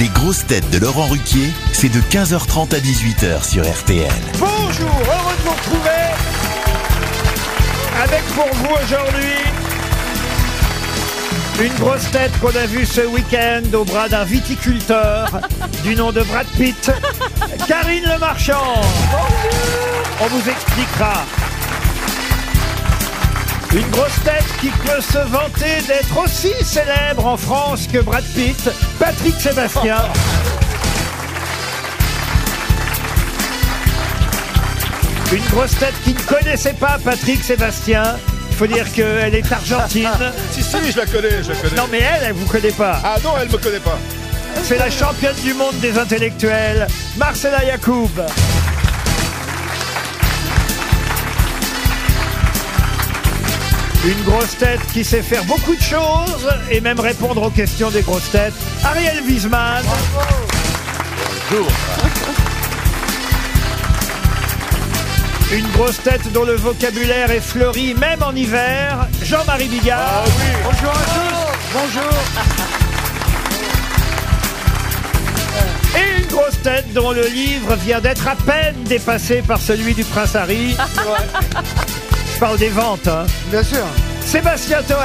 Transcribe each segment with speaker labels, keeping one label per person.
Speaker 1: Les grosses têtes de Laurent Ruquier, c'est de 15h30 à 18h sur RTL.
Speaker 2: Bonjour, heureux de vous retrouver avec pour vous aujourd'hui une grosse tête qu'on a vue ce week-end au bras d'un viticulteur du nom de Brad Pitt, Karine Le Marchand. On vous expliquera. Une grosse tête qui peut se vanter d'être aussi célèbre en France que Brad Pitt, Patrick Sébastien. Une grosse tête qui ne connaissait pas Patrick Sébastien. Il faut dire qu'elle est argentine.
Speaker 3: Si, si, je la connais, je la connais.
Speaker 2: Non mais elle, elle vous connaît pas.
Speaker 3: Ah non, elle me connaît pas.
Speaker 2: C'est la championne du monde des intellectuels, Marcela Yacoub. Une grosse tête qui sait faire beaucoup de choses et même répondre aux questions des grosses têtes, Ariel Wiesman. Une grosse tête dont le vocabulaire est fleuri même en hiver, Jean-Marie Bigard.
Speaker 4: Bonjour à tous. Bonjour.
Speaker 2: Et une grosse tête dont le livre vient d'être à peine dépassé par celui du Prince Harry. Je parle des ventes, hein.
Speaker 4: Bien sûr.
Speaker 2: Sébastien Toer.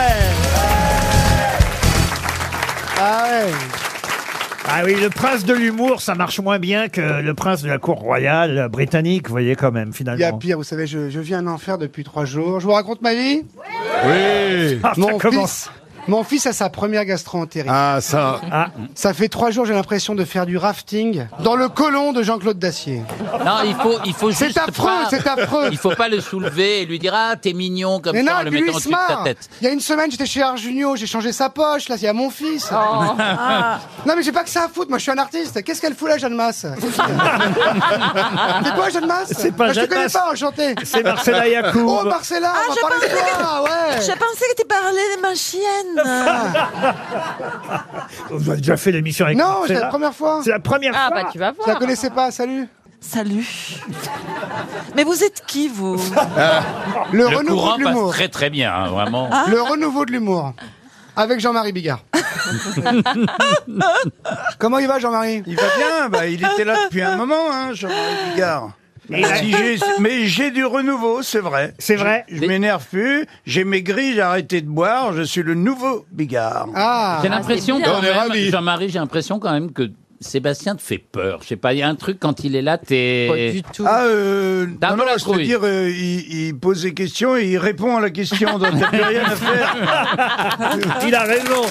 Speaker 4: Ah ouais.
Speaker 2: Ah oui, le prince de l'humour, ça marche moins bien que le prince de la cour royale britannique, vous voyez quand même,
Speaker 4: Il y a
Speaker 2: finalement.
Speaker 4: pire, vous savez, je, je vis un enfer depuis trois jours. Je vous raconte ma vie
Speaker 3: Oui.
Speaker 2: Ah, ça
Speaker 4: Mon
Speaker 2: commence.
Speaker 4: fils. Mon fils a sa première gastro-entérite.
Speaker 3: Ah, ça.
Speaker 4: Ça fait trois jours, j'ai l'impression de faire du rafting dans le colon de Jean-Claude Dacier.
Speaker 5: Non, il faut, il faut
Speaker 4: C'est
Speaker 5: juste
Speaker 4: affreux,
Speaker 5: pas-
Speaker 4: c'est affreux.
Speaker 5: Il faut pas le soulever et lui dire ah t'es mignon comme
Speaker 4: Mais
Speaker 5: ça
Speaker 4: non,
Speaker 5: en le
Speaker 4: puis lui,
Speaker 5: mettant
Speaker 4: il se
Speaker 5: au-dessus de ta
Speaker 4: marre.
Speaker 5: tête.
Speaker 4: Il y a une semaine, j'étais chez Arjunio, j'ai changé sa poche. Là, il y a mon fils.
Speaker 6: Oh.
Speaker 4: Non, mais j'ai pas que ça à foutre. Moi, je suis un artiste. Qu'est-ce qu'elle fout là, Jeanne Masse C'est quoi, Jeanne Masse
Speaker 2: C'est pas
Speaker 4: Moi, Je
Speaker 2: Jeanne
Speaker 4: te connais
Speaker 2: Masse.
Speaker 4: pas, enchanté.
Speaker 2: C'est Marcela Yacoub.
Speaker 4: Oh, Marcella, on
Speaker 6: Ah,
Speaker 4: va
Speaker 6: je
Speaker 4: parler de toi. Ouais.
Speaker 6: Je pensais que tu parlais de ma chienne.
Speaker 2: Vous avez déjà fait l'émission avec
Speaker 4: Non, c'est
Speaker 2: Marcella.
Speaker 4: la première fois.
Speaker 2: C'est la première
Speaker 7: Ah
Speaker 2: fois.
Speaker 7: bah tu vas
Speaker 4: Je la
Speaker 7: voir.
Speaker 4: connaissais pas, salut.
Speaker 6: Salut. Mais vous êtes qui, vous
Speaker 4: Ah. Le,
Speaker 5: Le
Speaker 4: renouveau
Speaker 5: courant
Speaker 4: de
Speaker 5: passe
Speaker 4: l'humour.
Speaker 5: très très bien, hein, vraiment.
Speaker 7: Ah.
Speaker 4: Le renouveau de l'humour. Avec Jean-Marie Bigard. Comment il va, Jean-Marie
Speaker 8: Il va bien, bah, il était là depuis un moment, hein, Jean-Marie Bigard.
Speaker 2: Et là-
Speaker 8: Si j'ai- mais j'ai du renouveau, c'est vrai.
Speaker 2: C'est vrai.
Speaker 8: Je m'énerve plus, j'ai maigri, j'ai arrêté de boire, je suis le nouveau Bigard.
Speaker 4: Ah,
Speaker 5: J'ai l'impression
Speaker 7: bien.
Speaker 5: quand
Speaker 3: On est
Speaker 5: même,
Speaker 3: ravis.
Speaker 5: Jean-Marie, j'ai l'impression quand même que Sébastien te fait peur. Je sais pas, il y a un truc quand il est là,
Speaker 7: Pas du
Speaker 5: t'es.
Speaker 7: tout.
Speaker 8: Ah, euh,
Speaker 5: T'as un
Speaker 8: non,
Speaker 5: peu
Speaker 8: non,
Speaker 5: la
Speaker 8: je veux
Speaker 5: trouille.
Speaker 8: dire, euh, il, il pose des questions et il répond à la question, donc t'as plus rien à faire.
Speaker 2: Il a raison.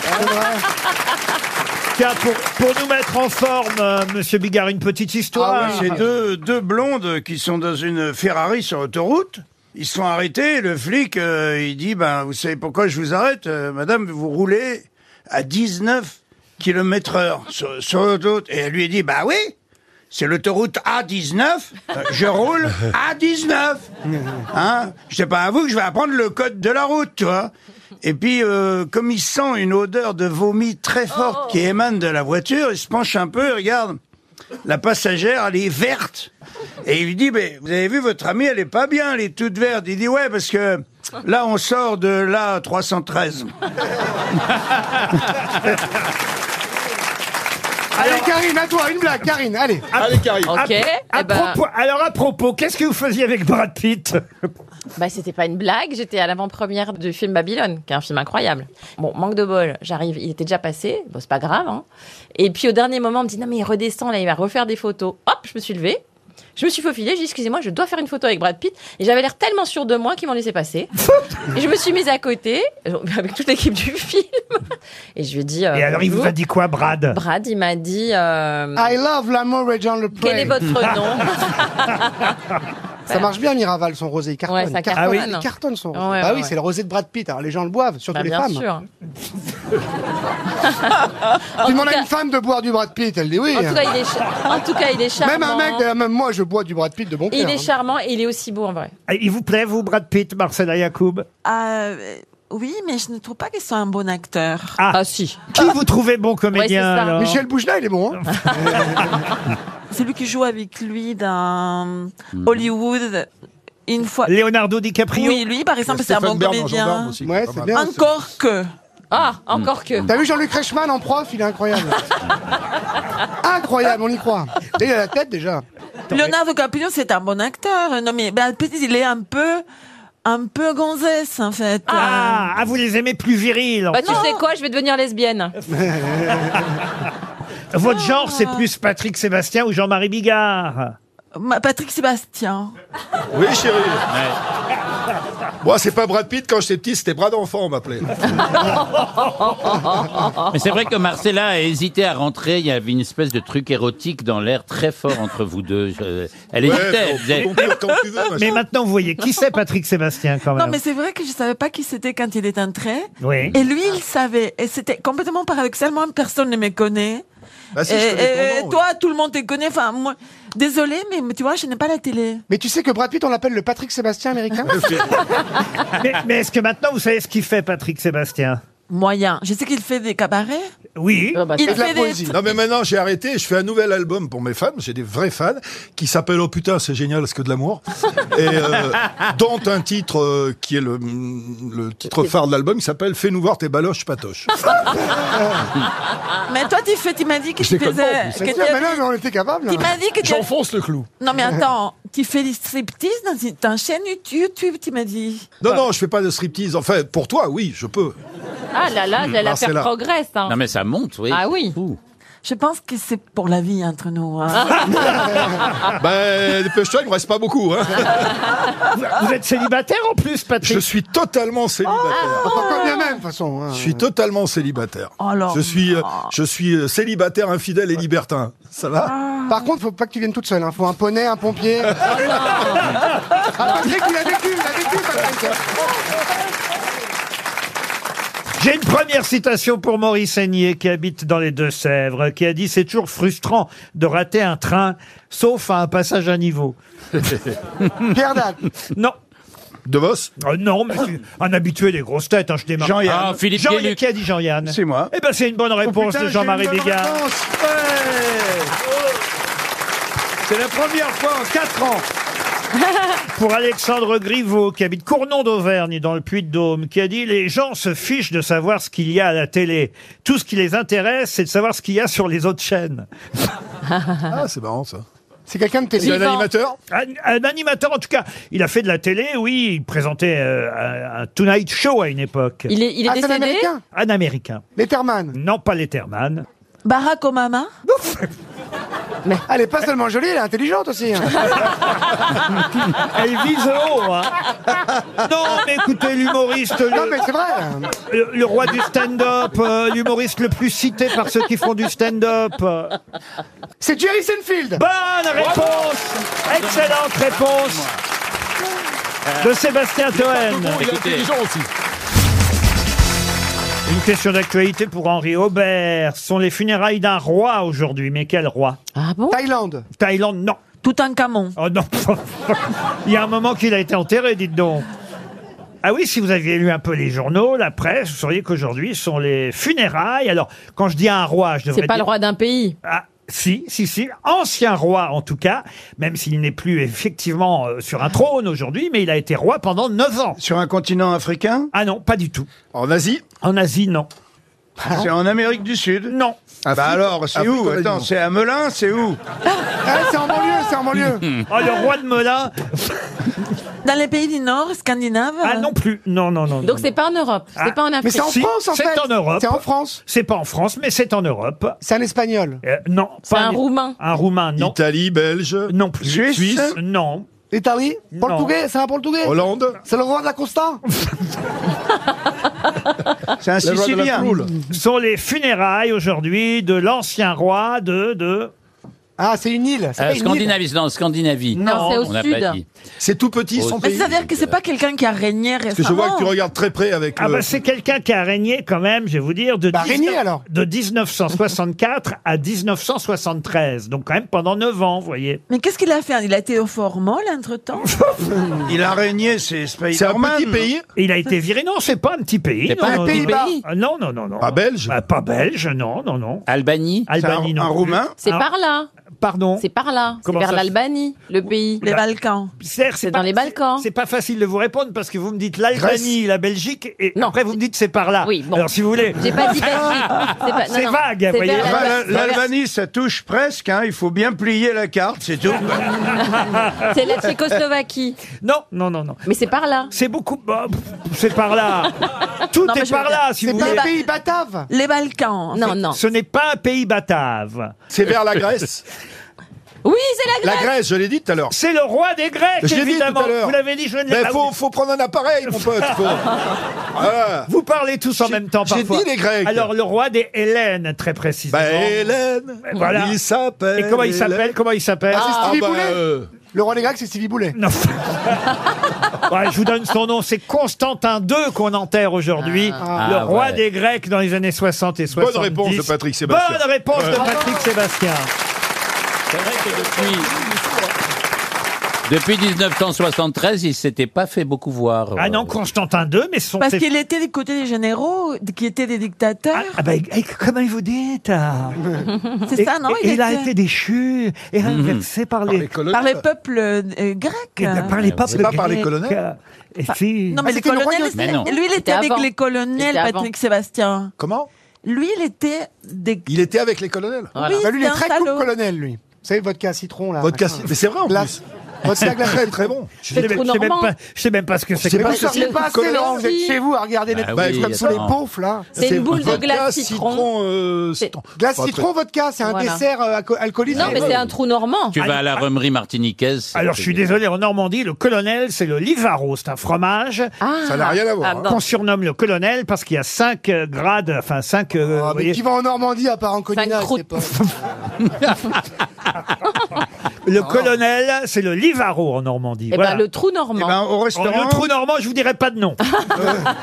Speaker 2: Tiens, pour, pour nous mettre en forme, euh, Monsieur Bigard, une petite histoire.
Speaker 8: Ah oui, c'est deux, deux blondes qui sont dans une Ferrari sur l'autoroute. Ils se font arrêter. et Le flic, euh, il dit, ben, vous savez pourquoi je vous arrête, euh, madame, vous roulez à 19 km heure sur, sur l'autoroute. Et elle lui dit, bah oui, c'est l'autoroute A19, euh, je roule à 19. Hein je sais pas à vous que je vais apprendre le code de la route, tu vois. Et puis, euh, comme il sent une odeur de vomi très forte qui émane de la voiture, il se penche un peu et regarde. La passagère, elle est verte. Et il lui dit, mais vous avez vu, votre amie, elle est pas bien, elle est toute verte. Il dit, ouais, parce que là, on sort de la 313.
Speaker 4: allez, Karine, à toi, une blague, Karine, allez.
Speaker 3: Allez, Karine.
Speaker 7: Ok.
Speaker 2: Ah, À- à
Speaker 7: eh ben,
Speaker 2: propos- alors à propos, qu'est-ce que vous faisiez avec Brad Pitt
Speaker 7: bah, c'était pas une blague. J'étais à l'avant-première du film Babylone, qui est un film incroyable. Bon, manque de bol. J'arrive, il était déjà passé. Bon, c'est pas grave. Hein. Et puis au dernier moment, on me dit non mais il redescend là, il va refaire des photos. Hop, je me suis levée. Je me suis faufilée, j'ai dit excusez-moi, je dois faire une photo avec Brad Pitt. Et j'avais l'air tellement sûre de moi qu'ils m'ont laissé passer. et je me suis mise à côté, euh, avec toute l'équipe du film. Et je lui ai dit. euh,
Speaker 2: Et alors il vous a dit quoi, Brad
Speaker 7: Brad, il m'a dit. euh,
Speaker 4: I love l'amour et Jean Le Prey.
Speaker 7: quel est votre nom
Speaker 4: Ça marche bien, Miraval, son rosé. Il cartonne.
Speaker 7: Ouais, ça
Speaker 4: il cartonne,
Speaker 7: cartonne.
Speaker 4: il cartonne, son rosé.
Speaker 7: Ouais, ouais,
Speaker 4: bah oui,
Speaker 7: ouais.
Speaker 4: c'est le rosé de Brad Pitt. Alors les gens le boivent, surtout
Speaker 7: Bah,
Speaker 4: les
Speaker 7: bien
Speaker 4: femmes.
Speaker 7: sûr.
Speaker 4: Tu demandes à
Speaker 7: cas-
Speaker 4: une femme de boire du Brad Pitt, elle dit oui. hein.
Speaker 7: En tout cas, il est, cha- en tout cas, il est charmant.
Speaker 4: même un mec, euh, même moi, je bois du Brad Pitt de bon
Speaker 7: Il
Speaker 4: cœur,
Speaker 7: est
Speaker 4: hein.
Speaker 7: charmant et il est aussi beau en vrai.
Speaker 2: Et Ah, Il vous plaît, vous, Brad Pitt, Marcela Yacoub
Speaker 6: Ah, euh, oui, mais je ne trouve pas qu'ils soient un bon acteur.
Speaker 2: Ah.
Speaker 7: si.
Speaker 2: Qui vous trouvez bon comédien
Speaker 7: Ouais, c'est ça.
Speaker 2: alors
Speaker 4: Michel Bougelin, il est bon. hein.
Speaker 6: Celui qui joue avec lui dans Hollywood, une fois.
Speaker 2: Leonardo DiCaprio
Speaker 6: Oui, lui, par exemple, c'est un
Speaker 3: Stéphane
Speaker 6: bon
Speaker 3: Bern en gendarme
Speaker 6: comédien.
Speaker 3: aussi,
Speaker 4: Ouais,
Speaker 3: pas
Speaker 4: c'est
Speaker 3: mal.
Speaker 4: bien.
Speaker 6: Encore que.
Speaker 7: Ah, encore que.
Speaker 4: T'as vu Jean-Luc Reichmann en prof, il est incroyable. Incroyable, on y croit. Et il a la tête déjà.
Speaker 6: Leonardo DiCaprio, c'est un bon acteur. Non, mais ben, petit, il est un peu, un peu gonzesse, en fait.
Speaker 2: Ah, ah, vous les aimez plus virils. en
Speaker 7: Bah, tu
Speaker 2: fait.
Speaker 7: sais quoi, je vais devenir lesbienne.
Speaker 6: Euh,
Speaker 2: Votre
Speaker 6: Ah.
Speaker 2: genre, c'est plus Patrick Sébastien ou Jean-Marie Bigard.
Speaker 6: Euh, Ma- Patrick Sébastien.
Speaker 2: Ah,
Speaker 3: Oui, chérie. Moi, c'est pas Brad Pitt. Quand j'étais petit, c'était Brad Enfant, on m'appelait.
Speaker 9: Ah,
Speaker 5: Mais c'est vrai que Marcella a hésité à rentrer. Il y avait une espèce de truc érotique dans l'air très fort entre vous deux. Je- Elle
Speaker 3: Ouais,
Speaker 5: hésitait. elle disait,
Speaker 3: on- on peut quand tu veux,
Speaker 2: Mais
Speaker 3: machin.
Speaker 2: maintenant, vous voyez, qui c'est Patrick Sébastien quand même
Speaker 6: Non, mais c'est vrai que je savais pas qui c'était quand il est entré.
Speaker 2: Oui.
Speaker 6: Et lui, il savait. Et c'était complètement paradoxalement, personne ne me connaît.
Speaker 3: Bah, si,
Speaker 6: et,
Speaker 3: je connais
Speaker 6: et-
Speaker 3: ton nom,
Speaker 6: et toi, tout le monde te connaît. Enfin, moi, désolé, mais mais tu vois, je n'ai pas la télé.
Speaker 4: Mais tu sais que Brad Pitt, on l'appelle le Patrick Sébastien américain
Speaker 2: Mais, mais est-ce que maintenant, vous savez ce qu'il fait Patrick Sébastien
Speaker 6: Moyen. Je sais qu'il fait des cabarets.
Speaker 2: Oui.
Speaker 3: bah,
Speaker 6: Il
Speaker 4: Et de la
Speaker 6: fait des.
Speaker 4: poésie.
Speaker 3: Non mais maintenant j'ai arrêté, je fais un nouvel album pour mes fans, j'ai des vrais fans qui s'appelle Oh putain c'est génial ce que de l'amour et euh, dont un titre euh, qui est le, le titre phare de l'album qui s'appelle Fais-nous voir tes baloches patoches.
Speaker 6: Mais toi, tu fais, tu m'as dit que
Speaker 3: Je
Speaker 6: tu
Speaker 3: déconne pas,
Speaker 6: faisais.
Speaker 3: mais
Speaker 6: que
Speaker 4: Mais
Speaker 6: tu-
Speaker 4: tiens, mais non, mais on était capable.
Speaker 6: tu m'as dit que tu.
Speaker 3: J'enfonce le clou.
Speaker 6: Non, mais attends, tu fais des striptease dans une- dans une chaîne YouTube, tu tu m'as dit.
Speaker 3: Non non je fais pas de striptease, enfin pour toi oui je peux.
Speaker 7: Ah là là,
Speaker 3: Bah,
Speaker 7: la l'affaire
Speaker 3: Marcella.
Speaker 7: progresse. hein.
Speaker 5: Non mais ça monte, oui.
Speaker 7: Ah oui.
Speaker 5: C'est fou.
Speaker 6: Je pense que c'est pour la vie entre nous.
Speaker 7: Ah.
Speaker 6: hein.
Speaker 3: Ben dépêche-toi il me reste pas beaucoup. Hein.
Speaker 2: Vous êtes célibataire en plus, Patrick Oh, ah,
Speaker 3: Je suis totalement célibataire.
Speaker 4: Enfin, quand bien même, de toute façon. hein.
Speaker 3: Je suis totalement célibataire.
Speaker 6: Oh là
Speaker 3: je suis, euh,
Speaker 6: là.
Speaker 3: je suis euh, célibataire, infidèle et libertin. Ça va
Speaker 4: Par contre, faut pas que tu viennes toute seule. Hein. Faut un poney, un pompier. Ah, Patrick, il a vécu, il a vécu, Patrick.
Speaker 2: J'ai une première citation pour Maurice Aignier qui habite dans les Deux-Sèvres, qui a dit C'est toujours frustrant de rater un train, sauf à un passage à niveau.
Speaker 4: Pierre Dac.
Speaker 2: Non.
Speaker 3: De Vos
Speaker 2: Euh, non, mais je suis un habitué des grosses têtes, hein, je démarre.
Speaker 8: Jean-Yann.
Speaker 5: Ah, Philippe
Speaker 2: Jean-
Speaker 5: Gueluc.
Speaker 2: qui a dit Jean-Yann
Speaker 8: C'est moi.
Speaker 2: Eh ben, c'est une bonne réponse
Speaker 8: Oh, putain,
Speaker 2: de Jean-Marie
Speaker 8: j'ai une bonne
Speaker 2: Bigard.
Speaker 8: réponse.
Speaker 2: C'est la première fois en 4 ans. Pour Alexandre Griveau, qui habite Cournon d'Auvergne, dans le Puy-de-Dôme, qui a dit Les gens se fichent de savoir ce qu'il y a à la télé. Tout ce qui les intéresse, c'est de savoir ce qu'il y a sur les autres chaînes.
Speaker 3: Ah, c'est marrant ça.
Speaker 4: C'est quelqu'un de
Speaker 3: C'est
Speaker 4: télé.
Speaker 3: un animateur
Speaker 2: Un, un animateur, en tout cas, il a fait de la télé, oui, il présentait euh, un, un Tonight Show à une époque.
Speaker 7: Il est, il est
Speaker 4: Ah, c'est un
Speaker 7: décédé
Speaker 4: américain
Speaker 2: Un américain.
Speaker 4: Letterman.
Speaker 2: Non, pas Letterman.
Speaker 6: Barack Obama
Speaker 4: Elle est pas seulement jolie, elle est intelligente aussi. hein.
Speaker 2: Elle vise haut, hein. Non, mais écoutez, l'humoriste,
Speaker 4: Non,
Speaker 2: le,
Speaker 4: mais c'est vrai.
Speaker 2: le- le roi du stand-up, euh, l'humoriste le plus cité par ceux qui font du stand-up. euh.
Speaker 4: C'est Jerry Seinfeld.
Speaker 2: Bonne réponse Excellente réponse de Sébastien Toen.
Speaker 5: Écoutez,
Speaker 2: Une question d'actualité pour Henri Aubert. Ce sont les funérailles d'un roi aujourd'hui, mais quel roi
Speaker 7: Ah bon
Speaker 4: Thaïlande.
Speaker 2: Thaïlande, non.
Speaker 6: Tout un camon.
Speaker 2: Oh non. Il y a un moment qu'il a été enterré, dites donc. Ah oui, si vous aviez lu un peu les journaux, la presse, vous sauriez qu'aujourd'hui ce sont les funérailles. Alors, quand je dis un roi, je devrais
Speaker 7: C'est pas
Speaker 2: dire-
Speaker 7: le roi d'un pays.
Speaker 2: Ah, si, si, si. Ancien roi, en tout cas, même s'il n'est plus effectivement euh, sur un trône aujourd'hui, mais il a été roi pendant 9 ans.
Speaker 8: Sur un continent africain
Speaker 2: Ah non, pas du tout.
Speaker 3: En Asie
Speaker 2: En Asie, non.
Speaker 8: C'est en Amérique du Sud
Speaker 2: Non.
Speaker 8: Bah alors, c'est
Speaker 3: Afrique,
Speaker 8: où
Speaker 3: on a dit
Speaker 8: Attends,
Speaker 3: non.
Speaker 8: c'est à Melun, c'est où
Speaker 4: Ah, c'est en banlieue, c'est en banlieue.
Speaker 2: Oh, le roi de Melun
Speaker 6: Dans les pays du Nord, Scandinave
Speaker 2: Ah non plus. Non, non, non.
Speaker 7: Donc
Speaker 2: non,
Speaker 7: c'est pas en Europe,
Speaker 2: Ah.
Speaker 7: c'est pas en
Speaker 4: Mais
Speaker 7: Afrique.
Speaker 4: c'est en
Speaker 2: Si,
Speaker 4: France, en
Speaker 2: c'est
Speaker 4: fait.
Speaker 2: en Europe.
Speaker 4: C'est en France.
Speaker 2: C'est pas en France, mais c'est en Europe.
Speaker 4: C'est un espagnol.
Speaker 2: Euh, non.
Speaker 7: C'est
Speaker 2: pas
Speaker 7: un Roumain.
Speaker 2: Un Roumain, non.
Speaker 3: Italie, Belge
Speaker 2: Non plus.
Speaker 8: Suisse
Speaker 2: Non.
Speaker 4: Italie. Portugais, c'est un portugais.
Speaker 3: Hollande
Speaker 4: C'est le roi de la Costa.
Speaker 8: C'est un
Speaker 3: La loi de la
Speaker 8: Sicilien.
Speaker 3: poule.
Speaker 2: Ce sont les funérailles aujourd'hui de l'ancien roi de... de...
Speaker 4: Ah, c'est une île. C'est
Speaker 5: euh,
Speaker 4: pas une île.
Speaker 5: Scandinavie, non, Scandinavie.
Speaker 7: Non, c'est au
Speaker 5: on n'a
Speaker 7: sud.
Speaker 5: pas dit.
Speaker 3: C'est tout petit,
Speaker 5: Oh,
Speaker 3: son
Speaker 6: Mais
Speaker 3: pays.
Speaker 6: c'est-à-dire que c'est pas quelqu'un qui a régné
Speaker 3: Parce que je vois
Speaker 6: récemment.
Speaker 3: que tu regardes très près avec
Speaker 2: Ah
Speaker 3: le-
Speaker 2: bah c'est quelqu'un qui a régné quand même, je vais vous dire, de,
Speaker 4: Bah, régné, alors.
Speaker 2: de 1964 à 1973. Donc quand même pendant 9 ans, vous voyez.
Speaker 6: Mais qu'est-ce qu'il a fait Il a été au formol entre-temps
Speaker 8: Il a régné, c'est
Speaker 3: C'est un
Speaker 8: Spider-Man.
Speaker 3: petit pays
Speaker 2: Et il a été viré. Non, c'est pas un petit pays.
Speaker 5: C'est
Speaker 2: non,
Speaker 5: pas
Speaker 2: non,
Speaker 5: un petit
Speaker 2: non.
Speaker 4: Pays-Bas.
Speaker 5: pays.
Speaker 2: Ah, Non, non, non, non.
Speaker 3: Pas belge
Speaker 2: Ah, Pas belge, non, non, non.
Speaker 5: Albanie.
Speaker 8: C'est un,
Speaker 2: Albanie, non.
Speaker 8: un
Speaker 2: plus.
Speaker 8: Roumain
Speaker 7: C'est
Speaker 2: Ah.
Speaker 7: par là.
Speaker 2: Pardon
Speaker 7: C'est par là. C'est
Speaker 2: Comment
Speaker 7: vers
Speaker 2: ça-
Speaker 7: l'Albanie, le pays.
Speaker 6: Les Balkans.
Speaker 2: C'est c'est
Speaker 7: dans
Speaker 2: pas-
Speaker 7: les Balkans.
Speaker 2: c'est- C'est pas facile de vous répondre parce que vous me dites l'Albanie, la Belgique, et
Speaker 7: Non.
Speaker 2: après vous me dites c'est par là.
Speaker 7: Oui, bon.
Speaker 2: Alors si vous voulez.
Speaker 7: J'ai pas dit Belgique. C'est pas- non,
Speaker 2: C'est
Speaker 7: non.
Speaker 2: vague,
Speaker 7: C'est
Speaker 2: voyez.
Speaker 7: vers
Speaker 8: Enfin,
Speaker 7: l'Alba-
Speaker 8: Bah, la- L'Albanie, ça touche presque. hein, Il faut bien plier la carte, c'est tout.
Speaker 7: C'est la Tchécoslovaquie.
Speaker 2: Non, non, non, non.
Speaker 7: Mais c'est par là.
Speaker 2: C'est beaucoup. bah, pff, c'est par là. Tout
Speaker 7: Non, mais
Speaker 2: est
Speaker 7: je
Speaker 2: par
Speaker 7: veux
Speaker 2: là, si
Speaker 4: C'est
Speaker 2: vous
Speaker 4: pas
Speaker 2: voulez.
Speaker 4: un pays batave.
Speaker 6: Les Balkans.
Speaker 7: Non, non.
Speaker 2: Ce n'est pas un pays batave.
Speaker 3: C'est vers la Grèce.
Speaker 7: Oui, c'est la Grèce.
Speaker 3: La Grèce, je l'ai dit tout à l'heure.
Speaker 2: C'est le roi des Grecs,
Speaker 3: Je l'ai dit tout à
Speaker 2: évidemment.
Speaker 3: l'heure.
Speaker 2: vous l'avez dit, je ne l'ai
Speaker 3: Mais
Speaker 2: pas.
Speaker 3: faut, faut prendre un appareil, mon pote. faut- Voilà.
Speaker 2: Vous parlez tous en
Speaker 3: J'ai-
Speaker 2: même temps
Speaker 3: j'ai
Speaker 2: parfois.
Speaker 3: dit les Grecs.
Speaker 2: Alors le roi des Hélènes, très précisément.
Speaker 3: Bah, Hélène,
Speaker 2: Voilà.
Speaker 3: il s'appelle.
Speaker 2: Et comment il
Speaker 3: Hélène.
Speaker 2: s'appelle Comment il s'appelle
Speaker 4: Ah,
Speaker 3: Ah,
Speaker 4: Stevie
Speaker 3: bah,
Speaker 4: Boulet
Speaker 3: euh,
Speaker 4: Le roi des Grecs, c'est Stevie Boulet.
Speaker 2: Non. Ouais, je vous donne son nom, c'est Constantin II qu'on enterre aujourd'hui, le
Speaker 5: Ah,
Speaker 2: roi
Speaker 5: ouais.
Speaker 2: des Grecs dans les années 60 et 70.
Speaker 3: réponse de Patrick Sébastien.
Speaker 2: Bonne réponse de Patrick
Speaker 6: Ah.
Speaker 2: Sébastien.
Speaker 5: C'est vrai que depuis... Depuis 1973, il s'était pas fait beaucoup voir. euh,
Speaker 2: Ah non, Constantin II, mais ce sont
Speaker 6: Parce
Speaker 2: ses-
Speaker 6: qu'il était du côté des généraux, qui étaient des dictateurs.
Speaker 2: Ah, ah bah, et comment vous dites ah
Speaker 6: c'est ça,
Speaker 2: Et-
Speaker 6: non Mhm.
Speaker 2: et Il a été déchu et renversé Mhm. par
Speaker 3: par les
Speaker 2: les... Eh ben,
Speaker 3: colonnes.
Speaker 6: Par les peuples euh, grecs.
Speaker 2: Par les Ah, peuples
Speaker 3: C'est pas par les
Speaker 2: grecs. euh,
Speaker 3: colonels
Speaker 2: Et si-
Speaker 6: Non, mais les
Speaker 4: c'était le
Speaker 6: colonels.
Speaker 4: royaume.
Speaker 5: Mais non.
Speaker 6: Lui, il était
Speaker 7: C'était
Speaker 6: avec
Speaker 7: avant.
Speaker 6: les colonels,
Speaker 7: C'était avant.
Speaker 6: Patrick Sébastien.
Speaker 3: Comment
Speaker 6: Lui, il était des.
Speaker 3: Il était avec les colonels.
Speaker 7: Voilà.
Speaker 6: Oui,
Speaker 4: Bah, lui, il
Speaker 6: c'est
Speaker 4: est
Speaker 6: un
Speaker 4: très
Speaker 6: salaud.
Speaker 4: coupe-colonel, lui. Vous savez, vodka citron, là.
Speaker 3: Votre
Speaker 4: machin.
Speaker 3: Mais c'est vrai en
Speaker 4: Glace.
Speaker 3: plus.
Speaker 4: Vodka glacé.
Speaker 3: Très très bon. Je-
Speaker 2: Je sais,
Speaker 7: le
Speaker 2: même,
Speaker 7: trou
Speaker 2: je sais même
Speaker 7: normand.
Speaker 2: pas, je sais même pas ce que c'est.
Speaker 3: C'est
Speaker 2: que-
Speaker 4: Mais vous
Speaker 3: pas-
Speaker 4: sortiez
Speaker 7: le
Speaker 4: pas assez,
Speaker 7: colonel.
Speaker 4: Laurent. Vous êtes chez vous à regarder
Speaker 5: Bah
Speaker 4: Netflix
Speaker 5: oui,
Speaker 4: comme sont les
Speaker 5: attends.
Speaker 4: pauvres, là.
Speaker 7: C'est une boule de
Speaker 3: vodka,
Speaker 7: glace citron.
Speaker 3: euh,
Speaker 7: C'est-
Speaker 3: citron.
Speaker 4: Glace
Speaker 3: Pas très-
Speaker 4: citron, vodka, c'est un
Speaker 7: Voilà.
Speaker 4: dessert euh, alco- alcoolisé.
Speaker 7: Non, mais c'est un trou normand.
Speaker 5: Tu vas à la romerie martiniquaise. c'est-
Speaker 2: Alors je suis désolé, en Normandie, le colonel, c'est le livaro, c'est un fromage
Speaker 7: Ah.
Speaker 3: Ça n'a rien à voir, hein.
Speaker 7: non.
Speaker 2: qu'on surnomme le colonel parce qu'il y a cinq euh, grades, enfin cinq. euh,
Speaker 4: Ah,
Speaker 2: vous
Speaker 4: mais
Speaker 2: voyez,
Speaker 4: qui va en Normandie à part en Colina,
Speaker 7: croûtes.
Speaker 4: c'est pas...
Speaker 7: Eh
Speaker 2: le
Speaker 8: Ah.
Speaker 2: colonel, c'est le livaro en Normandie.
Speaker 7: Eh
Speaker 2: voilà.
Speaker 7: ben, le trou
Speaker 8: Eh
Speaker 7: normand.
Speaker 8: ben, au
Speaker 2: Oh, le...
Speaker 8: restaurant, Euh,
Speaker 2: trou normand, je vous dirai pas de nom.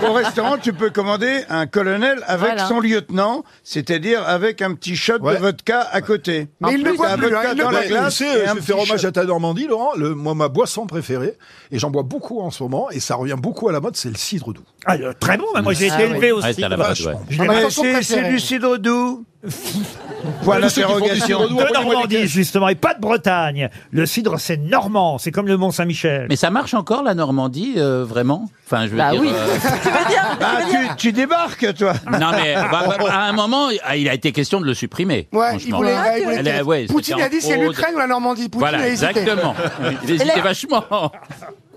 Speaker 8: au restaurant, tu peux commander un colonel avec
Speaker 7: Voilà.
Speaker 8: son lieutenant, c'est-à-dire avec un petit shot
Speaker 3: Ouais.
Speaker 8: de vodka à côté.
Speaker 4: Mais il ne
Speaker 8: T'as
Speaker 4: boit
Speaker 8: un
Speaker 4: plus,
Speaker 8: vodka
Speaker 4: hein, il ne
Speaker 8: dans
Speaker 4: boit
Speaker 8: la
Speaker 3: Ouais,
Speaker 8: glace
Speaker 3: tu sais,
Speaker 8: et
Speaker 3: je
Speaker 8: un
Speaker 3: vais
Speaker 8: petit
Speaker 3: faire hommage
Speaker 8: shot.
Speaker 3: à ta Normandie, Laurent. Le, moi, ma boisson préférée, et j'en bois beaucoup en ce moment, et ça revient beaucoup à la mode, c'est le cidre doux.
Speaker 2: Ah, le- très
Speaker 8: hein.
Speaker 2: bon, mais moi j'ai
Speaker 7: Ah
Speaker 2: été
Speaker 7: oui.
Speaker 2: élevé
Speaker 5: Ouais,
Speaker 2: aussi. bah,
Speaker 5: c'est à la mode, ouais.
Speaker 2: Je l'ai-
Speaker 4: Ah, ma
Speaker 8: Mais
Speaker 4: chanson
Speaker 8: c'est-
Speaker 4: préférée.
Speaker 8: C'est du cidre doux. Point d'interrogation.
Speaker 2: de Normandie, justement, et pas de Bretagne. Le cidre, c'est normand, c'est comme le Mont-Saint-Michel.
Speaker 5: Mais ça marche encore la Normandie, euh, vraiment Enfin, je veux
Speaker 7: Bah
Speaker 5: dire. euh,
Speaker 7: oui.
Speaker 6: Tu veux dire,
Speaker 4: Bah,
Speaker 8: Ah, tu, tu débarques, toi.
Speaker 5: Non mais bah, bah, à un moment, ah, il a été question de le supprimer.
Speaker 4: Ouais, il
Speaker 5: franchement.
Speaker 4: voulait...
Speaker 6: Ah,
Speaker 4: il voulait-
Speaker 5: elle est- ouais, c'était
Speaker 4: Poutine a dit,
Speaker 5: en
Speaker 4: c'est
Speaker 5: fraude.
Speaker 4: l'Ukraine ou la Normandie. Poutine
Speaker 5: Voilà,
Speaker 4: a hésité.
Speaker 5: exactement. Il hésitait
Speaker 6: Elle a-
Speaker 5: vachement.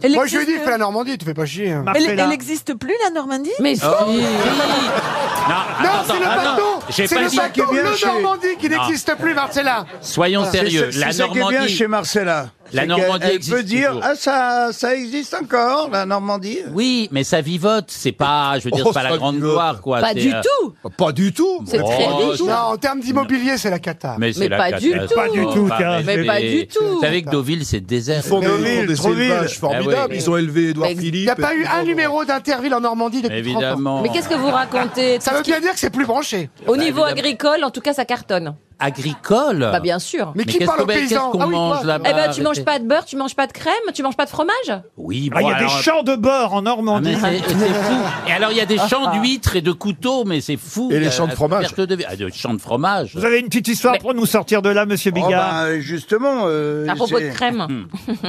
Speaker 6: elle
Speaker 4: Moi, je lui ai dit,
Speaker 6: existe-
Speaker 4: fais la Normandie, tu fais pas chier. hein.
Speaker 6: Elle
Speaker 2: Marcella.
Speaker 6: elle existe plus, la Normandie
Speaker 7: Mais si.
Speaker 5: Non,
Speaker 4: Non,
Speaker 5: attends,
Speaker 4: c'est le
Speaker 5: attends,
Speaker 4: bateau
Speaker 5: Ah, j'ai
Speaker 4: C'est
Speaker 5: pas
Speaker 4: le
Speaker 5: dit-
Speaker 4: bateau,
Speaker 8: bien
Speaker 4: le
Speaker 8: chez-
Speaker 4: Normandie, qui n'existe plus, Marcella
Speaker 5: Soyons sérieux.
Speaker 8: Ah. C'est ça-
Speaker 5: La
Speaker 8: c'est ça qui est bien
Speaker 5: Normandie.
Speaker 8: chez Marcella.
Speaker 5: La
Speaker 8: C'est
Speaker 5: Normandie
Speaker 8: qu'elle-
Speaker 5: existe
Speaker 8: Elle peut dire,
Speaker 5: toujours.
Speaker 8: ah, ça, ça existe encore, la Normandie.
Speaker 5: Oui, mais ça vivote. C'est pas, je veux dire,
Speaker 3: Oh,
Speaker 5: c'est pas
Speaker 3: ça
Speaker 5: la grande
Speaker 3: vivote.
Speaker 5: gloire, quoi.
Speaker 7: Pas
Speaker 5: c'est,
Speaker 7: du
Speaker 5: euh,
Speaker 7: tout.
Speaker 3: Pas du tout.
Speaker 7: C'est très
Speaker 5: Oh,
Speaker 7: vite.
Speaker 4: Non, en termes d'immobilier, c'est la cata.
Speaker 5: Mais, c'est
Speaker 7: Mais
Speaker 5: la
Speaker 7: pas du
Speaker 5: catastrophe.
Speaker 7: tout. Pas
Speaker 2: du tout,
Speaker 5: Pas-
Speaker 2: car-
Speaker 7: Mais pas du tout.
Speaker 5: Vous savez que Deauville, c'est désert.
Speaker 3: Ils font des, ils font
Speaker 8: Troville,
Speaker 3: des
Speaker 8: Troville.
Speaker 3: élevages formidables.
Speaker 5: Ah oui.
Speaker 3: Ils ont élevé Édouard
Speaker 7: Mais il y a
Speaker 3: Philippe.
Speaker 4: Il n'y a
Speaker 3: et
Speaker 4: pas eu
Speaker 3: tout.
Speaker 4: un numéro d'Interville en Normandie depuis 30 ans.
Speaker 5: Évidemment.
Speaker 7: Mais qu'est-ce que vous racontez
Speaker 4: Ça veut bien dire que c'est plus branché.
Speaker 2: Bah,
Speaker 7: Au niveau
Speaker 5: évidemment.
Speaker 7: agricole, en tout cas, ça cartonne.
Speaker 5: Agricole.
Speaker 7: Bah bien sûr.
Speaker 4: Mais,
Speaker 5: Mais
Speaker 4: qui
Speaker 5: qu'est-ce
Speaker 4: parle aux
Speaker 5: qu'on- qu'est-ce
Speaker 4: paysans
Speaker 5: qu'on
Speaker 4: Ah oui, toi,
Speaker 5: mange
Speaker 4: toi.
Speaker 5: là-bas
Speaker 7: Eh ben, tu manges
Speaker 5: arrêtez.
Speaker 7: pas de beurre, tu manges pas de crème, tu manges pas de fromage.
Speaker 5: Oui, bon,
Speaker 2: Ah, il y a
Speaker 5: alors-
Speaker 2: des champs de beurre en
Speaker 5: Ah,
Speaker 2: Normandie.
Speaker 5: mais c'est- c'est fou. Et alors, il y a
Speaker 7: Ah,
Speaker 5: des champs d'huîtres et de couteaux, mais c'est fou.
Speaker 3: Et les
Speaker 5: La-
Speaker 3: champs de
Speaker 5: la
Speaker 3: fromage.
Speaker 5: perte de vue. Ah, des champs de fromage.
Speaker 2: Vous avez une petite histoire
Speaker 7: Mais-
Speaker 2: pour nous sortir de là, monsieur
Speaker 8: Oh,
Speaker 2: Bigard
Speaker 8: ben, justement. euh,
Speaker 7: À propos de
Speaker 8: c'est- Hmm.
Speaker 7: crème.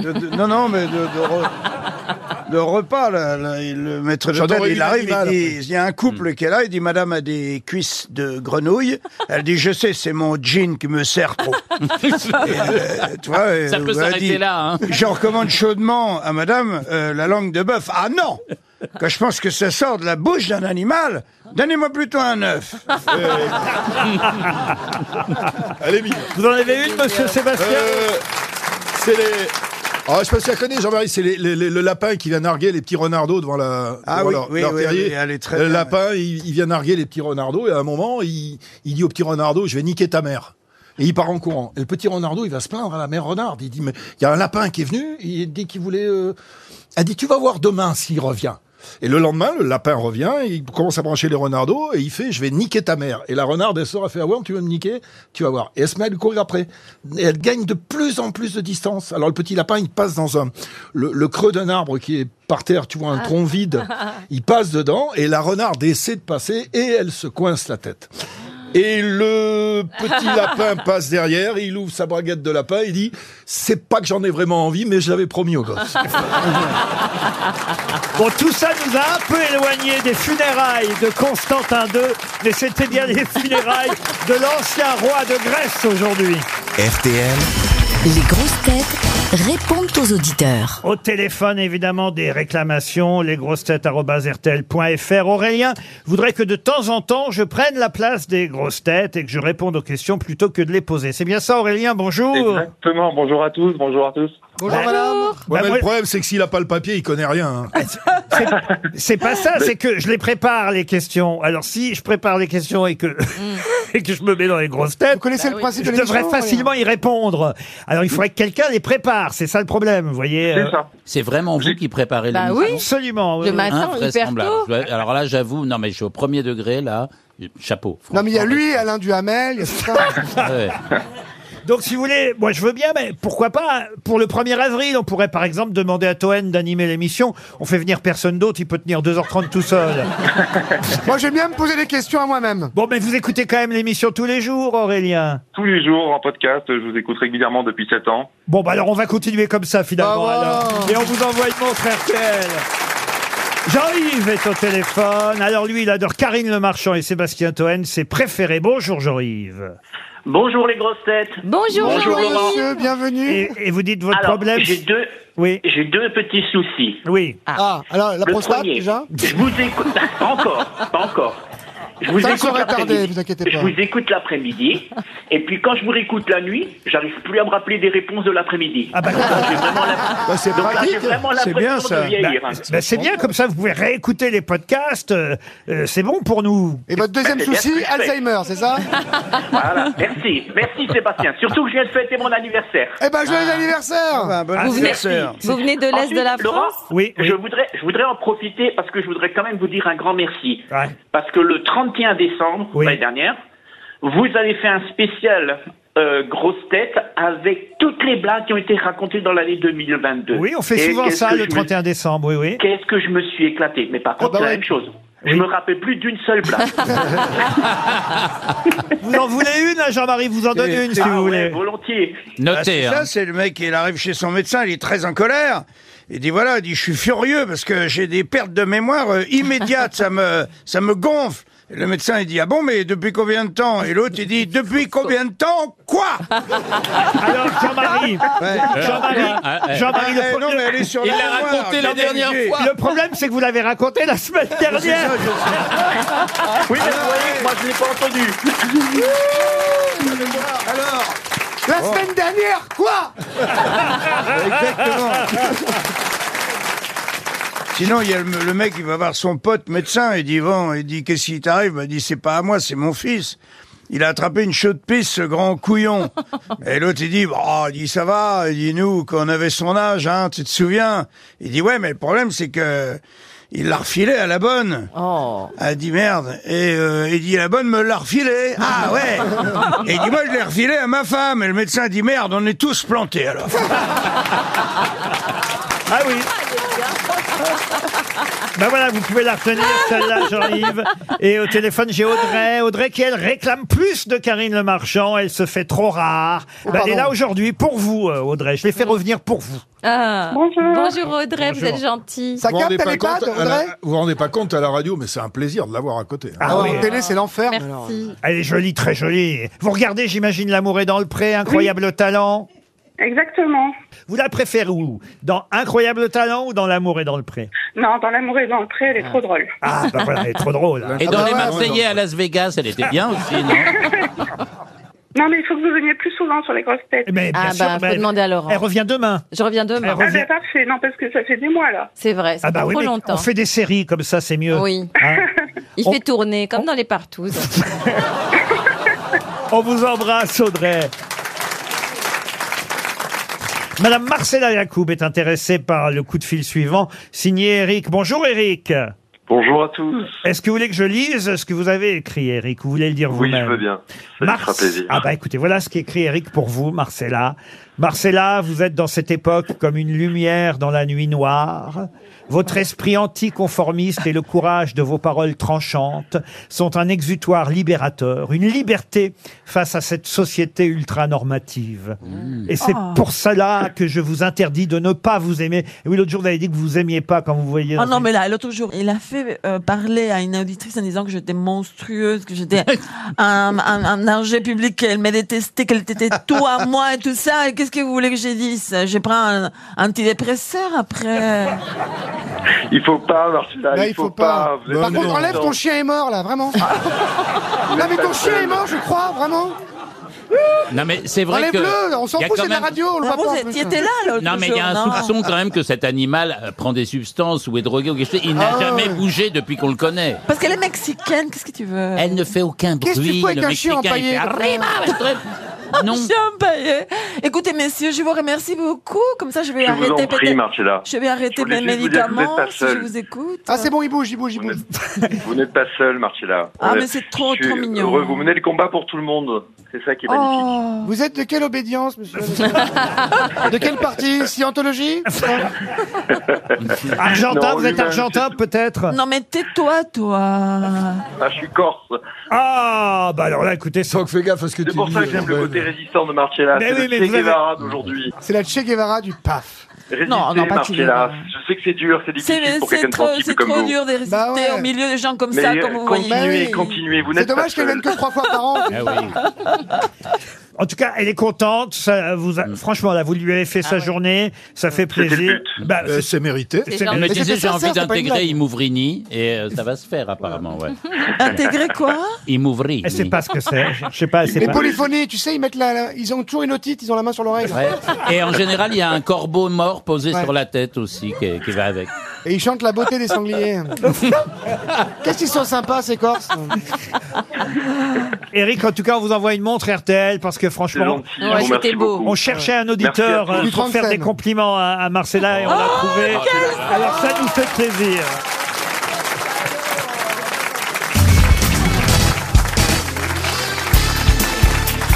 Speaker 8: De- de- non, non, mais de, de re- de repas, là, là, il- le maître
Speaker 3: J'adore
Speaker 8: d'hôtel, il
Speaker 3: Émile
Speaker 8: arrive, il
Speaker 3: Animal.
Speaker 8: dit, il y a un
Speaker 5: Hmm.
Speaker 8: couple qui est là, il dit, madame a des cuisses de grenouille. Elle dit, je sais, c'est mon jean qui me sert trop. Et, euh, tu vois, euh,
Speaker 5: Ça peut
Speaker 8: elle dit,
Speaker 5: s'arrêter là. hein.
Speaker 8: Je recommande chaudement à madame euh, la langue de bœuf. Ah non Quand je pense que ça sort de la bouche d'un animal, donnez-moi plutôt un œuf.
Speaker 3: Elle est mignonne.
Speaker 2: Vous en avez une, monsieur Sébastien
Speaker 3: Euh, c'est les. Ah, je sais pas si tu la connais, Jean-Marie, c'est les- les- les- le lapin qui vient narguer les petits renardos devant, la,
Speaker 8: Ah
Speaker 3: devant
Speaker 8: oui,
Speaker 3: leur,
Speaker 8: oui,
Speaker 3: leur
Speaker 8: oui,
Speaker 3: terrier.
Speaker 8: oui, elle est très
Speaker 3: le
Speaker 8: bien,
Speaker 3: lapin, il, il vient narguer les petits renardos et à un moment, il, il dit au petit renardo Je vais niquer ta mère. Et il part en courant. Et le petit renardo, il va se plaindre à la mère renarde. Il dit Mais il y a un lapin qui est venu, il dit qu'il voulait. euh, Elle dit Tu vas voir demain s'il revient. Et le lendemain, le lapin revient, il commence à brancher les renardos et il fait Je vais niquer ta mère. Et la renarde, elle sort, elle fait Ah ouais, tu veux me niquer Tu vas voir. Et elle se met à lui courir après. Et elle gagne de plus en plus de distance. Alors le petit lapin, il passe dans un, le, le creux d'un arbre qui est par terre, tu vois, un tronc vide. Il passe dedans et la renarde essaie de passer et elle se coince la tête. Et le petit lapin passe derrière, il ouvre sa braguette de lapin, il dit C'est pas que j'en ai vraiment envie, mais je l'avais promis au gosse.
Speaker 2: Bon, tout ça nous a un peu éloigné des funérailles de Constantin II, mais c'était bien les funérailles de l'ancien roi de Grèce aujourd'hui.
Speaker 1: RTL,
Speaker 10: Les grosses têtes répondent aux auditeurs.
Speaker 2: Au téléphone, évidemment, des réclamations, lesgrossetêtes.fr. Aurélien voudrait que de temps en temps, je prenne la place des grosses têtes et que je réponde aux questions plutôt que de les poser. C'est bien ça, Aurélien Bonjour.
Speaker 11: Exactement. Bonjour à tous. Bonjour à tous.
Speaker 4: Bonjour
Speaker 2: Bah,
Speaker 4: madame.
Speaker 3: Ouais,
Speaker 2: Bah,
Speaker 3: mais
Speaker 2: moi- Ah,
Speaker 3: le problème, c'est que s'il a pas le papier, il connaît rien. hein.
Speaker 2: C'est pas ça, c'est que je les prépare, les questions. Alors, si je prépare les questions et que, et que je me mets dans les grosses
Speaker 4: Vous
Speaker 2: têtes,
Speaker 4: connaissez le principe
Speaker 2: je
Speaker 4: de l'émission
Speaker 2: devrais facilement y répondre. Alors, il faudrait que quelqu'un les prépare. C'est ça le problème, vous voyez. euh,
Speaker 11: C'est ça.
Speaker 5: C'est vraiment vous qui préparez
Speaker 7: Bah
Speaker 5: la
Speaker 7: oui.
Speaker 2: Absolument. oui,
Speaker 7: Le
Speaker 2: oui.
Speaker 7: matin, hyper
Speaker 5: Invraisemblable.
Speaker 7: tôt.
Speaker 5: Ouais, Alors là, j'avoue, non mais je suis au premier degré là. Chapeau.
Speaker 4: Non mais il y a lui, Alain Duhamel, il y a tout ça.
Speaker 5: Ouais.
Speaker 2: Donc, si vous voulez, moi, je veux bien, mais pourquoi pas pour le 1er avril On pourrait, par exemple, demander à Toen d'animer l'émission. On fait venir personne d'autre. Il peut tenir 2h30 tout seul.
Speaker 4: Moi j'aime bien me poser des questions à moi-même.
Speaker 2: Bon, mais vous écoutez quand même l'émission tous les jours, Aurélien.
Speaker 11: Tous les jours en podcast, je vous écoute régulièrement depuis 7 ans.
Speaker 2: Bon, bah alors on va continuer comme ça finalement.
Speaker 4: Bah voilà.
Speaker 2: alors. Et on vous envoie une montre RTL. Jean-Yves est au téléphone. Alors lui, il adore Karine Le Marchand et Sébastien Toen, ses préférés. Bonjour Jean-Yves.
Speaker 12: Bonjour les grosses têtes.
Speaker 7: Bonjour,
Speaker 12: Bonjour,
Speaker 7: Jean-Louis.
Speaker 12: Laurent.
Speaker 4: Monsieur, bienvenue.
Speaker 2: Et, et vous dites votre
Speaker 12: Alors,
Speaker 2: problème
Speaker 12: j'ai deux,
Speaker 2: Oui,
Speaker 12: j'ai deux petits soucis.
Speaker 2: oui.
Speaker 4: Ah, alors la
Speaker 12: Le
Speaker 4: prostate
Speaker 12: premier,
Speaker 4: déjà
Speaker 12: je vous écoute pas encore, pas encore. Je vous
Speaker 4: Ça ne
Speaker 12: écoute
Speaker 4: saurait tarder,
Speaker 12: l'après-midi.
Speaker 4: vous inquiétez pas.
Speaker 12: Je vous écoute l'après-midi, et puis quand je vous réécoute la nuit, j'arrive plus à me rappeler des réponses de l'après-midi.
Speaker 2: Ah bah,
Speaker 12: J'ai vraiment la-
Speaker 3: Bah, c'est
Speaker 12: Donc là, j'ai
Speaker 3: pratique.
Speaker 12: vraiment
Speaker 8: C'est bien,
Speaker 12: l'impression
Speaker 8: ça.
Speaker 12: de vieillir. hein.
Speaker 2: bah, bah, c'est bien comme ça, vous pouvez réécouter les podcasts. euh, euh, c'est bon pour nous.
Speaker 4: Et votre deuxième
Speaker 12: Bah, c'est bien ce
Speaker 4: souci,
Speaker 12: que je fais.
Speaker 4: Alzheimer, c'est ça
Speaker 12: Voilà. Merci, merci Sébastien. Surtout que je viens de fêter mon anniversaire.
Speaker 4: Eh ben
Speaker 5: Ah.
Speaker 4: joyeux anniversaire
Speaker 8: Enfin, bon
Speaker 2: Ah,
Speaker 7: Vous venez,
Speaker 8: anniversaire.
Speaker 7: vous venez de l'Est
Speaker 12: Ensuite,
Speaker 7: de la
Speaker 12: Laurent,
Speaker 7: France
Speaker 2: Oui, oui.
Speaker 12: Je voudrais, je voudrais en profiter parce que je voudrais quand même vous dire un grand merci.
Speaker 2: Ouais.
Speaker 12: Parce que le 31 décembre,
Speaker 2: Oui.
Speaker 12: l'année dernière, vous avez fait un spécial euh, Grosse Tête avec toutes les blagues qui ont été racontées dans l'année 2022.
Speaker 2: Oui, on fait
Speaker 12: Et
Speaker 2: souvent
Speaker 12: qu'est-ce
Speaker 2: ça
Speaker 12: que
Speaker 2: le
Speaker 12: je me-
Speaker 2: 31 décembre, oui, oui.
Speaker 12: Qu'est-ce que je me suis éclaté. Mais
Speaker 2: Ah
Speaker 12: par contre,
Speaker 4: bah
Speaker 12: c'est la
Speaker 4: ouais.
Speaker 12: même chose. Je me rappelle plus d'une seule blague.
Speaker 2: Vous en voulez une, là, Jean-Marie Vous en donnez une si
Speaker 12: Ah
Speaker 2: vous voulez.
Speaker 12: ouais, volontiers.
Speaker 8: Ah,
Speaker 5: Notez.
Speaker 8: c'est
Speaker 5: hein.
Speaker 8: ça, c'est le mec, il arrive chez son médecin, il est très en colère. Il dit voilà, il dit je suis furieux parce que j'ai des pertes de mémoire euh, immédiates, ça me ça me gonfle. Et le médecin il dit ah bon mais depuis combien de temps Et l'autre il dit depuis combien de temps quoi
Speaker 2: Alors Jean-Marie,
Speaker 8: Euh,
Speaker 5: Ah,
Speaker 2: Jean-Marie,
Speaker 5: ah,
Speaker 2: Jean-Marie,
Speaker 8: Eh,
Speaker 2: le,
Speaker 8: Non mais elle est sur
Speaker 5: Il
Speaker 8: la
Speaker 5: l'a
Speaker 8: mémoire,
Speaker 5: raconté la
Speaker 8: quel
Speaker 5: dernière
Speaker 8: léger.
Speaker 5: fois.
Speaker 2: le
Speaker 9: Ah,
Speaker 2: problème c'est que vous l'avez raconté la semaine
Speaker 8: C'est ça,
Speaker 2: dernière.
Speaker 8: je sais.
Speaker 12: Oui, mais vous voyez que moi, je l'ai pas entendu.
Speaker 8: Alors
Speaker 4: La semaine dernière, quoi
Speaker 5: Ah.
Speaker 8: Exactement. Sinon, il y a le, le mec, il va voir son pote médecin, il dit, bon, il dit, qu'est-ce qui t'arrive Il dit, c'est pas à moi, c'est mon fils. Il a attrapé une chaude pisse, ce grand couillon. Et l'autre, il dit, oh, il dit, ça va. Il dit, nous, quand on avait son âge, hein, tu te souviens? Il dit, ouais, mais le problème, c'est que, il l'a refilé à la bonne.
Speaker 7: Oh.
Speaker 8: Elle dit merde. Et euh, il dit la bonne me l'a refilé. Ah ouais. Et il dit moi je l'ai refilé à ma femme. Et le médecin dit merde, on est tous plantés alors.
Speaker 2: Ah oui. Ben voilà, vous pouvez la retenir, celle-là, Jean-Yves. Et au téléphone, j'ai Audrey. Audrey qui, elle, réclame plus de Karine Le Marchand. Elle se fait trop rare.
Speaker 8: Oh,
Speaker 2: Ben, elle est
Speaker 4: pardon.
Speaker 2: là aujourd'hui pour vous, euh, Audrey. Je l'ai fait revenir pour vous.
Speaker 7: Ah. Bonjour. Audrey, vous
Speaker 2: Bonjour.
Speaker 7: êtes gentil.
Speaker 4: Ça
Speaker 3: Vous
Speaker 4: capte
Speaker 3: rendez
Speaker 4: à
Speaker 3: pas
Speaker 4: l'EHPAD,
Speaker 3: compte à la-
Speaker 4: Audrey
Speaker 3: vous vous rendez pas compte à la radio, mais c'est un plaisir de l'avoir à côté. hein.
Speaker 2: Ah,
Speaker 4: Ah,
Speaker 2: oui.
Speaker 4: en télé, c'est l'enfer. mais alors.
Speaker 7: Merci.
Speaker 2: Elle est jolie, très jolie. Vous regardez, j'imagine, L'amour est dans le pré, incroyable talent.
Speaker 12: Exactement.
Speaker 2: Vous la préférez où Dans Incroyable talent ou dans L'amour est dans le pré
Speaker 12: Non, dans l'amour et dans le pré, elle est trop drôle.
Speaker 2: Ah, ben voilà, elle est trop drôle. hein.
Speaker 5: Et
Speaker 3: Ah
Speaker 5: dans
Speaker 3: bah
Speaker 5: les
Speaker 3: ouais,
Speaker 5: Marseillais
Speaker 3: ouais,
Speaker 5: à Las Vegas, elle était bien aussi, non
Speaker 12: Non, mais il faut que vous veniez plus souvent sur les grosses têtes.
Speaker 2: Mais bien
Speaker 7: Ah
Speaker 2: sûr,
Speaker 7: bah, faut
Speaker 2: mais elle-
Speaker 7: demander à Laurent.
Speaker 2: elle revient demain.
Speaker 7: Je reviens demain.
Speaker 2: Elle revient.
Speaker 12: Ah, parfait. Non, parce que ça fait des mois, là.
Speaker 7: C'est vrai,
Speaker 2: Ah
Speaker 7: ça
Speaker 2: bah
Speaker 7: pas
Speaker 2: oui,
Speaker 7: trop
Speaker 2: mais
Speaker 7: longtemps.
Speaker 2: on fait des séries comme ça, c'est mieux.
Speaker 7: Oui.
Speaker 2: Hein
Speaker 7: Il
Speaker 2: On-
Speaker 7: fait tourner, comme dans les partouzes.
Speaker 2: on vous embrasse, Audrey. Madame Marcella Yacoub est intéressée par le coup de fil suivant, signé Eric. Bonjour Eric.
Speaker 11: Bonjour à tous.
Speaker 2: Est-ce que vous voulez que je lise ce que vous avez écrit, Eric Vous voulez le dire
Speaker 11: Oui,
Speaker 2: vous-même
Speaker 11: je veux bien. Ça me
Speaker 2: Marc-
Speaker 11: fera plaisir.
Speaker 2: Ah bah écoutez, voilà ce qu'écrit Eric pour vous, Marcella. Marcella, vous êtes dans cette époque comme une lumière dans la nuit noire. Votre esprit anticonformiste et le courage de vos paroles tranchantes sont un exutoire libérateur, une liberté face à cette société ultra-normative. Et c'est
Speaker 6: Oh.
Speaker 2: pour cela que je vous interdis de ne pas vous aimer. Et oui, l'autre jour, vous avez dit que vous aimiez pas quand vous voyez...
Speaker 6: Oh non, mais là, l'autre jour, il a fait euh, parler à une auditrice en disant que j'étais monstrueuse, que j'étais un, un, un danger public, qu'elle me détestait, qu'elle était tout à moi et tout ça. Et qu'est-ce que vous voulez que je dise Je prends un antidépresseur après.
Speaker 11: Il faut pas, Marcella,
Speaker 4: Là,
Speaker 11: Bah, il faut, pas. Vous êtes
Speaker 4: Par contre,
Speaker 11: innocent.
Speaker 4: enlève ton chien est mort, là, vraiment.
Speaker 11: Ah.
Speaker 4: non, mais ton chien est mort, je crois, vraiment.
Speaker 5: Non, mais c'est vrai que.
Speaker 4: Enlève-le, on s'en
Speaker 5: y a
Speaker 4: fout,
Speaker 5: quand
Speaker 4: c'est de la
Speaker 5: même-
Speaker 4: radio, on le
Speaker 6: Ah
Speaker 4: voit
Speaker 6: bon,
Speaker 4: pas. en
Speaker 6: vous
Speaker 4: plus.
Speaker 6: étiez- T'es là, l'autre
Speaker 5: Non, mais il y a un
Speaker 6: jour, non.
Speaker 5: soupçon quand même que cet animal euh, prend des substances ou est drogué ou quelque chose. Il n'a
Speaker 6: Ah.
Speaker 5: jamais bougé depuis qu'on le connaît.
Speaker 6: Parce qu'elle est mexicaine, qu'est-ce que tu veux Elle
Speaker 5: ne fait aucun
Speaker 6: Qu'est-ce que tu
Speaker 5: bruit,
Speaker 6: fous avec
Speaker 5: le
Speaker 6: un chien
Speaker 5: Mexicain, il
Speaker 6: empaillé
Speaker 5: fait
Speaker 6: comme ça
Speaker 5: Arriba,
Speaker 6: Un chien empaillé. Écoutez, messieurs, je vous remercie beaucoup. Comme ça, je vais
Speaker 11: Je vous en
Speaker 6: arrêter
Speaker 11: prie,
Speaker 6: peut-être-
Speaker 11: Marcella.
Speaker 6: Je vais
Speaker 11: Je
Speaker 6: arrêter
Speaker 11: voulais
Speaker 6: mes
Speaker 11: juste vous dire que vous n'êtes
Speaker 6: médicaments
Speaker 11: pas
Speaker 6: Oh, si je
Speaker 11: seule.
Speaker 6: vous écoute.
Speaker 4: Ah, c'est bon, il bouge, il bouge, il bouge.
Speaker 11: Vous n'êtes pas seul, Marcella.
Speaker 6: Ah,
Speaker 11: On est-
Speaker 6: mais c'est trop,
Speaker 11: je suis
Speaker 6: trop mignon. Oh.
Speaker 11: heureux. Vous menez le combat pour tout le monde. C'est ça qui est magnifique.
Speaker 4: Oh. Vous êtes de quelle obédience, monsieur De quelle partie Scientologie
Speaker 2: Argentin,
Speaker 11: Non,
Speaker 2: vous êtes
Speaker 11: lui-même,
Speaker 2: argentin peut-être
Speaker 6: Non, mais tais-toi, toi.
Speaker 11: Ah, je suis corse.
Speaker 2: Ah, bah alors là, écoutez, ça...
Speaker 3: fais gaffe à ce que tu
Speaker 11: C'est pour ça que j'aime le côté résistant de Marcella.
Speaker 2: Mais
Speaker 11: Ah, C'est le
Speaker 2: oui, mais
Speaker 11: Che
Speaker 2: vous avez-
Speaker 11: Guevara d'aujourd'hui.
Speaker 4: C'est la Che Guevara du PAF.
Speaker 11: Résistez,
Speaker 6: Non, non, pas Che
Speaker 11: Marcella.
Speaker 6: Guevara.
Speaker 11: Je sais que c'est dur, c'est
Speaker 6: C'est
Speaker 11: difficile pour
Speaker 6: c'est
Speaker 11: quelqu'un de
Speaker 6: trop,
Speaker 11: sensible
Speaker 6: c'est
Speaker 11: comme
Speaker 6: trop
Speaker 11: vous.
Speaker 6: dur de résister
Speaker 4: Bah ouais.
Speaker 6: au milieu de gens comme
Speaker 11: Mais
Speaker 6: ça,
Speaker 11: euh,
Speaker 6: comme vous voyez.
Speaker 11: continuez,
Speaker 4: oui.
Speaker 11: continuez. Vous
Speaker 4: C'est
Speaker 11: n'êtes pas
Speaker 4: dommage qu'elle
Speaker 11: seul.
Speaker 4: vienne que trois fois par an.
Speaker 5: Ah
Speaker 2: En tout cas, elle est contente. ça vous a- Franchement, là, vous lui avez fait sa journée. Ça fait
Speaker 11: C'était le
Speaker 2: plaisir. Bah, c'est-
Speaker 3: C'est mérité.
Speaker 2: c'est-
Speaker 5: Non, mais
Speaker 4: Mais
Speaker 5: tu sais,
Speaker 4: c'était
Speaker 5: j'ai envie
Speaker 4: sincère, c'est pas une
Speaker 5: d'intégrer
Speaker 4: blague.
Speaker 5: Imouvrini et euh, ça va se faire apparemment, ouais.
Speaker 6: Intégrer quoi
Speaker 5: Imouvrini.
Speaker 2: elle sait pas ce que c'est. Je sais pas. elle sait
Speaker 4: Les
Speaker 2: pas.
Speaker 4: polyphonies, tu sais, ils mettent la, la- ils ont toujours une otite, ils ont la main sur l'oreille.
Speaker 5: Ouais. Et en général, il y a un corbeau mort posé
Speaker 4: Ouais.
Speaker 5: sur la tête aussi qui, est- qui va avec.
Speaker 4: Et ils chantent la beauté des sangliers. Qu'est-ce qu'ils sont sympas, ces Corses
Speaker 2: Eric, en tout cas, on vous envoie une montre RTL parce que
Speaker 11: C'est
Speaker 2: franchement,
Speaker 11: gentil.
Speaker 7: Ouais,
Speaker 11: je vous remercie
Speaker 7: c'était beau.
Speaker 11: beaucoup.
Speaker 2: on cherchait un auditeur
Speaker 11: Merci à tous.
Speaker 2: euh,
Speaker 4: Du
Speaker 2: pour faire
Speaker 4: 30
Speaker 2: des
Speaker 4: scènes.
Speaker 2: compliments à, à Marcella et on l'a trouvé. Alors ça nous fait plaisir.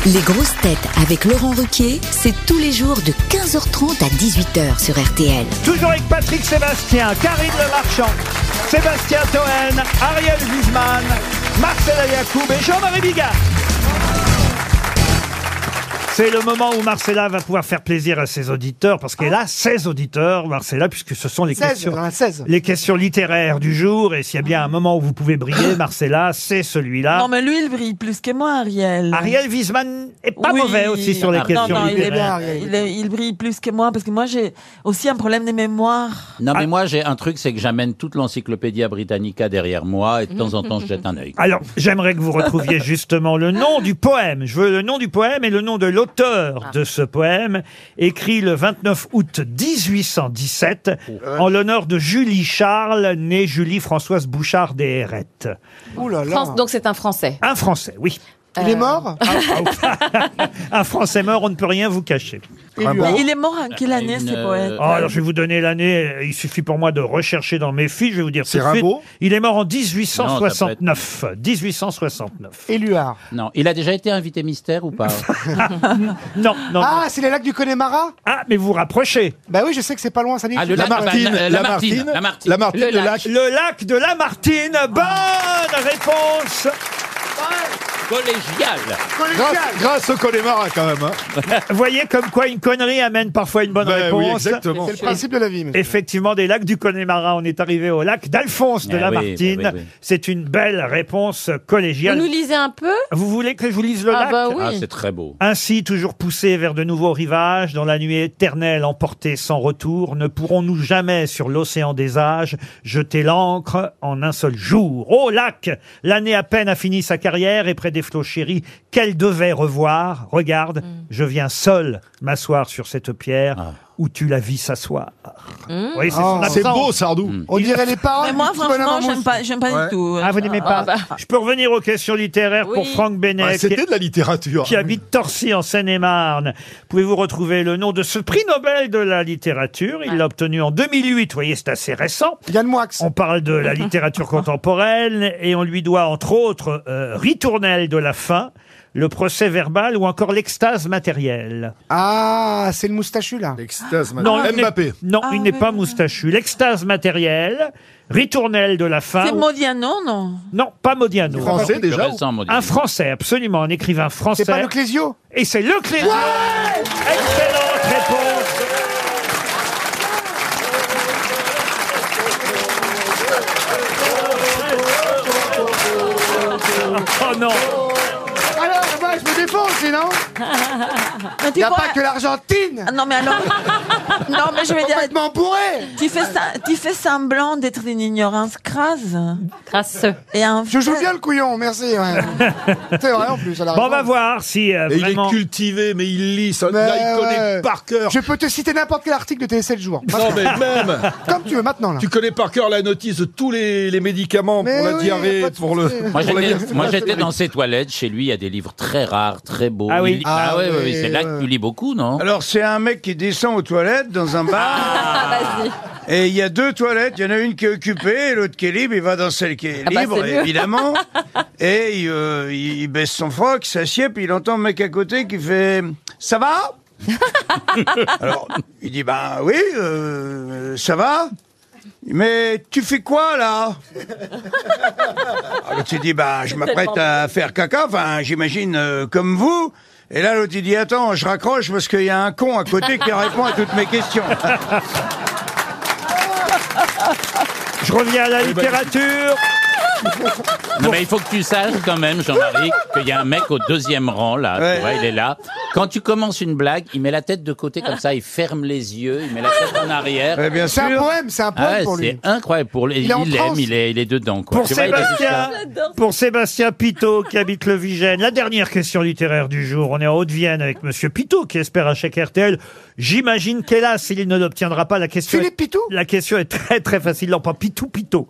Speaker 10: Les grosses têtes avec Laurent Ruquier, c'est tous les jours de 15h30 à 18h sur RTL.
Speaker 2: Toujours avec Patrick Sébastien, Karine Le Marchand, Sébastien Toen, Ariel Wiesmann, Marcella Yacoub et Jean-Marie Bigard. C'est le moment où Marcella va pouvoir faire plaisir à ses auditeurs, parce qu'elle a 16 auditeurs, Marcella, puisque ce sont les
Speaker 4: 16,
Speaker 2: questions.
Speaker 4: on en a 16.
Speaker 2: Les questions littéraires du jour, et s'il y a bien un moment où vous pouvez briller, Marcella, c'est celui-là.
Speaker 6: Non, mais lui, il brille plus que moi, Ariel.
Speaker 2: Ariel Wiesman est pas
Speaker 6: Oui. Ah,
Speaker 2: mauvais aussi sur les
Speaker 5: Non,
Speaker 2: questions
Speaker 6: non,
Speaker 4: Eh
Speaker 6: il est
Speaker 2: littéraires.
Speaker 6: bien. Il, est- il brille plus que moi parce que moi j'ai aussi un problème de mémoire.
Speaker 8: Ah.
Speaker 5: Non, mais moi, j'ai un truc, c'est que j'amène toute l'encyclopédia britannica derrière moi et de temps en temps, je jette un œil.
Speaker 2: Alors, j'aimerais que vous retrouviez justement le nom du poème. Je veux le nom du poème et le nom de l'auteur de ce poème, écrit le 29 août 1817, en l'honneur de Julie Charles, née Julie Françoise Bouchard des Hérettes.
Speaker 4: Ouh là là.
Speaker 7: France, donc c'est un Français. Euh,
Speaker 2: Un Français, oui.
Speaker 4: Il est mort
Speaker 2: Un Français mort, on ne peut rien vous cacher. Ah
Speaker 4: Il est
Speaker 6: Mais
Speaker 4: mort.
Speaker 6: il est mort en quelle année,
Speaker 5: Une,
Speaker 6: ce poète
Speaker 5: euh,
Speaker 2: Oh, alors, je vais vous donner l'année. euh, Il suffit pour moi de rechercher dans mes fiches. Je vais vous dire tout
Speaker 3: C'est
Speaker 2: de suite.
Speaker 3: Rimbaud
Speaker 2: Il est mort en 1869. 1869.
Speaker 4: Éluard.
Speaker 5: Non, il a déjà été invité mystère ou pas
Speaker 2: Non, non. Ah,
Speaker 4: Ah, c'est les lacs du Connemara
Speaker 2: mais vous vous rapprochez.
Speaker 4: Bah oui, je sais que c'est pas loin, ça dit.
Speaker 5: Ah, le lac-
Speaker 3: Martine,
Speaker 5: bah, la-
Speaker 3: la
Speaker 5: Martine,
Speaker 3: Martine,
Speaker 5: la Martine.
Speaker 3: la Martine,
Speaker 7: Le
Speaker 3: le
Speaker 7: lac.
Speaker 3: lac.
Speaker 2: Le lac de Lamartine. Bonne réponse.
Speaker 5: Collégial
Speaker 3: Grâce, grâce au Connemara, quand même. hein.
Speaker 2: Vous voyez comme quoi une connerie amène parfois une bonne
Speaker 3: Bah oui,
Speaker 2: réponse.
Speaker 3: exactement.
Speaker 4: C'est le principe de la vie, monsieur.
Speaker 2: Effectivement, des lacs du Connemara, on est arrivé au lac d'Alphonse de
Speaker 5: Ah oui,
Speaker 2: Lamartine.
Speaker 5: bah oui, oui.
Speaker 2: C'est une belle réponse
Speaker 7: Vous
Speaker 2: collégiale.
Speaker 7: nous lisez un peu
Speaker 2: Vous voulez que je vous lise le
Speaker 7: Ah
Speaker 2: lac
Speaker 7: bah
Speaker 5: Ah,
Speaker 7: oui.
Speaker 5: c'est très beau.
Speaker 2: Ainsi, toujours poussés vers de nouveaux rivages, dans la nuit éternelle emportés sans retour, ne pourrons-nous jamais sur l'océan des âges jeter l'ancre en un seul jour Oh lac L'année à peine a fini sa carrière et près des flots chéris qu'elle devait revoir. Regarde,
Speaker 6: Mm.
Speaker 2: je viens seul m'asseoir sur cette pierre
Speaker 5: Ah.
Speaker 2: où tu la vis s'asseoir. Vous voyez, c'est son
Speaker 4: Ah.
Speaker 3: C'est
Speaker 2: accent.
Speaker 3: beau, Sardou.
Speaker 5: Mm.
Speaker 4: On dirait les paroles.
Speaker 6: Mm. Mais moi,
Speaker 4: du petit bonhomme en
Speaker 6: franchement, j'aime
Speaker 4: mousse.
Speaker 6: pas, j'aime pas
Speaker 3: Ouais.
Speaker 6: du tout.
Speaker 2: Ah, vous n'aimez pas
Speaker 7: bah.
Speaker 2: Je peux revenir aux questions littéraires pour
Speaker 7: Oui.
Speaker 2: Franck Benet.
Speaker 3: Ah,
Speaker 2: qui est-
Speaker 3: C'était de la littérature.
Speaker 2: qui habite Torcy en Seine-et-Marne. Pouvez-vous retrouver le nom de ce prix Nobel de la littérature Il l'a obtenu en 2008. Vous voyez, c'est assez récent.
Speaker 4: Yann Moix.
Speaker 2: On parle de la littérature contemporaine et on lui doit entre autres euh, Ritournelle de la fin, le procès verbal ou encore l'extase matérielle.
Speaker 4: Ah, c'est le moustachu, là.
Speaker 3: L'extase,
Speaker 2: Non, il n'est- Non, il n'est pas moustachu. L'extase matérielle, ritournelle de la fin.
Speaker 6: C'est
Speaker 2: ou-
Speaker 6: Modiano, non
Speaker 2: Non, pas Modiano.
Speaker 6: Français, déjà, Récent, ou- Modiano.
Speaker 2: Un français, absolument, un écrivain français.
Speaker 6: C'est pas Le
Speaker 4: Clésio
Speaker 2: Et c'est Le Clésio Excellente réponse Oh non
Speaker 4: Alors, bah, je me défonce, sinon
Speaker 6: Ah,
Speaker 4: Il n'y a pas que l'Argentine
Speaker 6: Non, mais alors... non, mais je vais dire...
Speaker 4: Complètement bourré
Speaker 6: Tu fais, sem- tu fais semblant d'être une ignorance crasse.
Speaker 7: Crasseux.
Speaker 6: Et en
Speaker 4: Je joue bien le couillon, merci. ouais. C'est vrai, en plus. elle a
Speaker 2: Bon, on
Speaker 4: raison.
Speaker 2: va voir si euh,
Speaker 3: Et il
Speaker 2: vraiment...
Speaker 3: est cultivé, mais il lit, ça, là, il
Speaker 4: Mais
Speaker 3: connaît
Speaker 4: ouais.
Speaker 3: par cœur.
Speaker 4: Je peux te citer n'importe quel article de Télé 7 jours.
Speaker 3: Non, mais
Speaker 4: Maintenant.
Speaker 3: même.
Speaker 4: Comme tu veux, maintenant, là.
Speaker 3: Tu connais par cœur la notice de tous les, les médicaments
Speaker 4: Mais
Speaker 3: pour la
Speaker 4: oui, y a
Speaker 3: diarrhée,
Speaker 4: pas de
Speaker 3: pour le.
Speaker 4: souci.
Speaker 5: Moi,
Speaker 3: pour la
Speaker 5: j'étais-
Speaker 3: diarrhée.
Speaker 5: moi, j'étais dans ses toilettes. Chez lui, il y a des livres très rares, très beaux.
Speaker 8: Ah oui.
Speaker 5: Il lit- Ah,
Speaker 8: Ah
Speaker 5: ouais, ouais,
Speaker 8: oui,
Speaker 5: ouais, c'est là
Speaker 8: ouais.
Speaker 5: que tu lis beaucoup, non
Speaker 8: Alors, c'est un mec qui descend aux toilettes dans un bar.
Speaker 5: Ah,
Speaker 8: Et il y a deux toilettes, il y en a une qui est occupée et l'autre qui est libre, il va dans celle qui est
Speaker 5: Ah bah,
Speaker 8: libre,
Speaker 5: c'est mieux.
Speaker 8: évidemment. et il, euh, il- il baisse son froc, il s'assied, puis il entend le mec à côté qui fait ⁇ ça va ?⁇ Alors, il dit ⁇ bah oui, euh, ça va ?⁇ Mais tu fais quoi là Alors tu dis bah je m'apprête à faire caca, enfin j'imagine euh, comme vous. Et là l'autre il dit attends je raccroche parce qu'il y a un con à côté qui répond à toutes mes questions.
Speaker 2: Je reviens à la
Speaker 5: Eh ben,
Speaker 2: littérature.
Speaker 5: Non, mais il faut que tu saches quand même, Jean-Marie, qu'il y a un mec au deuxième rang, là. Tu vois, il est là. Quand tu commences une blague, il met la tête de côté comme ça, il ferme les yeux, il met la tête en arrière.
Speaker 8: Ouais, bien
Speaker 4: C'est un poème, c'est un poème
Speaker 5: Ah ouais,
Speaker 4: pour lui.
Speaker 5: C'est incroyable. Pour lui.
Speaker 4: Il
Speaker 5: Il,
Speaker 4: est en
Speaker 5: aime,
Speaker 4: transe.
Speaker 5: il est, il est dedans. Quoi.
Speaker 2: Pour
Speaker 5: Tu vois, il est
Speaker 2: Sébastien,
Speaker 5: juste là.
Speaker 2: pour Sébastien Pitot qui habite le Vigène, la dernière question littéraire du jour. On est en Haute-Vienne avec Monsieur Pitot qui espère un chèque RTL. J'imagine qu'hélas, il ne l'obtiendra pas. La question.
Speaker 4: Philippe
Speaker 2: est, La question est très très facile. Non, pas Pitou Pitot.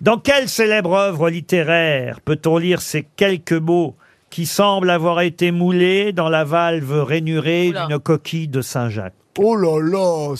Speaker 2: Dans quelle célèbre œuvre littéraire peut-on lire ces quelques mots qui semblent avoir été moulés dans la valve rainurée d'une coquille de Saint-Jacques
Speaker 4: Oh là là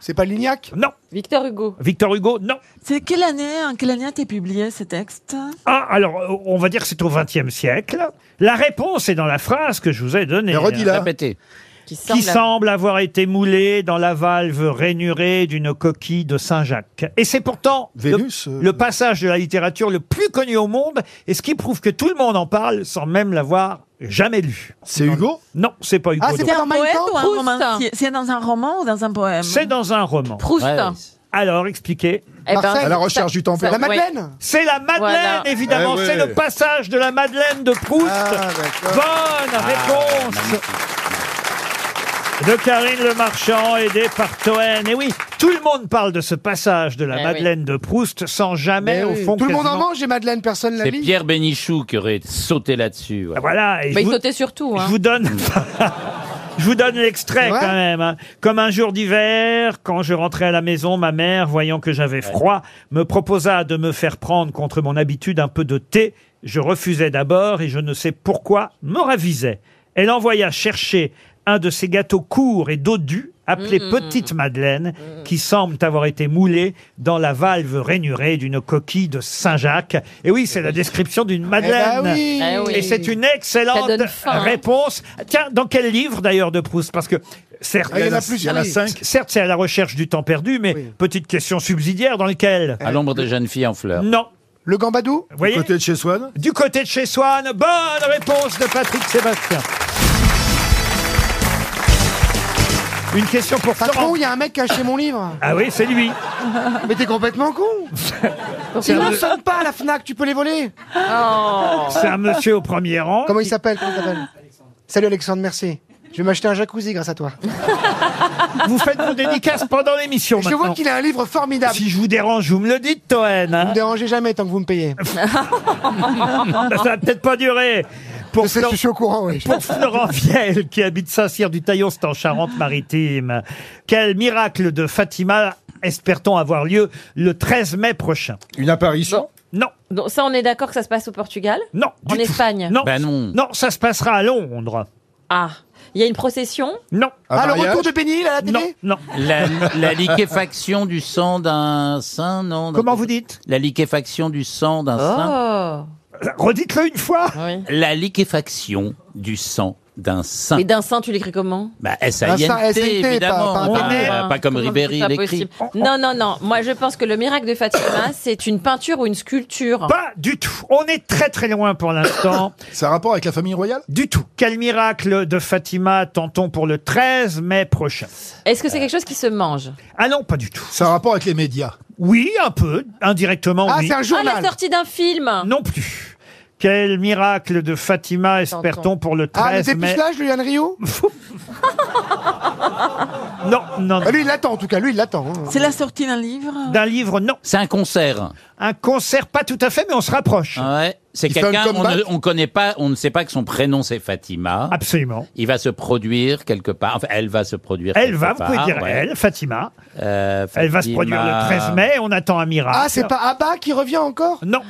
Speaker 4: C'est pas Lignac
Speaker 2: Non.
Speaker 6: Victor Hugo.
Speaker 2: Victor Hugo, non.
Speaker 6: C'est quelle année, en quelle année a été publié ce texte
Speaker 2: Ah, alors, euh, on va dire que c'est au XXe siècle. La réponse est dans la phrase que je vous ai donnée.
Speaker 5: Mais redis-la. Répétez.
Speaker 2: Qui,
Speaker 6: semble-
Speaker 2: semble avoir été moulée dans la valve rainurée d'une coquille de Saint-Jacques. Et c'est pourtant le, le passage de la littérature le plus connu au monde, et ce qui prouve que tout le monde en parle sans même l'avoir jamais lu. C'est Hugo Non, c'est pas Hugo.
Speaker 6: Ah, c'était
Speaker 2: non.
Speaker 6: un poème ou un
Speaker 7: Proust.
Speaker 6: romancier C'est dans un roman ou dans un poème
Speaker 2: C'est dans un roman.
Speaker 6: Proust. Ouais.
Speaker 2: Alors, expliquez.
Speaker 6: Eh ben, Marcel,
Speaker 4: À la recherche
Speaker 6: du temple.
Speaker 4: La Madeleine ouais.
Speaker 2: C'est la Madeleine,
Speaker 4: Voilà.
Speaker 2: évidemment.
Speaker 4: Eh ouais.
Speaker 2: C'est le passage de la Madeleine de Proust.
Speaker 4: Ah,
Speaker 2: Bonne réponse de Karine Le Marchand, aidée par Toen. Et oui, tout le monde parle de ce passage
Speaker 6: Eh
Speaker 2: de la Madeleine de Proust sans jamais, au fond,
Speaker 4: Tout le monde en
Speaker 2: quasiment-
Speaker 4: mange et Madeleine, personne la
Speaker 5: C'est
Speaker 4: lit.
Speaker 5: Pierre Bénichou qui aurait sauté là-dessus. Ah ouais.
Speaker 2: Voilà. et je vous-
Speaker 7: surtout.
Speaker 4: hein.
Speaker 2: Je vous donne. Je vous donne l'extrait
Speaker 7: C'est vrai
Speaker 2: quand même. hein. Comme un jour d'hiver, quand je rentrais à la maison, ma mère, voyant que j'avais froid, me proposa de me faire prendre contre mon habitude un peu de thé. Je refusais d'abord et je ne sais pourquoi me ravisais. Elle envoya chercher un de ces gâteaux courts et dodus appelés
Speaker 4: Mm-hmm.
Speaker 13: Mhm.
Speaker 2: petites madeleines qui semblent avoir été moulés dans la valve rainurée d'une coquille de Saint-Jacques. Et oui, c'est la description d'une madeleine.
Speaker 4: oui. Eh ben oui.
Speaker 2: Et c'est une excellente
Speaker 4: Ça donne faim, hein.
Speaker 2: réponse. Tiens, dans quel livre d'ailleurs de Proust Parce que certes,
Speaker 4: Ah, il y en a plus, oui.
Speaker 2: Certes, c'est à la recherche du temps perdu, mais petite question subsidiaire dans lequel
Speaker 5: À l'ombre des jeunes filles en fleurs.
Speaker 2: Non.
Speaker 4: Le Gambadou
Speaker 2: Du côté de chez Swann Du côté de chez Swann. Bonne réponse de Patrick Sébastien. Une question pour
Speaker 4: Patron,
Speaker 2: Florent.
Speaker 4: il y a un mec qui a acheté mon livre.
Speaker 2: Ah oui, c'est lui.
Speaker 4: Mais t'es complètement con Ils n'en sont pas à la FNAC, tu peux les voler
Speaker 2: C'est un monsieur au premier rang.
Speaker 4: Comment il s'appelle Comment il s'appelle Salut Alexandre, merci. Je vais m'acheter un jacuzzi grâce à toi.
Speaker 2: Vous faites vos dédicaces pendant l'émission.
Speaker 4: Je vois
Speaker 2: maintenant.
Speaker 4: qu'il a un livre formidable.
Speaker 2: Si je vous dérange, vous me le dites, Toen.
Speaker 4: Vous me dérangez jamais tant que vous me payez.
Speaker 2: Ben, ça va peut-être pas durer. Pour Flor- Pour Florent Viel, qui habite Saint-Cyr du Taillon, c'est en Charente-Maritime. Quel miracle de Fatima espère-t-on avoir lieu le 13 mai prochain Une apparition Non.
Speaker 7: Donc ça, on est d'accord que ça se passe au Portugal
Speaker 2: Non.
Speaker 7: En Espagne
Speaker 2: Non.
Speaker 5: Ben.
Speaker 2: non. ça se passera à Londres.
Speaker 7: Ah. Il y a une procession
Speaker 2: Non.
Speaker 3: bah.
Speaker 5: Ah, le mariage retour de
Speaker 4: Bénil à la
Speaker 2: télé Non.
Speaker 5: La, la liquéfaction du sang d'un saint, non
Speaker 2: Comment vous dites
Speaker 5: La liquéfaction du sang d'un saint.
Speaker 7: Oh
Speaker 2: Redites-le une fois.
Speaker 7: Ah
Speaker 5: La liquéfaction du sang d'un saint.
Speaker 7: Mais d'un saint, tu l'écris comment Oh,
Speaker 5: Bah, S-A-I-N-T, évidemment. Pas, pas- pas comme Ribéry,
Speaker 7: C'est pas
Speaker 5: il écrit.
Speaker 7: possible. Non, non, non. Moi, je pense que le miracle de Fatima, c'est une peinture ou une sculpture.
Speaker 2: Ah, Pas du tout. On est très très loin pour l'instant.
Speaker 3: Ça a rapport avec la famille royale
Speaker 2: Du tout. Quel miracle de Fatima tentons pour le 13 mai prochain
Speaker 7: Est-ce que c'est quelque chose qui se mange
Speaker 2: Ah non, pas du tout.
Speaker 3: Ça a rapport avec les médias
Speaker 2: Oui, un peu, indirectement. oui.
Speaker 7: Ah, la sortie d'un film
Speaker 2: Non plus. Quel miracle de Fatima espère-t-on pour le
Speaker 4: Ah, le
Speaker 2: 13 mai
Speaker 4: dépucelage, Yann Rio
Speaker 2: Non, non,
Speaker 4: Lui, il l'attend, en tout cas, lui, il l'attend. hein.
Speaker 6: C'est la sortie d'un livre
Speaker 2: D'un livre, non.
Speaker 5: C'est un concert. Ah
Speaker 2: Un concert, pas tout à fait, mais on se rapproche.
Speaker 5: Ouais. C'est
Speaker 2: Il fait un
Speaker 5: quelqu'un, on,
Speaker 2: comeback
Speaker 5: ne- on connaît pas, on ne sait pas que son prénom c'est Fatima.
Speaker 2: Absolument.
Speaker 5: Il va se produire quelque part. Enfin, elle va se produire.
Speaker 2: Elle
Speaker 5: quelque
Speaker 2: va, vous
Speaker 5: part,
Speaker 2: pouvez dire
Speaker 5: ouais.
Speaker 2: elle, Fatima.
Speaker 5: Euh,
Speaker 2: Elle va se
Speaker 5: Fatima.
Speaker 2: produire le 13 mai, on attend un miracle.
Speaker 4: Ah, c'est pas Abba qui revient encore Ah,
Speaker 2: Non.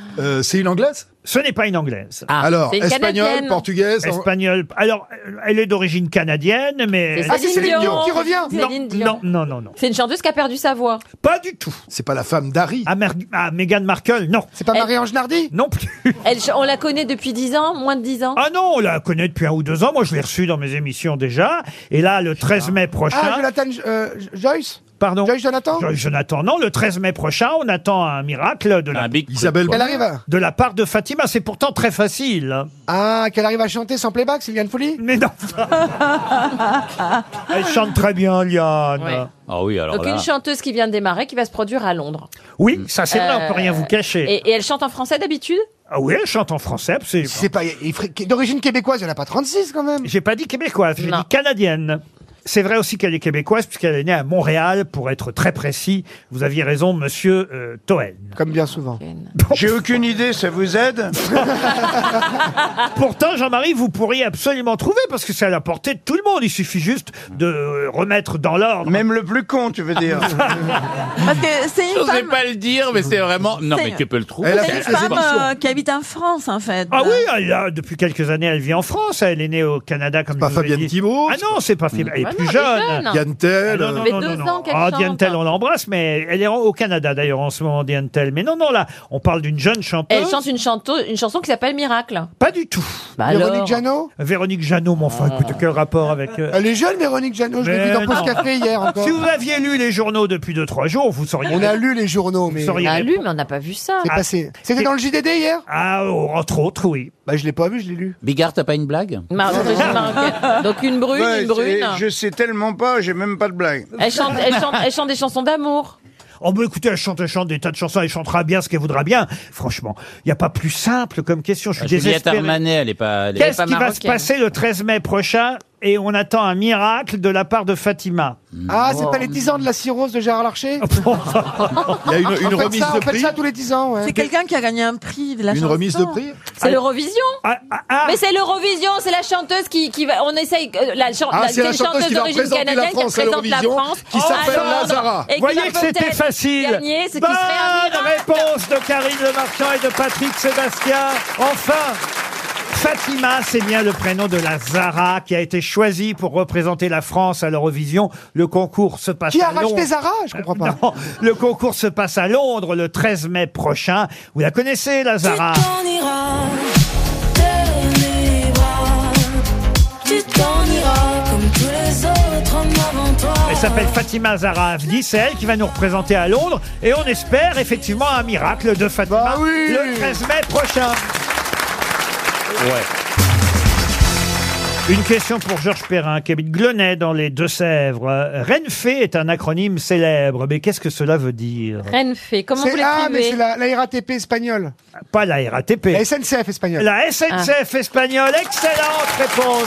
Speaker 3: c'est une anglaise
Speaker 2: Ce n'est pas une anglaise.
Speaker 5: Ah.
Speaker 3: Alors, c'est une espagnole, Canadienne. portugaise, en-
Speaker 2: Espagnole. Alors, euh, elle est d'origine canadienne, mais.
Speaker 7: C'est Ah, c'est Céline Céline Dion. Dion qui revient.
Speaker 2: Non,
Speaker 7: Céline Dion.
Speaker 2: non, non, non, non.
Speaker 7: C'est une chanteuse qui a perdu sa voix.
Speaker 2: Pas du tout.
Speaker 3: C'est pas la femme d'Harry.
Speaker 2: Ah, Mer- ah, Meghan Markle, non.
Speaker 4: C'est pas Marie-Ange Nardi
Speaker 2: Non plus.
Speaker 7: Elle, ch- on la connaît depuis 10 ans, moins de 10 ans.
Speaker 2: Ah non, on la connaît depuis un ou deux ans. Moi, je l'ai reçue dans mes émissions déjà. Et là, le 13 mai prochain.
Speaker 4: Ah, Jonathan euh, Joyce
Speaker 2: Pardon
Speaker 4: Joyce Jonathan
Speaker 2: Je- Jonathan, non, le 13 mai prochain, on attend un miracle de la,
Speaker 4: Isabelle quoi. Elle arrive.
Speaker 2: de la part de Fatima. C'est pourtant très facile. hein.
Speaker 4: Ah, qu'elle arrive à chanter sans playback, Sylviane Folie
Speaker 2: Mais non Elle chante très bien, Liane.
Speaker 7: Ah. Ouais.
Speaker 5: Ah oui, alors
Speaker 7: Donc
Speaker 5: là.
Speaker 7: une chanteuse qui vient de démarrer, qui va se produire à Londres.
Speaker 2: Oui,
Speaker 6: Mm.
Speaker 2: ça c'est vrai, on
Speaker 7: Euh,
Speaker 2: peut rien vous cacher.
Speaker 7: Et, et elle chante en français d'habitude
Speaker 2: Ah oui, elle chante en français, absolument.
Speaker 4: C'est pas. il ferait- D'origine québécoise, il n'y en a pas 36 quand même.
Speaker 2: J'ai pas dit québécoise, j'ai dit canadienne. C'est vrai aussi qu'elle est québécoise, puisqu'elle est née à Montréal, pour être très précis. Vous aviez raison, monsieur euh, Toen.
Speaker 4: Comme bien souvent.
Speaker 8: J'ai aucune idée, ça vous aide
Speaker 2: Pourtant, Jean-Marie, vous pourriez absolument trouver, parce que c'est à la portée de tout le monde. Il suffit juste de euh, remettre dans l'ordre.
Speaker 8: Même le plus con, tu veux dire.
Speaker 6: Parce que c'est une
Speaker 5: J'osais
Speaker 6: femme,
Speaker 5: pas le dire, mais c'est vraiment. Non,
Speaker 6: C'est-
Speaker 5: mais tu peux le trouver.
Speaker 6: c'est
Speaker 5: C'est-
Speaker 6: une femme euh, qui habite en France, en fait.
Speaker 2: Ah oui, elle a- depuis quelques années, elle vit en France. Elle est née au Canada, comme
Speaker 3: pas
Speaker 2: je vous ai
Speaker 3: Fabienne
Speaker 2: dit.
Speaker 3: Thibault,
Speaker 2: Ah non, c'est pas
Speaker 4: Mm.
Speaker 2: Fabienne. Elle est
Speaker 7: Ah non,
Speaker 2: plus
Speaker 7: elle est
Speaker 2: jeune.
Speaker 7: jeune.
Speaker 3: Yann Tell,
Speaker 2: Ah non, non,
Speaker 7: Mais
Speaker 2: non,
Speaker 7: deux
Speaker 2: non,
Speaker 7: ans
Speaker 2: non.
Speaker 7: qu'elle
Speaker 2: Ah,
Speaker 7: chante.
Speaker 2: Diane Tell, on l'embrasse, mais elle est en- au Canada d'ailleurs en ce moment, Diane Tell. Mais non, non, là, on parle d'une jeune chanteuse.
Speaker 3: Hein
Speaker 7: Elle chante Bah une, chanteau- une chanson qui s'appelle Miracle.
Speaker 2: Pas du tout.
Speaker 4: Véronique Jeannot
Speaker 2: Véronique Jeannot, mon
Speaker 7: Ah.
Speaker 2: enfin, écoute, quel rapport avec... euh,
Speaker 4: Elle est jeune, Véronique Jeannot. Je l'ai
Speaker 2: Mais
Speaker 4: vu dans
Speaker 2: non.
Speaker 4: Pause Café hier encore.
Speaker 2: Si vous aviez lu les journaux depuis 2-3 jours, vous sauriez...
Speaker 4: On a lu les journaux, mais.
Speaker 2: Vous auriez
Speaker 7: On a
Speaker 2: répondu.
Speaker 7: lu, Ah, mais on n'a pas vu ça.
Speaker 4: C'est passé. C'était dans le JDD hier
Speaker 2: Ah, oh, entre autres, oui.
Speaker 4: Bah, je l'ai pas vu, je l'ai lu.
Speaker 5: Bigard, t'as pas une blague
Speaker 7: Mar- d'origine marocaine. Donc une brune,
Speaker 8: Ouais,
Speaker 7: une brune.
Speaker 8: c'est- Je sais tellement pas, j'ai même pas de blague.
Speaker 7: Elle chante, elle chante, elle chante des chansons d'amour.
Speaker 2: Oh, bah écoutez, elle chante, elle chante des tas de chansons, elle chantera bien ce qu'elle voudra bien. Franchement, il n'y a pas plus simple comme question, je suis
Speaker 5: Ah, Juliette
Speaker 2: désespéré.
Speaker 5: Armanet, elle est pas. elle est-
Speaker 2: Qu'est-ce
Speaker 7: pas
Speaker 2: qui va se
Speaker 7: marocaine.
Speaker 2: passer le 13 mai prochain et on attend un miracle de la part de Fatima
Speaker 4: Ah, c'est pas les 10 ans de la cirrhose de Gérard Larcher
Speaker 3: Il y a une, une
Speaker 4: On fait
Speaker 3: remise
Speaker 4: ça,
Speaker 3: de
Speaker 4: on fait
Speaker 3: prix
Speaker 4: ça tous les 10 ans, ouais.
Speaker 6: C'est quelqu'un qui a gagné un prix de la
Speaker 3: Une
Speaker 6: chanson.
Speaker 3: remise de prix
Speaker 7: C'est l'Eurovision.
Speaker 2: Ah, ah, ah.
Speaker 7: Mais c'est l'Eurovision, c'est la chanteuse qui, qui va. On essaye. euh, La, chan-
Speaker 3: Ah,
Speaker 7: la-
Speaker 3: c'est la
Speaker 7: une
Speaker 3: chanteuse qui va
Speaker 7: d'origine
Speaker 3: représenter la
Speaker 7: canadienne
Speaker 3: France à
Speaker 7: qui représente la
Speaker 3: l'Eurovision,
Speaker 7: France.
Speaker 3: qui
Speaker 7: en
Speaker 3: s'appelle
Speaker 7: Londres,
Speaker 3: Lazara.
Speaker 7: et qui
Speaker 2: Voyez
Speaker 7: va
Speaker 2: que c'était
Speaker 7: peut-être
Speaker 2: facile.
Speaker 7: Gagner, ce qui
Speaker 2: Bonne
Speaker 7: serait un miracle.
Speaker 2: réponse de Karine Le Marchand et de Patrick Sébastien. Enfin. Fatima, c'est bien le prénom de la Zara qui a été choisie pour représenter la France à l'Eurovision. Le concours se passe
Speaker 4: Qui
Speaker 2: à
Speaker 4: a
Speaker 2: Londres.
Speaker 4: racheté Zara Je comprends pas.
Speaker 2: Ah, Non, le concours se passe à Londres le 13 mai prochain. Vous la connaissez, la Zara Elle s'appelle Fatima Zara Avdi, c'est elle qui va nous représenter à Londres et on espère effectivement un miracle de Fatima
Speaker 4: Bah oui.
Speaker 2: le 13 mai prochain.
Speaker 5: Ouais.
Speaker 2: Une question pour Georges Perrin qui habite Glenay dans les Deux-Sèvres. Euh, Renfé est un acronyme célèbre, mais qu'est-ce que cela veut dire
Speaker 7: Renfe, comment vous
Speaker 4: C'est ah, mais
Speaker 7: l'écrivez
Speaker 4: c'est la, la RATP espagnole.
Speaker 2: Pas la RATP.
Speaker 4: La SNCF espagnole.
Speaker 2: La SNCF espagnole, excellente réponse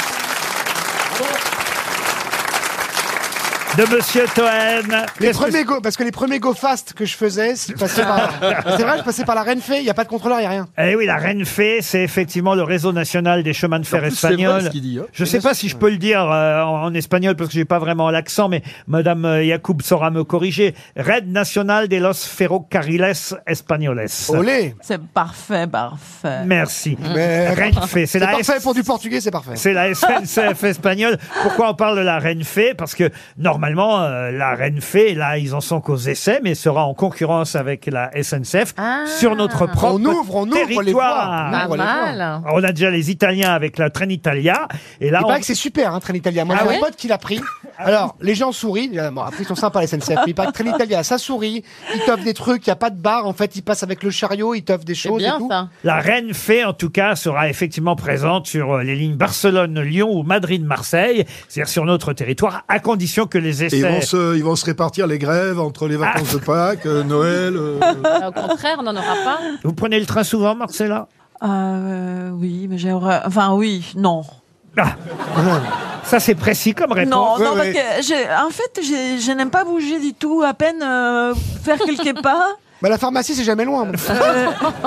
Speaker 2: de Monsieur Toen.
Speaker 4: Les
Speaker 2: Qu'est-ce que
Speaker 4: premiers go, parce que les premiers go fast que je faisais, c'est passé par- c'est vrai, je passais par la Renfe, il n'y a pas de contrôleur, il n'y a rien.
Speaker 2: Eh oui, la Renfe, c'est effectivement le réseau national des chemins de fer
Speaker 3: En plus, c'est vrai
Speaker 2: espagnols.
Speaker 3: ce qu'il dit, hein.
Speaker 2: Je sais pas si je peux le dire euh, en, en espagnol parce que j'ai pas vraiment l'accent, mais Madame euh, Yacoub saura me corriger. Red Nacional de los Ferrocarriles Españoles.
Speaker 4: Olé
Speaker 6: C'est parfait, parfait.
Speaker 2: Merci.
Speaker 4: Mais-
Speaker 2: Renfe, c'est
Speaker 4: C'est
Speaker 2: la
Speaker 4: parfait,
Speaker 2: S-
Speaker 4: pour du portugais, c'est parfait.
Speaker 2: c'est la SNCF espagnole. Pourquoi on parle de la Renfe Parce que normalement, euh, la Renfe, là, ils en sont qu'aux essais, mais sera en concurrence avec la SNCF sur notre propre
Speaker 4: On ouvre, on ouvre les voies.
Speaker 2: territoire.
Speaker 4: On ouvre les Pas voies. mal.
Speaker 2: On a déjà les Italiens avec la Trenitalia, et là,
Speaker 4: il
Speaker 2: on-
Speaker 4: paraît que c'est super, hein, Trenitalia. Moi,
Speaker 2: Ah
Speaker 4: j'ai
Speaker 2: ouais
Speaker 4: un pote qui l'a pris. Alors, les gens sourient. Euh, Bon, après, ils sont sympas, les SNCF. Mais il paraît que Trenitalia, ça sourit. Ils t'offrent des trucs, il n'y a pas de bar. En fait, ils passent avec le chariot, ils t'offrent des choses.
Speaker 7: bien,
Speaker 4: et tout.
Speaker 7: ça.
Speaker 2: La Renfe, en tout cas, sera effectivement présente sur euh, les lignes Barcelone-Lyon ou Madrid-Marseille, c'est-à-dire sur notre territoire, à condition que les
Speaker 3: Et
Speaker 2: essais...
Speaker 3: ils vont, se, ils vont se répartir les grèves entre les vacances de Pâques, euh, Noël. euh,
Speaker 7: Au contraire, on n'en aura pas.
Speaker 2: Vous prenez le train souvent, Marcella
Speaker 6: Euh, oui, mais j'ai horreur. Enfin, oui, non.
Speaker 2: Ah, Ça, c'est précis comme réponse.
Speaker 6: Non, non, parce que j'ai- en fait, j'ai- je n'aime pas bouger du tout, à peine euh, faire quelques pas.
Speaker 4: Bah, la pharmacie, c'est jamais loin.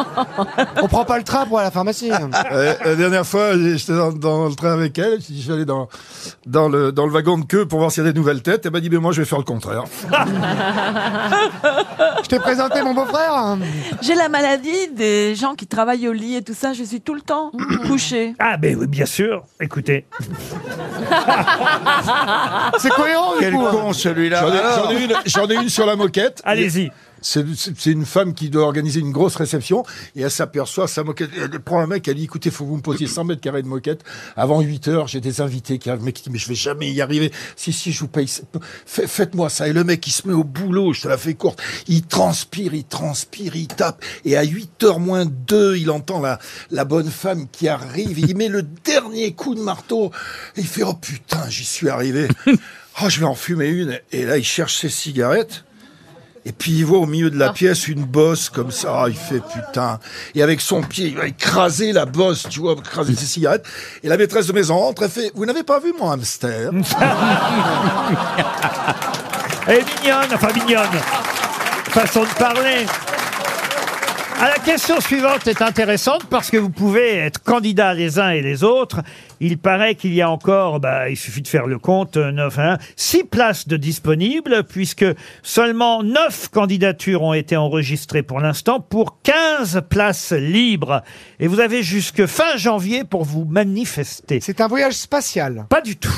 Speaker 4: on prend pas le train pour aller à la pharmacie.
Speaker 3: Euh, la dernière fois, j'étais dans, dans le train avec elle, je suis allé dans, dans, le, dans le wagon de queue pour voir s'il y a des nouvelles têtes. Elle m'a dit, mais moi, je vais faire le contraire.
Speaker 4: Je t'ai présenté mon beau-frère.
Speaker 6: J'ai la maladie des gens qui travaillent au lit et tout ça, je suis tout le temps couchée.
Speaker 2: Ah, ben oui, bien sûr. Écoutez.
Speaker 4: C'est cohérent,
Speaker 8: Quel con celui-là.
Speaker 3: J'en ai-
Speaker 8: Alors,
Speaker 3: J'en ai, une- j'en ai une sur la moquette.
Speaker 2: Allez-y.
Speaker 3: C'est c'est- c'est une femme qui doit organiser une grosse réception et elle s'aperçoit, sa moquette, elle prend un mec, elle dit écoutez, faut que vous me posiez 100 mètres carrés de moquette. Avant 8 heures, j'ai des invités qui arrivent. Le mec qui dit mais je vais jamais y arriver. Si, si, je vous paye. ça. Fait- Faites-moi ça. Et le mec, il se met au boulot, je te la fais courte. Il transpire, il transpire, il tape. Et à 8 heures moins 2, il entend la, la bonne femme qui arrive. Il met le dernier coup de marteau. Et il fait oh putain, j'y suis arrivé. Oh, je vais en fumer une. Et là, il cherche ses cigarettes. Et puis il voit au milieu de
Speaker 2: Ah.
Speaker 3: la pièce une bosse comme ça, Ah, il fait putain. Et avec son pied, il va écraser la bosse, tu vois, écraser ses cigarettes. Et la maîtresse de maison entre et fait, vous n'avez pas vu mon hamster
Speaker 2: Elle est mignonne, enfin mignonne. Façon de parler. Ah, la question suivante est intéressante parce que vous pouvez être candidat les uns et les autres. Il paraît qu'il y a encore, bah, il suffit de faire le compte, euh, 9 1, 6 places de disponibles puisque seulement 9 candidatures ont été enregistrées pour l'instant pour 15 places libres. Et vous avez jusque fin janvier pour vous manifester.
Speaker 4: C'est un voyage spatial.
Speaker 2: Pas du tout.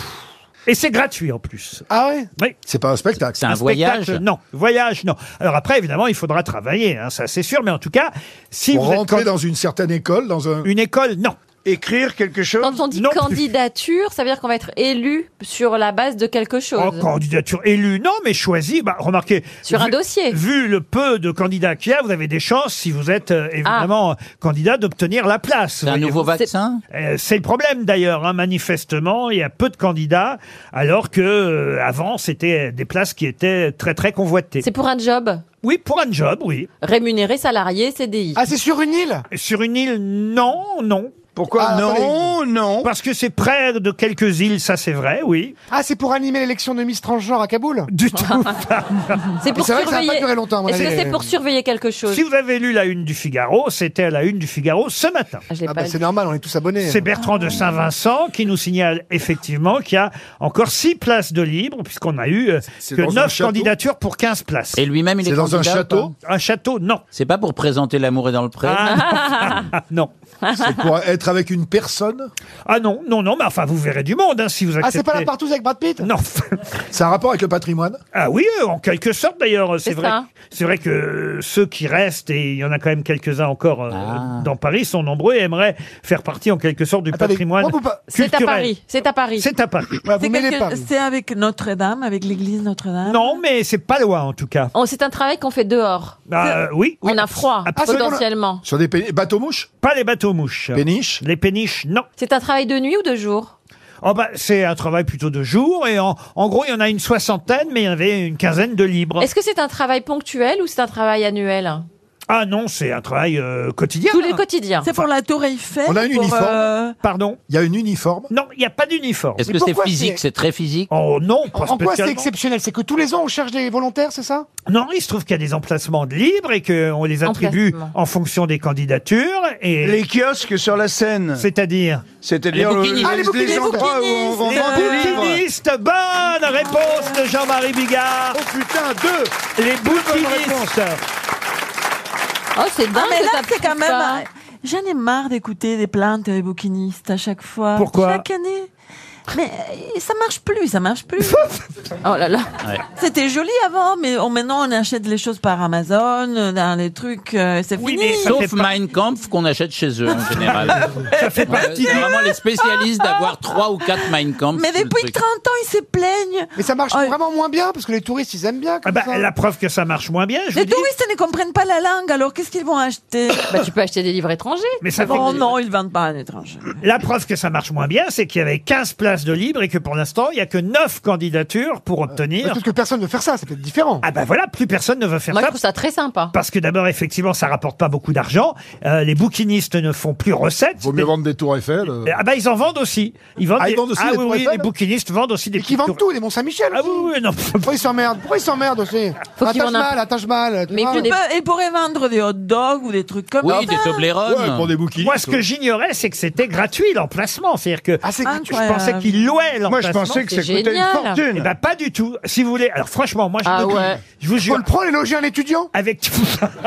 Speaker 2: Et c'est gratuit en plus.
Speaker 4: Ah ouais
Speaker 2: Oui.
Speaker 3: C'est pas un spectacle.
Speaker 5: C'est un, voyage.
Speaker 2: Spectacle, Non, voyage, non. Alors après, évidemment, il faudra travailler, hein, ça c'est sûr, mais en tout cas, si
Speaker 3: Pour
Speaker 2: vous êtes
Speaker 3: rentrer
Speaker 2: candidat-
Speaker 3: dans une certaine école, dans un...
Speaker 2: une école, non.
Speaker 8: Écrire quelque chose
Speaker 7: Quand on dit
Speaker 2: Non plus.
Speaker 7: candidature, ça veut dire qu'on va être élu sur la base de quelque chose.
Speaker 2: En Oh, candidature élue, non, mais choisie, bah, remarquez.
Speaker 7: Sur un
Speaker 2: vu-
Speaker 7: dossier.
Speaker 2: Vu le peu de candidats qu'il y a, vous avez des chances, si vous êtes euh, évidemment
Speaker 7: Ah.
Speaker 2: euh, candidat, d'obtenir la place.
Speaker 5: C'est un
Speaker 2: voyez-vous.
Speaker 5: nouveau vaccin
Speaker 2: Euh, C'est le problème d'ailleurs, hein, manifestement, il y a peu de candidats, alors que euh, avant c'était des places qui étaient très très convoitées.
Speaker 7: C'est pour un job.
Speaker 2: Oui, pour un job, oui.
Speaker 7: Rémunéré, salarié, CDI.
Speaker 4: Ah, c'est sur une île
Speaker 2: Sur une île, non, non.
Speaker 8: Pourquoi
Speaker 4: Ah,
Speaker 8: Non, non.
Speaker 2: Parce que c'est près de quelques îles, ça c'est vrai, oui.
Speaker 4: Ah, c'est pour animer l'élection de Miss Transgenre à Kaboul
Speaker 2: Du tout.
Speaker 7: C'est pour
Speaker 4: c'est vrai que ça va pas
Speaker 7: surveiller.
Speaker 4: durer longtemps, à mon
Speaker 7: Est-ce que
Speaker 4: avis.
Speaker 7: c'est pour surveiller quelque chose
Speaker 2: si vous avez lu la une du Figaro, c'était à la une du Figaro ce matin.
Speaker 7: Ah, Je l'ai
Speaker 4: Ah,
Speaker 7: pas
Speaker 4: bah,
Speaker 7: lu.
Speaker 4: c'est normal, on est tous abonnés.
Speaker 2: C'est Bertrand de Saint-Vincent qui nous signale effectivement qu'il y a encore six places de libre, puisqu'on a eu euh,
Speaker 3: C'est
Speaker 2: que
Speaker 3: dans un
Speaker 2: neuf
Speaker 3: château
Speaker 2: candidatures pour 15 places.
Speaker 5: Et lui-même, il est,
Speaker 3: C'est dans un
Speaker 5: candidat ou
Speaker 3: château
Speaker 5: pas
Speaker 2: Un château, non.
Speaker 5: C'est pas pour présenter l'amour est dans le pré.
Speaker 2: Ah, ah, non.
Speaker 3: C'est pour être avec une personne
Speaker 2: Ah non, non, non, mais enfin, vous verrez du monde hein, si vous
Speaker 4: Ah,
Speaker 2: acceptez.
Speaker 4: c'est pas la partouze avec Brad Pitt
Speaker 2: Non.
Speaker 3: C'est un rapport avec le patrimoine
Speaker 2: Ah oui, euh, en quelque sorte d'ailleurs. C'est
Speaker 7: C'est
Speaker 2: vrai,
Speaker 7: ça.
Speaker 2: c'est vrai que euh, ceux qui restent, et il y en a quand même quelques-uns encore euh,
Speaker 5: Ah.
Speaker 2: dans Paris, sont nombreux et aimeraient faire partie en quelque sorte du
Speaker 4: Attendez,
Speaker 2: patrimoine
Speaker 4: pourquoi Oh, vous pas-
Speaker 7: C'est à
Speaker 2: culturel.
Speaker 7: Paris. C'est à Paris.
Speaker 2: C'est à Paris.
Speaker 4: Voilà, vous
Speaker 6: C'est
Speaker 4: mêlez
Speaker 6: quelque-
Speaker 4: pas.
Speaker 6: c'est avec Notre-Dame, avec l'église Notre-Dame.
Speaker 2: Non, mais c'est pas loin en tout cas.
Speaker 7: Oh, C'est un travail qu'on fait dehors.
Speaker 2: Ah, euh, oui, oui.
Speaker 7: On a froid,
Speaker 2: Absolument.
Speaker 7: potentiellement.
Speaker 3: Sur des pé- bateaux-mouches
Speaker 2: Pas les bateaux mouches.
Speaker 3: Péniches
Speaker 2: Les péniches, non.
Speaker 7: C'est un travail de nuit ou de jour
Speaker 2: Oh bah, c'est un travail plutôt de jour et en, en gros il y en a une soixantaine, mais il y en avait une quinzaine de libres.
Speaker 7: Est-ce que c'est un travail ponctuel ou c'est un travail annuel
Speaker 2: Ah non, c'est un travail euh, quotidien.
Speaker 7: Tous les quotidiens.
Speaker 6: C'est pour la Tour Eiffel.
Speaker 3: On a un
Speaker 6: pour,
Speaker 3: uniforme.
Speaker 6: euh,
Speaker 2: Pardon.
Speaker 3: Il y a une uniforme
Speaker 2: Non, il n'y a pas d'uniforme.
Speaker 5: Est-ce
Speaker 4: Mais
Speaker 5: que c'est
Speaker 4: pourquoi
Speaker 5: physique
Speaker 4: c'est-
Speaker 5: C'est très physique
Speaker 2: Oh non, pas
Speaker 4: En quoi c'est
Speaker 2: spécialement.
Speaker 4: exceptionnel C'est que tous les ans, on cherche des volontaires, c'est ça
Speaker 2: Non, il se trouve qu'il y a des emplacements de libres et qu'on les attribue
Speaker 7: Emplacement.
Speaker 2: en fonction des candidatures. Et
Speaker 8: Les kiosques sur la scène.
Speaker 2: C'est-à-dire
Speaker 8: C'est-à-dire
Speaker 5: Les
Speaker 8: le-
Speaker 5: bouquinistes.
Speaker 8: les,
Speaker 6: Ah, les bouquinistes,
Speaker 8: endroits où
Speaker 6: les
Speaker 8: on vend
Speaker 2: les
Speaker 8: vend des livres.
Speaker 2: bouquinistes. Bonne réponse de Jean-Marie Bigard.
Speaker 8: Oh putain, deux
Speaker 2: Les
Speaker 8: réponse.
Speaker 2: bouquinistes.
Speaker 7: Oh, c'est dingue.
Speaker 6: Ah, mais
Speaker 7: que
Speaker 6: là,
Speaker 7: t'as
Speaker 6: c'est quand hein.
Speaker 7: pris ça.
Speaker 6: même. J'en ai marre d'écouter des plaintes des euh, bouquinistes à chaque fois.
Speaker 2: Pourquoi
Speaker 6: Chaque année. Mais euh, ça marche plus, ça marche plus. oh là là.
Speaker 5: Ouais.
Speaker 6: C'était joli avant, mais on- maintenant on achète les choses par Amazon, euh, dans les trucs, euh, c'est fini.
Speaker 5: Sauf Mein Kampf qu'on achète chez eux en général.
Speaker 6: Ça fait partie.
Speaker 5: Ouais, C'est vraiment les spécialistes d'avoir trois ou quatre Mein Kampf.
Speaker 6: Mais
Speaker 5: sous le
Speaker 6: depuis
Speaker 5: truc.
Speaker 6: 30 ans, ils se plaignent. Oh,
Speaker 4: Mais ça marche vraiment moins bien parce que les touristes, ils aiment bien. Comme ça.
Speaker 2: La preuve que ça marche moins bien, je vous
Speaker 6: Les
Speaker 2: dis.
Speaker 6: touristes ne comprennent pas la langue, alors qu'est-ce qu'ils vont acheter
Speaker 7: Bah, Tu peux acheter des livres étrangers.
Speaker 2: Mais ça
Speaker 6: Oh
Speaker 2: fait-
Speaker 6: non, ils ne vendent pas à l'étranger.
Speaker 2: La preuve que ça marche moins bien, c'est qu'il y avait 15 places de libre et que pour l'instant, il n'y a que 9 candidatures pour obtenir.
Speaker 4: Euh, Parce que personne ne veut faire ça, c'est peut-être différent.
Speaker 2: Ah ben voilà, plus personne ne veut faire
Speaker 7: Moi, je
Speaker 2: ça.
Speaker 7: trouve ça très sympa.
Speaker 2: Parce que d'abord, effectivement, ça rapporte pas beaucoup d'argent. Euh, les bouquinistes ne font plus recettes.
Speaker 3: Vaut mieux vendre des tours Eiffel. euh.
Speaker 2: Ah bah ils en vendent aussi. Ils vendent
Speaker 3: Ah, ils
Speaker 2: des-
Speaker 3: vendent aussi
Speaker 2: ah
Speaker 3: des
Speaker 2: oui,
Speaker 3: tours
Speaker 2: oui,
Speaker 3: Eiffel
Speaker 2: les bouquinistes vendent aussi des
Speaker 4: Et qui vendent tout, les Mont-Saint-Michel
Speaker 2: Ah
Speaker 4: aussi.
Speaker 2: oui, oui, non.
Speaker 4: Pourquoi ils s'emmerdent Pourquoi ils s'emmerdent aussi
Speaker 7: Faut
Speaker 4: Attache
Speaker 7: qu'ils vendent un-
Speaker 4: mal, attache mal. tu
Speaker 7: Mais
Speaker 4: vois.
Speaker 7: il faut des-
Speaker 6: Ils pourraient vendre des hot dogs ou des trucs comme
Speaker 5: Oui,
Speaker 6: ça.
Speaker 5: des
Speaker 3: Ouais,
Speaker 5: Toblerones.
Speaker 3: pour des bouquins.
Speaker 2: Moi, ce que j'ignorais, c'est que c'était gratuit l'emplacement. C'est-à-dire que
Speaker 4: Ah, c'est
Speaker 6: Ah,
Speaker 2: je pensais
Speaker 6: Incroyable.
Speaker 2: qu'ils louaient l'emplacement.
Speaker 8: Moi, je pensais que ça
Speaker 7: c'est
Speaker 8: coûtait une
Speaker 7: génial.
Speaker 2: Eh
Speaker 8: fortune.
Speaker 2: ben, pas du tout. Si vous voulez. Alors, franchement, moi, je,
Speaker 7: Ah
Speaker 2: vous-
Speaker 7: ouais.
Speaker 2: je vous
Speaker 4: Faut
Speaker 2: jure,
Speaker 4: le prendre et loger un étudiant.
Speaker 2: avec tout.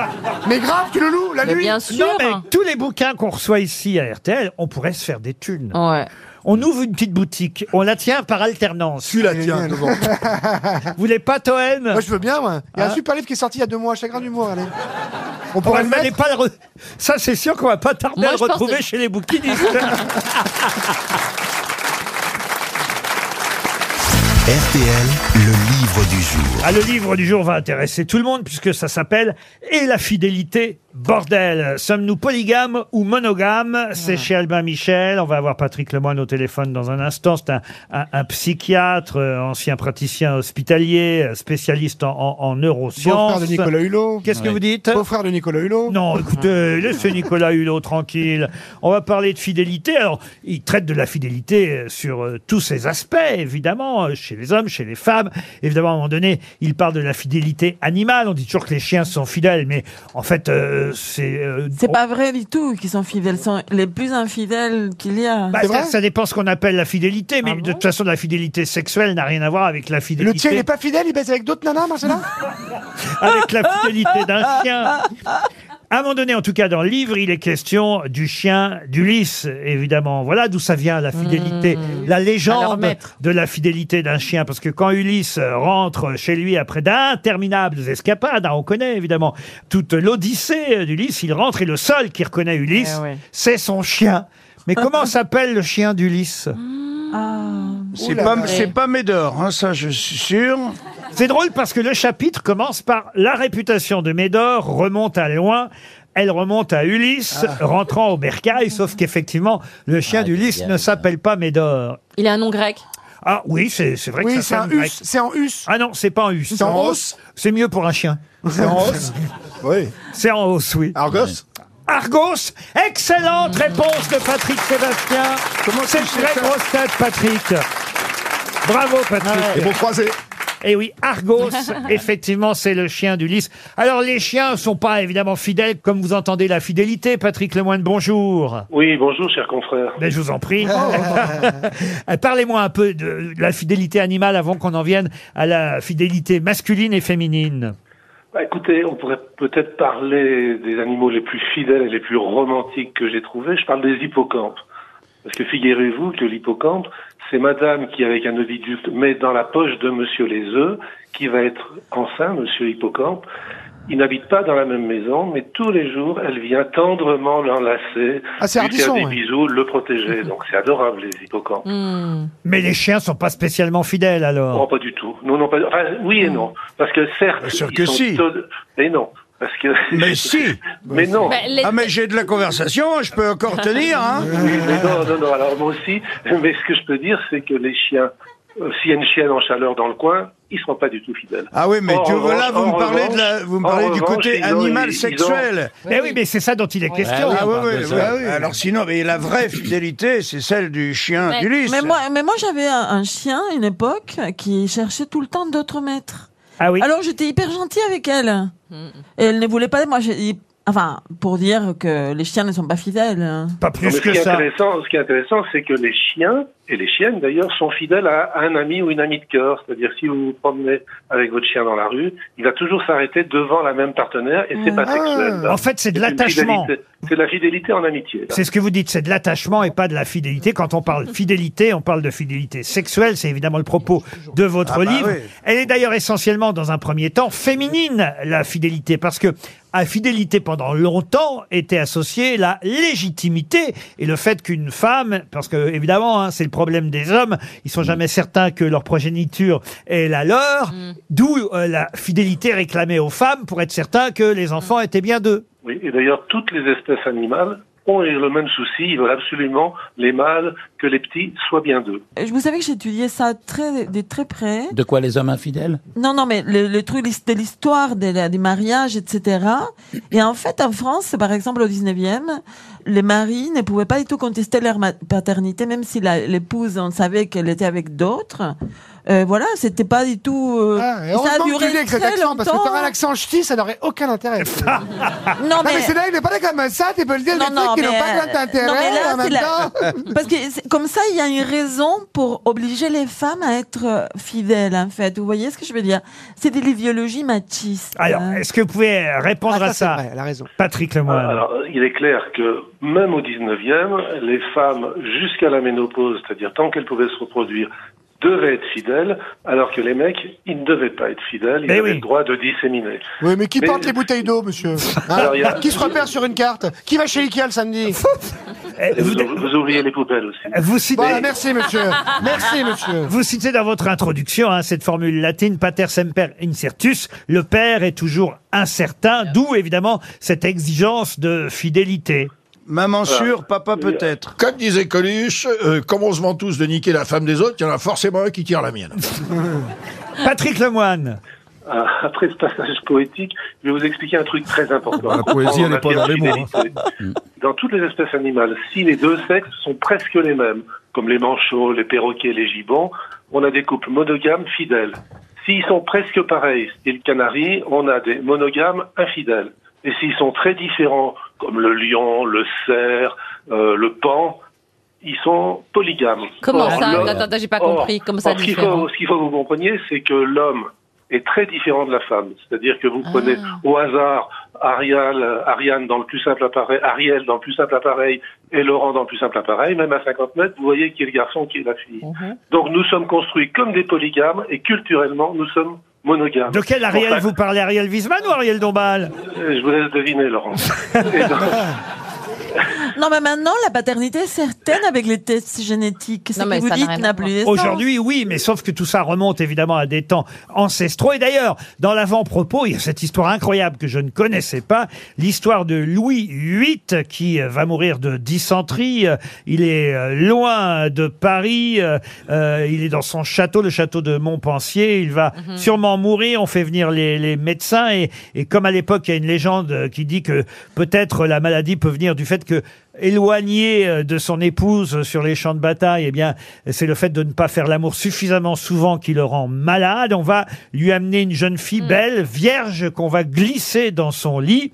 Speaker 4: Mais grave, tu le loues la
Speaker 7: Mais
Speaker 4: nuit.
Speaker 7: bien sûr.
Speaker 2: Non, mais avec tous les bouquins qu'on reçoit ici à RTL, on pourrait se faire des thunes.
Speaker 7: Ouais.
Speaker 2: On ouvre une petite boutique, on la tient par alternance.
Speaker 3: Tu la tiens devant.
Speaker 2: Vous voulez pas Toen
Speaker 4: Moi, je veux bien, moi.
Speaker 7: Ah.
Speaker 4: Il y a un super livre qui est sorti il y a deux mois, Chagrin d'humour, allez. On pourrait le
Speaker 2: Vous n'allez
Speaker 4: mettre.
Speaker 2: pas le re- Ça, c'est sûr qu'on va pas tarder
Speaker 7: Moi,
Speaker 2: à le
Speaker 7: je pense
Speaker 2: retrouver
Speaker 7: que-
Speaker 2: chez les bouquinistes.
Speaker 1: RTL, le livre du jour.
Speaker 2: ah, le livre du jour va intéresser tout le monde puisque ça s'appelle Et la fidélité, bordel. Sommes-nous polygames ou monogames C'est chez Albin Michel. On va avoir Patrick Lemoine au téléphone dans un instant. C'est un, un- un psychiatre, euh, ancien praticien hospitalier, euh, spécialiste en, en- en
Speaker 4: Beau-frère
Speaker 2: neurosciences.
Speaker 4: de Nicolas Hulot.
Speaker 2: Qu'est-ce que vous dites
Speaker 4: Beau-frère de Nicolas Hulot.
Speaker 2: Non, écoutez, laissez Ah. Nicolas Hulot tranquille. On va parler de fidélité. Alors, il traite de la fidélité euh, sur euh, tous ses aspects, évidemment, euh, chez les hommes, chez les femmes. Évidemment, à un moment donné, il parle de la fidélité animale. On dit toujours que les chiens sont fidèles, mais en fait, euh, c'est... euh,
Speaker 6: C'est
Speaker 2: on-
Speaker 6: pas vrai du tout qu'ils sont fidèles, sont les plus infidèles qu'il y a.
Speaker 2: Bah,
Speaker 4: C'est
Speaker 2: ça,
Speaker 4: vrai
Speaker 2: ça dépend ce qu'on appelle la fidélité, mais
Speaker 7: Ah
Speaker 2: de
Speaker 7: bon
Speaker 2: toute façon, la fidélité sexuelle n'a rien à voir avec la
Speaker 4: Le
Speaker 2: fidélité,
Speaker 4: tien, il est pas fidèle, il baise avec d'autres nanas, Marcella
Speaker 2: avec la fidélité d'un chien. À un moment donné, en tout cas, dans le livre, il est question du chien d'Ulysse, évidemment. Voilà d'où ça vient, la fidélité, la
Speaker 7: Alors,
Speaker 2: légende
Speaker 7: Mmh. maître.
Speaker 2: de la fidélité d'un chien. Parce que quand Ulysse rentre chez lui après d'interminables escapades, hein, on connaît évidemment toute l'odyssée d'Ulysse, il rentre et le seul qui reconnaît Ulysse,
Speaker 7: Eh ouais.
Speaker 2: c'est son chien. Mais comment s'appelle le chien d'Ulysse
Speaker 6: Ah.
Speaker 8: C'est
Speaker 4: Oula.
Speaker 8: pas, c'est pas Médor, hein, ça je suis sûr.
Speaker 2: C'est drôle parce que le chapitre commence par la réputation de Médor remonte à loin. Elle remonte à Ulysse,
Speaker 8: Ah.
Speaker 2: rentrant au bercail, sauf qu'effectivement, le chien
Speaker 5: Ah,
Speaker 2: d'Ulysse
Speaker 5: bien,
Speaker 2: ne
Speaker 5: bien.
Speaker 2: s'appelle pas Médor.
Speaker 7: Il a un nom grec.
Speaker 2: Ah oui, c'est c'est vrai que
Speaker 4: Oui,
Speaker 2: ça
Speaker 4: c'est un
Speaker 2: sonne grec.
Speaker 4: us. C'est en us.
Speaker 2: Ah non, c'est pas en us.
Speaker 4: C'est en os.
Speaker 2: C'est mieux pour un chien.
Speaker 3: C'est en hausse Oui.
Speaker 2: C'est en os, oui.
Speaker 3: Argos
Speaker 2: Argos, excellente réponse de Patrick Sébastien.
Speaker 8: Comment
Speaker 2: C'est
Speaker 8: tu sais
Speaker 2: très
Speaker 8: ça
Speaker 2: grosse tête, Patrick. Bravo, Patrick.
Speaker 3: Et bon croisé.
Speaker 2: Et oui, Argos, effectivement, c'est le chien d'Ulysse. Alors, les chiens ne sont pas évidemment fidèles, comme vous entendez la fidélité. Patrick Lemoine, bonjour.
Speaker 11: Oui, bonjour, cher confrère.
Speaker 2: Mais je vous en prie.
Speaker 4: Oh.
Speaker 2: Euh, Parlez-moi un peu de la fidélité animale avant qu'on en vienne à la fidélité masculine et féminine.
Speaker 11: Bah, écoutez, on pourrait peut-être parler des animaux les plus fidèles et les plus romantiques que j'ai trouvés. Je parle des hippocampes. Parce que figurez-vous que l'hippocampe, c'est madame qui, avec un oviducte, met dans la poche de monsieur les œufs, qui va être enceinte, monsieur hippocampe. Ils n'habitent pas dans la même maison, mais tous les jours, elle vient tendrement l'enlacer,
Speaker 4: Ah, c'est
Speaker 11: lui faire
Speaker 4: Ardisson,
Speaker 11: des
Speaker 4: ouais.
Speaker 11: bisous, le protéger. Donc c'est adorable, les hippocampes.
Speaker 7: Hmm.
Speaker 2: Mais les chiens sont pas spécialement fidèles,
Speaker 11: Non,
Speaker 2: alors.
Speaker 11: Oh, pas du tout. Non, non, pas... enfin, oui et non. Parce que certes.
Speaker 8: Bien sûr
Speaker 11: ils
Speaker 8: que
Speaker 11: sont
Speaker 8: si.
Speaker 11: to- Mais non. Parce que.
Speaker 8: Mais si
Speaker 11: mais non.
Speaker 7: Bah, les-
Speaker 8: Ah mais j'ai de la conversation, je peux encore tenir, hein
Speaker 11: Oui, mais non, non, non. Alors moi aussi. Mais ce que je peux dire, c'est que les chiens, euh, s'il y a une chienne en chaleur dans le coin, ils seront pas du tout fidèles.
Speaker 8: Ah oui, mais
Speaker 11: En
Speaker 8: tu,
Speaker 11: revanche-
Speaker 8: là, vous
Speaker 11: en
Speaker 8: me parlez, de la,
Speaker 11: revanche-
Speaker 8: vous me
Speaker 11: en
Speaker 8: parlez du
Speaker 11: revanche,
Speaker 8: côté
Speaker 11: ils ont-
Speaker 8: animal
Speaker 11: ils- ils ont-
Speaker 8: sexuel.
Speaker 2: Mais Eh oui, mais c'est ça dont il est question.
Speaker 8: Ah
Speaker 5: oui,
Speaker 8: oui,
Speaker 11: bah,
Speaker 5: on
Speaker 8: oui,
Speaker 5: parle de
Speaker 8: oui,
Speaker 5: ça.
Speaker 8: oui. Alors sinon, mais la vraie fidélité, c'est celle du
Speaker 2: Ah,
Speaker 8: chien
Speaker 7: Mais-
Speaker 8: d'Ulysse.
Speaker 6: Mais moi, mais moi j'avais un, un chien une époque qui cherchait tout le temps d'autres maîtres.
Speaker 2: Ah oui.
Speaker 6: Alors j'étais hyper gentille avec elle.
Speaker 7: Mm.
Speaker 6: Et elle ne voulait pas de moi. j'ai- Enfin, pour dire que les chiens ne sont pas fidèles. hein.
Speaker 2: Pas
Speaker 11: Non, mais
Speaker 2: plus
Speaker 11: ce,
Speaker 2: que
Speaker 11: qui est
Speaker 2: ça.
Speaker 11: intéressant, ce qui est intéressant, c'est que les chiens et les chiennes d'ailleurs, sont fidèles à un ami ou une amie de cœur. C'est-à-dire, si vous vous promenez avec votre chien dans la rue, il va toujours s'arrêter devant la même partenaire et c'est pas
Speaker 2: Ah.
Speaker 11: sexuel. ça.
Speaker 2: En fait, c'est de
Speaker 11: une
Speaker 2: l'attachement.
Speaker 11: fidélité. C'est de la fidélité en amitié. là.
Speaker 2: C'est ce que vous dites, c'est de l'attachement et pas de la fidélité. Quand on parle fidélité, on parle de fidélité sexuelle, c'est évidemment le propos de votre
Speaker 8: Ah bah
Speaker 2: livre.
Speaker 8: oui.
Speaker 2: Elle est d'ailleurs essentiellement, dans un premier temps, féminine, la fidélité, parce que à fidélité pendant longtemps était associée la légitimité et le fait qu'une femme, parce que évidemment hein, c'est le problème des hommes, ils sont jamais certains que leur progéniture est la leur, d'où euh, la fidélité réclamée aux femmes pour être certain que les enfants étaient bien d'eux.
Speaker 11: Oui, et d'ailleurs, toutes les espèces animales ont le même souci. Ils veulent absolument les mâles que les petits soient bien d'eux.
Speaker 6: Je- Vous savez que j'étudiais ça très, de très près.
Speaker 5: De quoi les hommes infidèles
Speaker 6: Non, non, mais le, le truc de l'histoire de la- des mariages, etc. Et en fait, en France, par exemple, au 19e, les maris ne pouvaient pas du tout contester leur ma- paternité, même si la- l'épouse, on savait qu'elle était avec d'autres. Euh, voilà, c'était pas du tout... euh,
Speaker 4: Ah, Et heureusement que tu l'es avec cet
Speaker 6: très
Speaker 4: accent, parce que
Speaker 6: longtemps.
Speaker 4: t'aurais l'accent ch'ti, ça n'aurait aucun intérêt. Ah,
Speaker 6: Non, mais-
Speaker 4: c'est là, il n'est pas là comme ça, tu peux le dire,
Speaker 6: Non,
Speaker 4: des trucs
Speaker 6: non,
Speaker 4: qui n'ont
Speaker 6: mais,
Speaker 4: pas
Speaker 6: euh,
Speaker 4: grand intérêt,
Speaker 6: non, mais là,
Speaker 4: en même
Speaker 6: c'est la-
Speaker 4: temps.
Speaker 6: Parce que c'est- comme ça, il y a une raison pour obliger les femmes à être euh, fidèles, en fait. Vous voyez ce que je veux dire C'est de l'idéologie machiste.
Speaker 2: Alors, est-ce que vous pouvez répondre à ça Patrick Lemoine.
Speaker 11: Alors, euh, il est clair que même au 19e, les femmes, jusqu'à la ménopause, c'est-à-dire tant qu'elles pouvaient se reproduire, devaient être fidèles, alors que les mecs, ils ne devaient pas être fidèles, ils
Speaker 4: Mais
Speaker 11: avaient
Speaker 4: oui.
Speaker 11: le droit de disséminer.
Speaker 4: Oui, mais qui
Speaker 11: Mais-
Speaker 4: porte les bouteilles d'eau, monsieur Hein
Speaker 11: Alors, il y a-
Speaker 4: Qui se repère sur une carte Qui va chez Ikea le
Speaker 2: Eh,
Speaker 4: samedi
Speaker 11: Et vous, vous oubliez les poubelles aussi.
Speaker 2: Vous citez...
Speaker 4: Voilà, Bah, merci, monsieur. Merci, monsieur.
Speaker 2: Vous citez dans votre introduction hein, cette formule latine pater semper incertus, le père est toujours incertain, d'où évidemment cette exigence de fidélité.
Speaker 8: Maman
Speaker 2: sûre,
Speaker 8: papa
Speaker 2: peut-être.
Speaker 3: Comme disait Coluche, euh, comme on se vend tous de niquer la femme des autres, il y en a forcément un qui tire la mienne.
Speaker 2: Patrick Lemoine.
Speaker 11: Euh, Après ce passage poétique, je vais vous expliquer un truc très important.
Speaker 3: La poésie, elle
Speaker 11: En
Speaker 3: est pas dans les mots, hein.
Speaker 11: matière de
Speaker 7: Mm.
Speaker 11: fidélité. Dans toutes les espèces animales, si les deux sexes sont presque les mêmes, comme les manchots, les perroquets, les gibbons, on a des couples monogames fidèles. S'ils sont presque pareils, style canari, on a des monogames infidèles. Et s'ils sont très différents, comme le lion, le cerf, euh, le pan, ils sont polygames.
Speaker 7: Comment
Speaker 11: Or,
Speaker 7: ça
Speaker 11: l'homme-
Speaker 7: Attends, attends, j'ai pas
Speaker 11: or-
Speaker 7: compris. Comment ça,
Speaker 11: or, ce qu'il
Speaker 7: différent
Speaker 11: faut- Ce qu'il faut que vous compreniez, c'est que l'homme est très différent de la femme. C'est-à-dire que vous prenez
Speaker 7: Ah.
Speaker 11: au hasard Ariel, euh, Ariane dans le plus simple appareil, Ariel dans le plus simple appareil et Laurent dans le plus simple appareil, même à 50 mètres, vous voyez qui est le garçon, qui est la fille.
Speaker 7: Mhm.
Speaker 11: Donc nous sommes construits comme des polygames et culturellement, nous sommes monogames.
Speaker 2: De
Speaker 11: C'est
Speaker 2: quel
Speaker 11: pour
Speaker 2: Ariel
Speaker 11: ça
Speaker 2: vous parlez Ariel Wiesman ou Ariel Dombal
Speaker 11: que- Euh, Je vous laisse deviner, Laurent.
Speaker 6: Non, mais maintenant, la paternité est certaine avec les tests génétiques. Ce
Speaker 7: Non, mais
Speaker 6: que vous
Speaker 7: ça n'a
Speaker 6: dites
Speaker 7: rien à
Speaker 6: n'a plus d'essence.
Speaker 2: Aujourd'hui, oui, mais sauf que tout ça remonte évidemment à des temps ancestraux. Et d'ailleurs, dans l'avant-propos, il y a cette histoire incroyable que je ne connaissais pas, l'histoire de Louis VIII qui euh, va mourir de dysenterie. Euh, Il est euh, loin de Paris, euh, euh, il est dans son château, le château de Montpensier. Il va
Speaker 7: Mhm.
Speaker 2: sûrement mourir. On fait venir les, les médecins et, et comme à l'époque, il y a une légende euh, qui dit que peut-être la maladie peut venir du fait que éloigné euh, de son épouse euh, sur les champs de bataille, eh bien, c'est le fait de ne pas faire l'amour suffisamment souvent qui le rend malade. On va lui amener une jeune fille belle, vierge, qu'on va glisser dans son lit.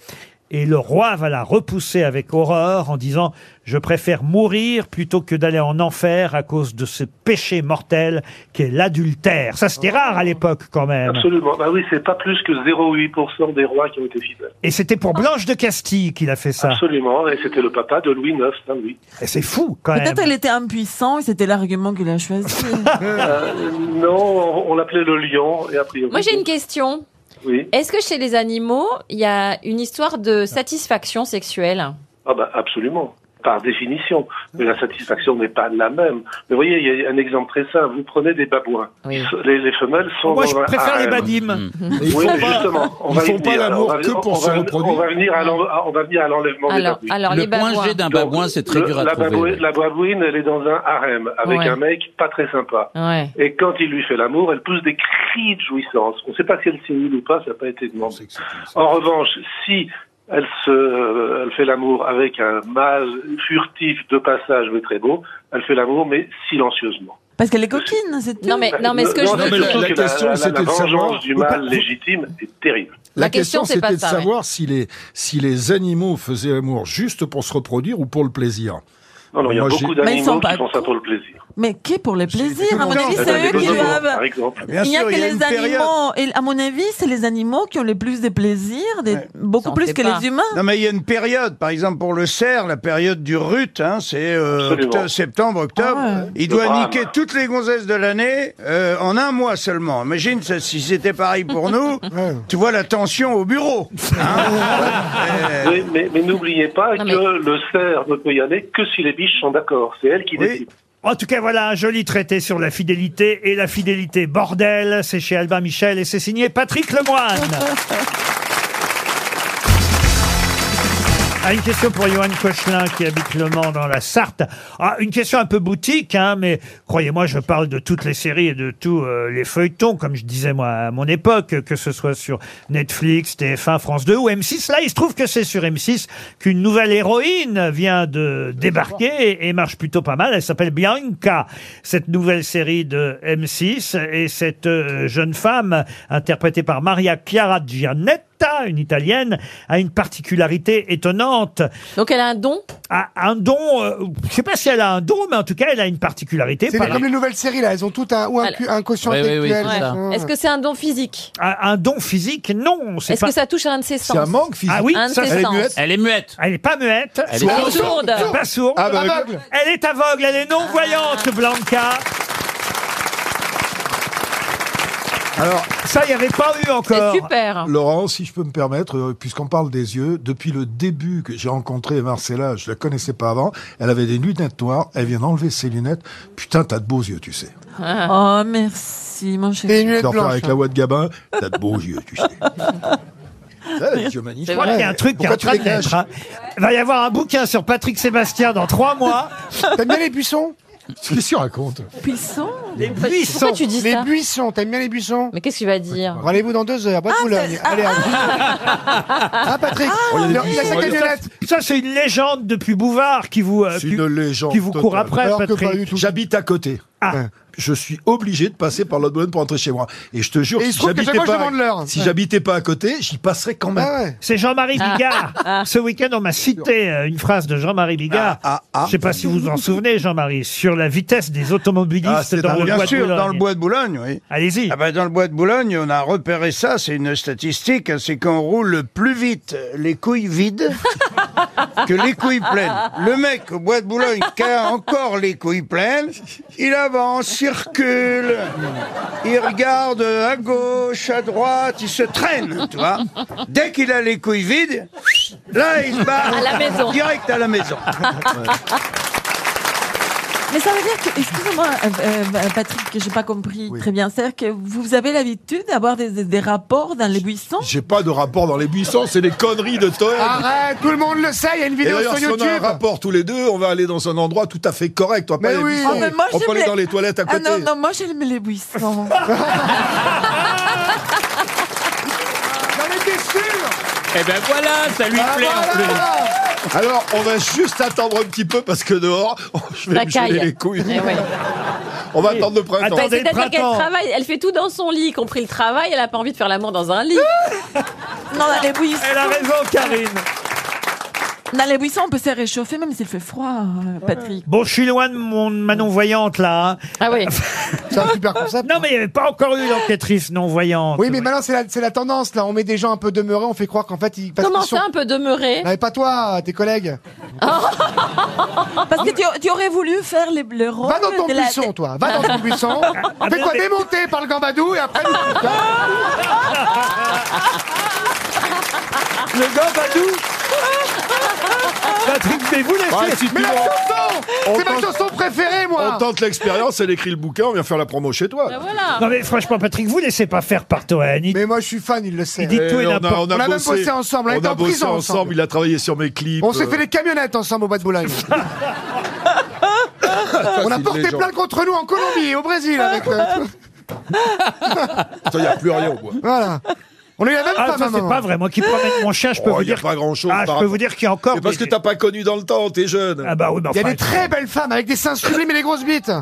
Speaker 2: Et le roi va la repousser avec horreur en disant « Je préfère mourir plutôt que d'aller en enfer à cause de ce péché mortel qu'est l'adultère. » Ça, c'était rare à l'époque, quand même.
Speaker 11: Absolument. Bah oui, c'est pas plus que 0,8% des rois qui ont été fidèles.
Speaker 2: Et c'était pour Blanche de Castille qu'il a fait ça.
Speaker 11: Absolument. Et c'était le papa de Louis hein, IX, Saint-Louis.
Speaker 2: Et C'est fou, quand même.
Speaker 6: Peut-être elle était impuissante et c'était l'argument qu'il a choisi.
Speaker 11: Euh, non, on, on l'appelait le lion, et a priori.
Speaker 7: Moi, j'ai une question.
Speaker 11: Oui.
Speaker 7: Est-ce que chez les animaux, il y a une histoire de satisfaction sexuelle
Speaker 11: Ah bah absolument, par définition. Mais la satisfaction n'est pas la même. Mais vous voyez, il y a un exemple très simple. Vous prenez des babouins. Ils se- Les, les femelles sont.
Speaker 2: Moi, je
Speaker 11: dans un
Speaker 2: préfère les
Speaker 11: harem.
Speaker 2: badimes.
Speaker 7: Mm.
Speaker 3: Ils
Speaker 11: Oui,
Speaker 3: font
Speaker 11: mais
Speaker 3: pas-
Speaker 11: justement. On
Speaker 3: ils
Speaker 11: va
Speaker 3: font
Speaker 11: y
Speaker 3: pas
Speaker 11: venir.
Speaker 3: l'amour
Speaker 11: On va-
Speaker 3: que
Speaker 11: on
Speaker 3: pour
Speaker 11: va-
Speaker 3: se reproduire.
Speaker 11: On va venir à l'en- à- on va venir à l'enlèvement des
Speaker 7: Mm. Alors,
Speaker 11: babouins.
Speaker 7: alors les
Speaker 5: Le point
Speaker 7: babouins.
Speaker 5: G d'un babouin, c'est très
Speaker 11: Le-
Speaker 5: dur à
Speaker 11: la, babouine,
Speaker 5: trouver.
Speaker 11: la babouine, elle est dans un harem avec
Speaker 7: Ouais.
Speaker 11: un mec pas très sympa.
Speaker 7: Ouais.
Speaker 11: Et quand il lui fait l'amour, elle pousse des cris de jouissance. On ne sait pas si elle simule ou pas, ça n'a pas été demandé. En revanche, si elle, se, euh, elle fait l'amour avec un mâle furtif de passage, mais très beau, elle fait l'amour, mais silencieusement.
Speaker 6: Parce qu'elle est coquine, c'est tout.
Speaker 7: Non, mais, non, mais ce que je
Speaker 11: c'est
Speaker 7: veux
Speaker 3: mais
Speaker 7: dire.
Speaker 3: la-
Speaker 11: surtout
Speaker 3: la
Speaker 11: que
Speaker 3: question,
Speaker 11: la,
Speaker 3: c'était de
Speaker 11: vengeance
Speaker 3: savoir-
Speaker 11: du mâle légitime est terrible.
Speaker 3: La,
Speaker 7: La question,
Speaker 3: question,
Speaker 7: c'est pas
Speaker 3: c'était de
Speaker 7: ça, ouais.
Speaker 3: savoir si, les, si les animaux faisaient l'amour juste pour se reproduire ou pour le plaisir.
Speaker 11: Non, non, il y a
Speaker 6: Moi, j'ai-
Speaker 11: beaucoup
Speaker 6: Mais ils sont
Speaker 11: d'animaux
Speaker 6: pas
Speaker 11: qui font ça pour le plaisir.
Speaker 6: Mais qui pour les plaisirs À mon avis,
Speaker 11: Attends,
Speaker 6: c'est
Speaker 11: des
Speaker 6: eux qui
Speaker 11: bonobos,
Speaker 6: doivent.
Speaker 11: Par
Speaker 2: Ah,
Speaker 11: exemple.
Speaker 6: il n'y a que les animaux. Et à mon avis, c'est les animaux qui ont le plus de plaisir, des- beaucoup plus que les humains.
Speaker 8: Non, mais il y a une période, par exemple pour le cerf, la période du rut, hein, c'est euh,
Speaker 11: Absolument.
Speaker 8: octo- septembre, octobre.
Speaker 11: Ah ouais.
Speaker 8: Il
Speaker 11: Le
Speaker 8: doit
Speaker 11: drame.
Speaker 8: niquer toutes les gonzesses de l'année euh, en un mois seulement. Imagine ça, si c'était pareil pour nous. tu vois la tension au bureau. hein.
Speaker 11: Oui, mais, mais n'oubliez pas que le cerf ne peut y aller que si les biches sont d'accord. C'est elle qui décide.
Speaker 2: En tout cas, voilà un joli traité sur la fidélité et la fidélité bordel. C'est chez Albin Michel et c'est signé Patrick Lemoine. Ah, une question pour Johan Cochelin qui habite Le Mans dans la Sarthe. Ah, une question un peu boutique, hein, mais croyez-moi, je parle de toutes les séries et de tous euh, les feuilletons, comme je disais moi à mon époque, que ce soit sur Netflix, TF1, France 2 ou M6. Là, il se trouve que c'est sur M6 qu'une nouvelle héroïne vient de débarquer et, et marche plutôt pas mal. Elle s'appelle Bianca, cette nouvelle série de M6 et cette euh, jeune femme interprétée par Maria Chiara Giannetta Tata, une italienne, a une particularité étonnante.
Speaker 7: Donc elle a un don
Speaker 2: Un don, euh, je sais pas si elle a un don, mais en tout cas, elle a une particularité.
Speaker 4: C'est
Speaker 2: Par-
Speaker 4: comme les nouvelles séries là, elles ont toutes un, ou un, cu- un quotient intellectuel.
Speaker 7: Ouais.
Speaker 4: machin.
Speaker 7: Est-ce que c'est un don physique
Speaker 2: un, un don physique, non. c'est
Speaker 7: Est-ce
Speaker 2: pas-
Speaker 7: que ça touche à un de ses sens
Speaker 2: Ah oui,
Speaker 7: un de
Speaker 2: ça,
Speaker 7: ses
Speaker 2: c'est-
Speaker 7: sens.
Speaker 5: Elle est muette.
Speaker 2: Elle n'est pas muette.
Speaker 5: Elle est Elle est sourde. sourde. Ah.
Speaker 2: Pas sourde.
Speaker 5: Aveugle. Aveugle.
Speaker 2: Elle est aveugle. Elle est non-voyante, Blanca. Alors, ça, il n'y avait pas eu encore.
Speaker 3: Laurent, si je peux me permettre, euh, puisqu'on parle des yeux, depuis le début que j'ai rencontré Marcella, je la connaissais pas avant, elle avait des lunettes noires, elle vient d'enlever ses lunettes. Putain, t'as de beaux yeux, tu sais.
Speaker 6: Oh, merci, mon chéri.
Speaker 3: Tu vas en faire
Speaker 4: hein.
Speaker 3: avec la voix de Gabin, t'as de beaux yeux, tu sais.
Speaker 4: Ah,
Speaker 3: Ça, les yeux magnifiques.
Speaker 2: Je crois qu'il y a un truc qui est en
Speaker 3: Pourquoi tu
Speaker 2: train
Speaker 3: les caches
Speaker 2: d'être. hein. Il va y avoir un bouquin sur Patrick Sébastien dans trois mois.
Speaker 4: T'aimes bien les buissons
Speaker 3: Qu'est-ce que tu racontes
Speaker 6: Buissons
Speaker 2: Les
Speaker 4: Pourquoi-
Speaker 2: buissons.
Speaker 4: pourquoi tu dis Les buissons, t'aimes bien les buissons
Speaker 7: Mais qu'est-ce qu'il va dire
Speaker 4: Rendez-vous dans deux heures, pas de Boulogne. Allez, allez. Ah, Patrick
Speaker 3: Oh,
Speaker 4: Il a il a sa camionnette
Speaker 2: Ça, c'est une légende depuis Bouvard qui vous, euh,
Speaker 3: C'est
Speaker 2: qui-
Speaker 3: une légende.
Speaker 2: qui vous court
Speaker 3: totale.
Speaker 2: après,
Speaker 3: Alors que
Speaker 2: Patrick.
Speaker 3: pas du tout. J'habite à côté. Hein.
Speaker 2: Ah.
Speaker 3: Je suis obligé de passer par l'autre bonne pour rentrer chez moi. Et je te jure,
Speaker 4: Et il se
Speaker 3: si
Speaker 4: trouve que
Speaker 3: j'habitais
Speaker 4: chaque fois, je
Speaker 3: pas,
Speaker 4: demande l'heure.
Speaker 3: si
Speaker 4: Ouais.
Speaker 3: j'habitais pas à côté, j'y passerais quand même.
Speaker 4: Ah ouais.
Speaker 2: C'est Jean-Marie Bigard.
Speaker 7: Ah.
Speaker 2: Ce week-end, on m'a cité euh, une phrase de Jean-Marie Bigard.
Speaker 4: Ah,
Speaker 2: Je ne sais pas si vous vous en souvenez, Jean-Marie, sur la vitesse des
Speaker 8: Ah,
Speaker 2: automobilistes
Speaker 8: c'est
Speaker 2: dans,
Speaker 8: dans-
Speaker 2: le
Speaker 8: bien
Speaker 2: bois de
Speaker 8: sûr,
Speaker 2: Boulogne.
Speaker 8: dans le bois de Boulogne, oui.
Speaker 2: Allez-y.
Speaker 8: Ah ben, dans le bois de Boulogne, on a repéré ça, c'est une statistique, hein, c'est qu'on roule le plus vite les couilles vides que les couilles pleines. Le mec au bois de Boulogne qui a encore les couilles pleines, il avance, circule, il regarde à gauche, à droite, il se traîne, tu vois. Dès qu'il a les couilles vides, là il se barre
Speaker 7: À la maison.
Speaker 8: direct à la maison.
Speaker 6: Mais ça veut dire que, excusez-moi, euh, euh, Patrick, que j'ai pas compris très bien. C'est-à-dire que vous avez l'habitude d'avoir des, des- des rapports dans les buissons
Speaker 3: J'ai pas de rapport dans les buissons, c'est des conneries de Todd.
Speaker 4: Ah, Arrête, tout le monde le sait, il y a une
Speaker 3: Et
Speaker 4: vidéo
Speaker 3: d'ailleurs,
Speaker 4: sur
Speaker 3: si on
Speaker 4: YouTube
Speaker 3: a un rapport tous les deux, on va aller dans un endroit tout à fait correct. On va pas
Speaker 4: Mais
Speaker 3: aller
Speaker 4: oui.
Speaker 3: buissons.
Speaker 4: Ah, mais
Speaker 6: moi,
Speaker 3: on peut
Speaker 6: j'aime
Speaker 3: aller
Speaker 6: les-
Speaker 3: dans les toilettes à
Speaker 6: Ah
Speaker 3: côté.
Speaker 6: non, non, moi j'aime les buissons.
Speaker 4: J'en étais sûr Ah bah
Speaker 5: Eh ben voilà, ça lui plaît en plus.
Speaker 3: Alors, on va juste attendre un petit peu parce que dehors, je vais
Speaker 7: Ça
Speaker 3: me geler
Speaker 7: caille.
Speaker 3: les couilles.
Speaker 7: Eh ouais.
Speaker 3: On va attendre le printemps.
Speaker 7: Bah, C'est-à-dire qu'elle travaille, elle fait tout dans son lit, y compris le travail, elle a pas envie de faire l'amour dans un lit.
Speaker 6: non, dans les buissons.
Speaker 2: Elle a raison, Karine.
Speaker 6: Dans les buissons, on peut se réchauffer même s'il fait froid, euh, Patrick.
Speaker 2: Bon, je suis loin de mon ma non-voyante, là. hein.
Speaker 7: Ah oui.
Speaker 4: C'est un super concept.
Speaker 2: Non, mais il n'y avait pas encore eu d'enquêtrice non-voyante.
Speaker 4: Oui, mais maintenant, c'est la, c'est la tendance, là. On met des gens un peu demeurés, on fait croire qu'en fait, ils... parce
Speaker 7: Comment
Speaker 4: qu'ils sont-
Speaker 7: ça, un peu demeurer
Speaker 4: Non, mais pas toi, tes collègues.
Speaker 7: Hein
Speaker 6: Parce que tu, tu aurais voulu faire les, le rôle
Speaker 4: Va dans ton
Speaker 6: de la...
Speaker 4: buisson, toi. Va dans ton buisson. Fais quoi démonter par le gambadou et après...
Speaker 2: Le gars, Badou Patrick, mais vous laissez...
Speaker 3: Ouais, si tu
Speaker 4: Mais la
Speaker 3: vois,
Speaker 4: chanson
Speaker 3: On
Speaker 4: C'est ma
Speaker 3: tente-
Speaker 4: chanson préférée,
Speaker 3: on
Speaker 4: moi
Speaker 3: tente l'expérience, elle écrit le bouquin, on vient faire la promo chez toi.
Speaker 7: Bah voilà.
Speaker 2: Non, mais franchement, Patrick, vous laissez pas faire par Toen. Il-
Speaker 4: Mais moi, je suis fan, il le sait.
Speaker 2: Il dit
Speaker 3: Et
Speaker 2: tout et
Speaker 3: Eh, on a,
Speaker 4: On
Speaker 2: n'importe
Speaker 4: a même bossé ensemble, on
Speaker 3: on
Speaker 4: était
Speaker 3: a
Speaker 4: en
Speaker 3: bossé
Speaker 4: prison
Speaker 3: ensemble.
Speaker 4: ensemble.
Speaker 3: il a travaillé sur mes clips.
Speaker 4: On s'est
Speaker 3: euh,
Speaker 4: fait des camionnettes ensemble au bas de Boulogne.
Speaker 3: ça,
Speaker 4: On a
Speaker 3: c'est
Speaker 4: porté
Speaker 3: une légende.
Speaker 4: plainte contre nous en Colombie et au Brésil avec... euh,
Speaker 3: Attends, Il n'y a plus rien au bois.
Speaker 4: Voilà. On est la même
Speaker 2: Ah,
Speaker 4: femme,
Speaker 2: ça, c'est
Speaker 4: maman.
Speaker 2: pas vrai. Moi qui promène mon chien, je peux
Speaker 3: hein, Oh,
Speaker 2: vous
Speaker 3: il y a
Speaker 2: dire...
Speaker 3: pas grand-chose
Speaker 2: Ah,
Speaker 3: par
Speaker 2: je peux
Speaker 3: rapport-
Speaker 2: vous dire qu'il y a encore...
Speaker 3: C'est parce que t'as pas connu dans le temps, t'es jeune.
Speaker 2: Ah bah oui, mais
Speaker 4: Il y a
Speaker 2: enfin,
Speaker 4: des très belles femmes avec des seins sublimes et des grosses bites. Ah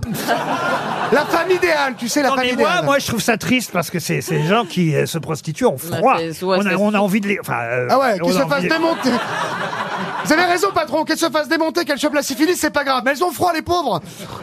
Speaker 4: La femme idéale, tu sais, la
Speaker 2: Non,
Speaker 4: femme
Speaker 2: mais moi,
Speaker 4: idéale.
Speaker 2: moi, je trouve ça triste parce que c'est ces gens qui euh, se prostituent ont froid.
Speaker 7: c'est- ouais,
Speaker 2: On a,
Speaker 7: c'est-
Speaker 2: on a envie de les. Enfin, euh,
Speaker 4: Ah ouais,
Speaker 2: on
Speaker 4: qu'ils
Speaker 2: a
Speaker 4: se
Speaker 2: envie
Speaker 4: fassent
Speaker 2: de-
Speaker 4: démonter. Vous avez raison, patron, qu'elles se fassent démonter, qu'elles chopent la syphilis, c'est pas grave. Mais elles ont froid, les pauvres.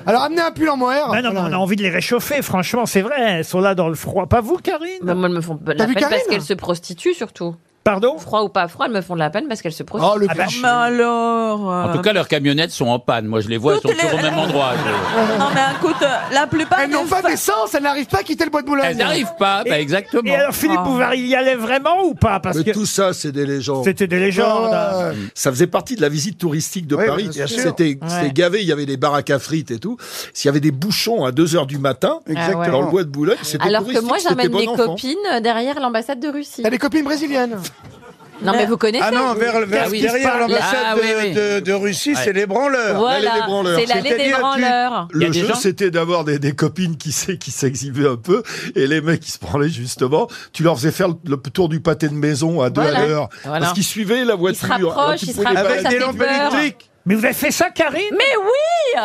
Speaker 4: Alors amenez un pull en mohair.
Speaker 2: Ah non, mais on a envie de les réchauffer, franchement, c'est vrai. Elles sont là dans le froid. Pas vous, Karine
Speaker 7: Moi, elles me font la peine
Speaker 2: vu
Speaker 7: parce
Speaker 2: Karine
Speaker 7: qu'elles se prostituent surtout.
Speaker 2: Pardon
Speaker 7: Froid ou pas froid, elles me font de la peine parce qu'elles se prostituent.
Speaker 5: Ah bah,
Speaker 6: Mais alors. euh,
Speaker 5: En tout cas, leurs camionnettes sont en panne. Moi, je les vois, elles sont
Speaker 6: Toutes les-
Speaker 5: toujours au même endroit.
Speaker 6: Non, mais écoute, euh, la plupart.
Speaker 4: Elles n'ont pas d'essence, elles n'arrivent pas à quitter le bois de Boulogne.
Speaker 5: Elles n'arrivent pas, bah, exactement.
Speaker 2: Et alors, Philippe
Speaker 4: Ah.
Speaker 2: Bouvard, il y allait vraiment ou pas Parce
Speaker 3: Mais
Speaker 2: que
Speaker 3: tout ça, c'est des légendes.
Speaker 2: C'était des légendes, hein.
Speaker 3: Ouais. Ça faisait partie de la visite touristique de
Speaker 2: Oui,
Speaker 3: Paris.
Speaker 2: bien sûr.
Speaker 3: C'était
Speaker 2: Ouais.
Speaker 3: c'était gavé, il y avait des baraques à frites et tout. S'il y avait des bouchons à 2 heures du matin,
Speaker 7: Exactement.
Speaker 3: dans le bois de Boulogne, c'était
Speaker 7: Alors que moi,
Speaker 3: touristique, c'était
Speaker 7: j'amène
Speaker 3: bon
Speaker 7: des
Speaker 3: enfant.
Speaker 7: copines euh, derrière l'ambassade de Russie.
Speaker 4: T'as des copines brésiliennes
Speaker 7: Non, mais vous connaissez
Speaker 8: Ah non, vers, vers-
Speaker 7: Ah oui.
Speaker 8: derrière l'ambassade
Speaker 7: Ah
Speaker 8: de,
Speaker 7: oui, oui.
Speaker 8: de- de Russie,
Speaker 7: Ouais.
Speaker 8: c'est les branleurs.
Speaker 7: Voilà, L'allée des branleurs. c'est l'allée des
Speaker 8: C'est-à-dire, tu-
Speaker 7: branleurs.
Speaker 3: Le jeu, c'était d'avoir des, des copines qui, s'est- qui s'exhibaient un peu, et les mecs qui se branlaient justement, tu leur faisais faire le, le tour du pâté de maison à deux
Speaker 2: Voilà.
Speaker 3: à l'heure,
Speaker 2: Voilà.
Speaker 3: parce qu'ils suivaient la voiture. Alors, tu pouvais les balader.
Speaker 2: Mais vous avez fait ça, Karine
Speaker 7: Mais oui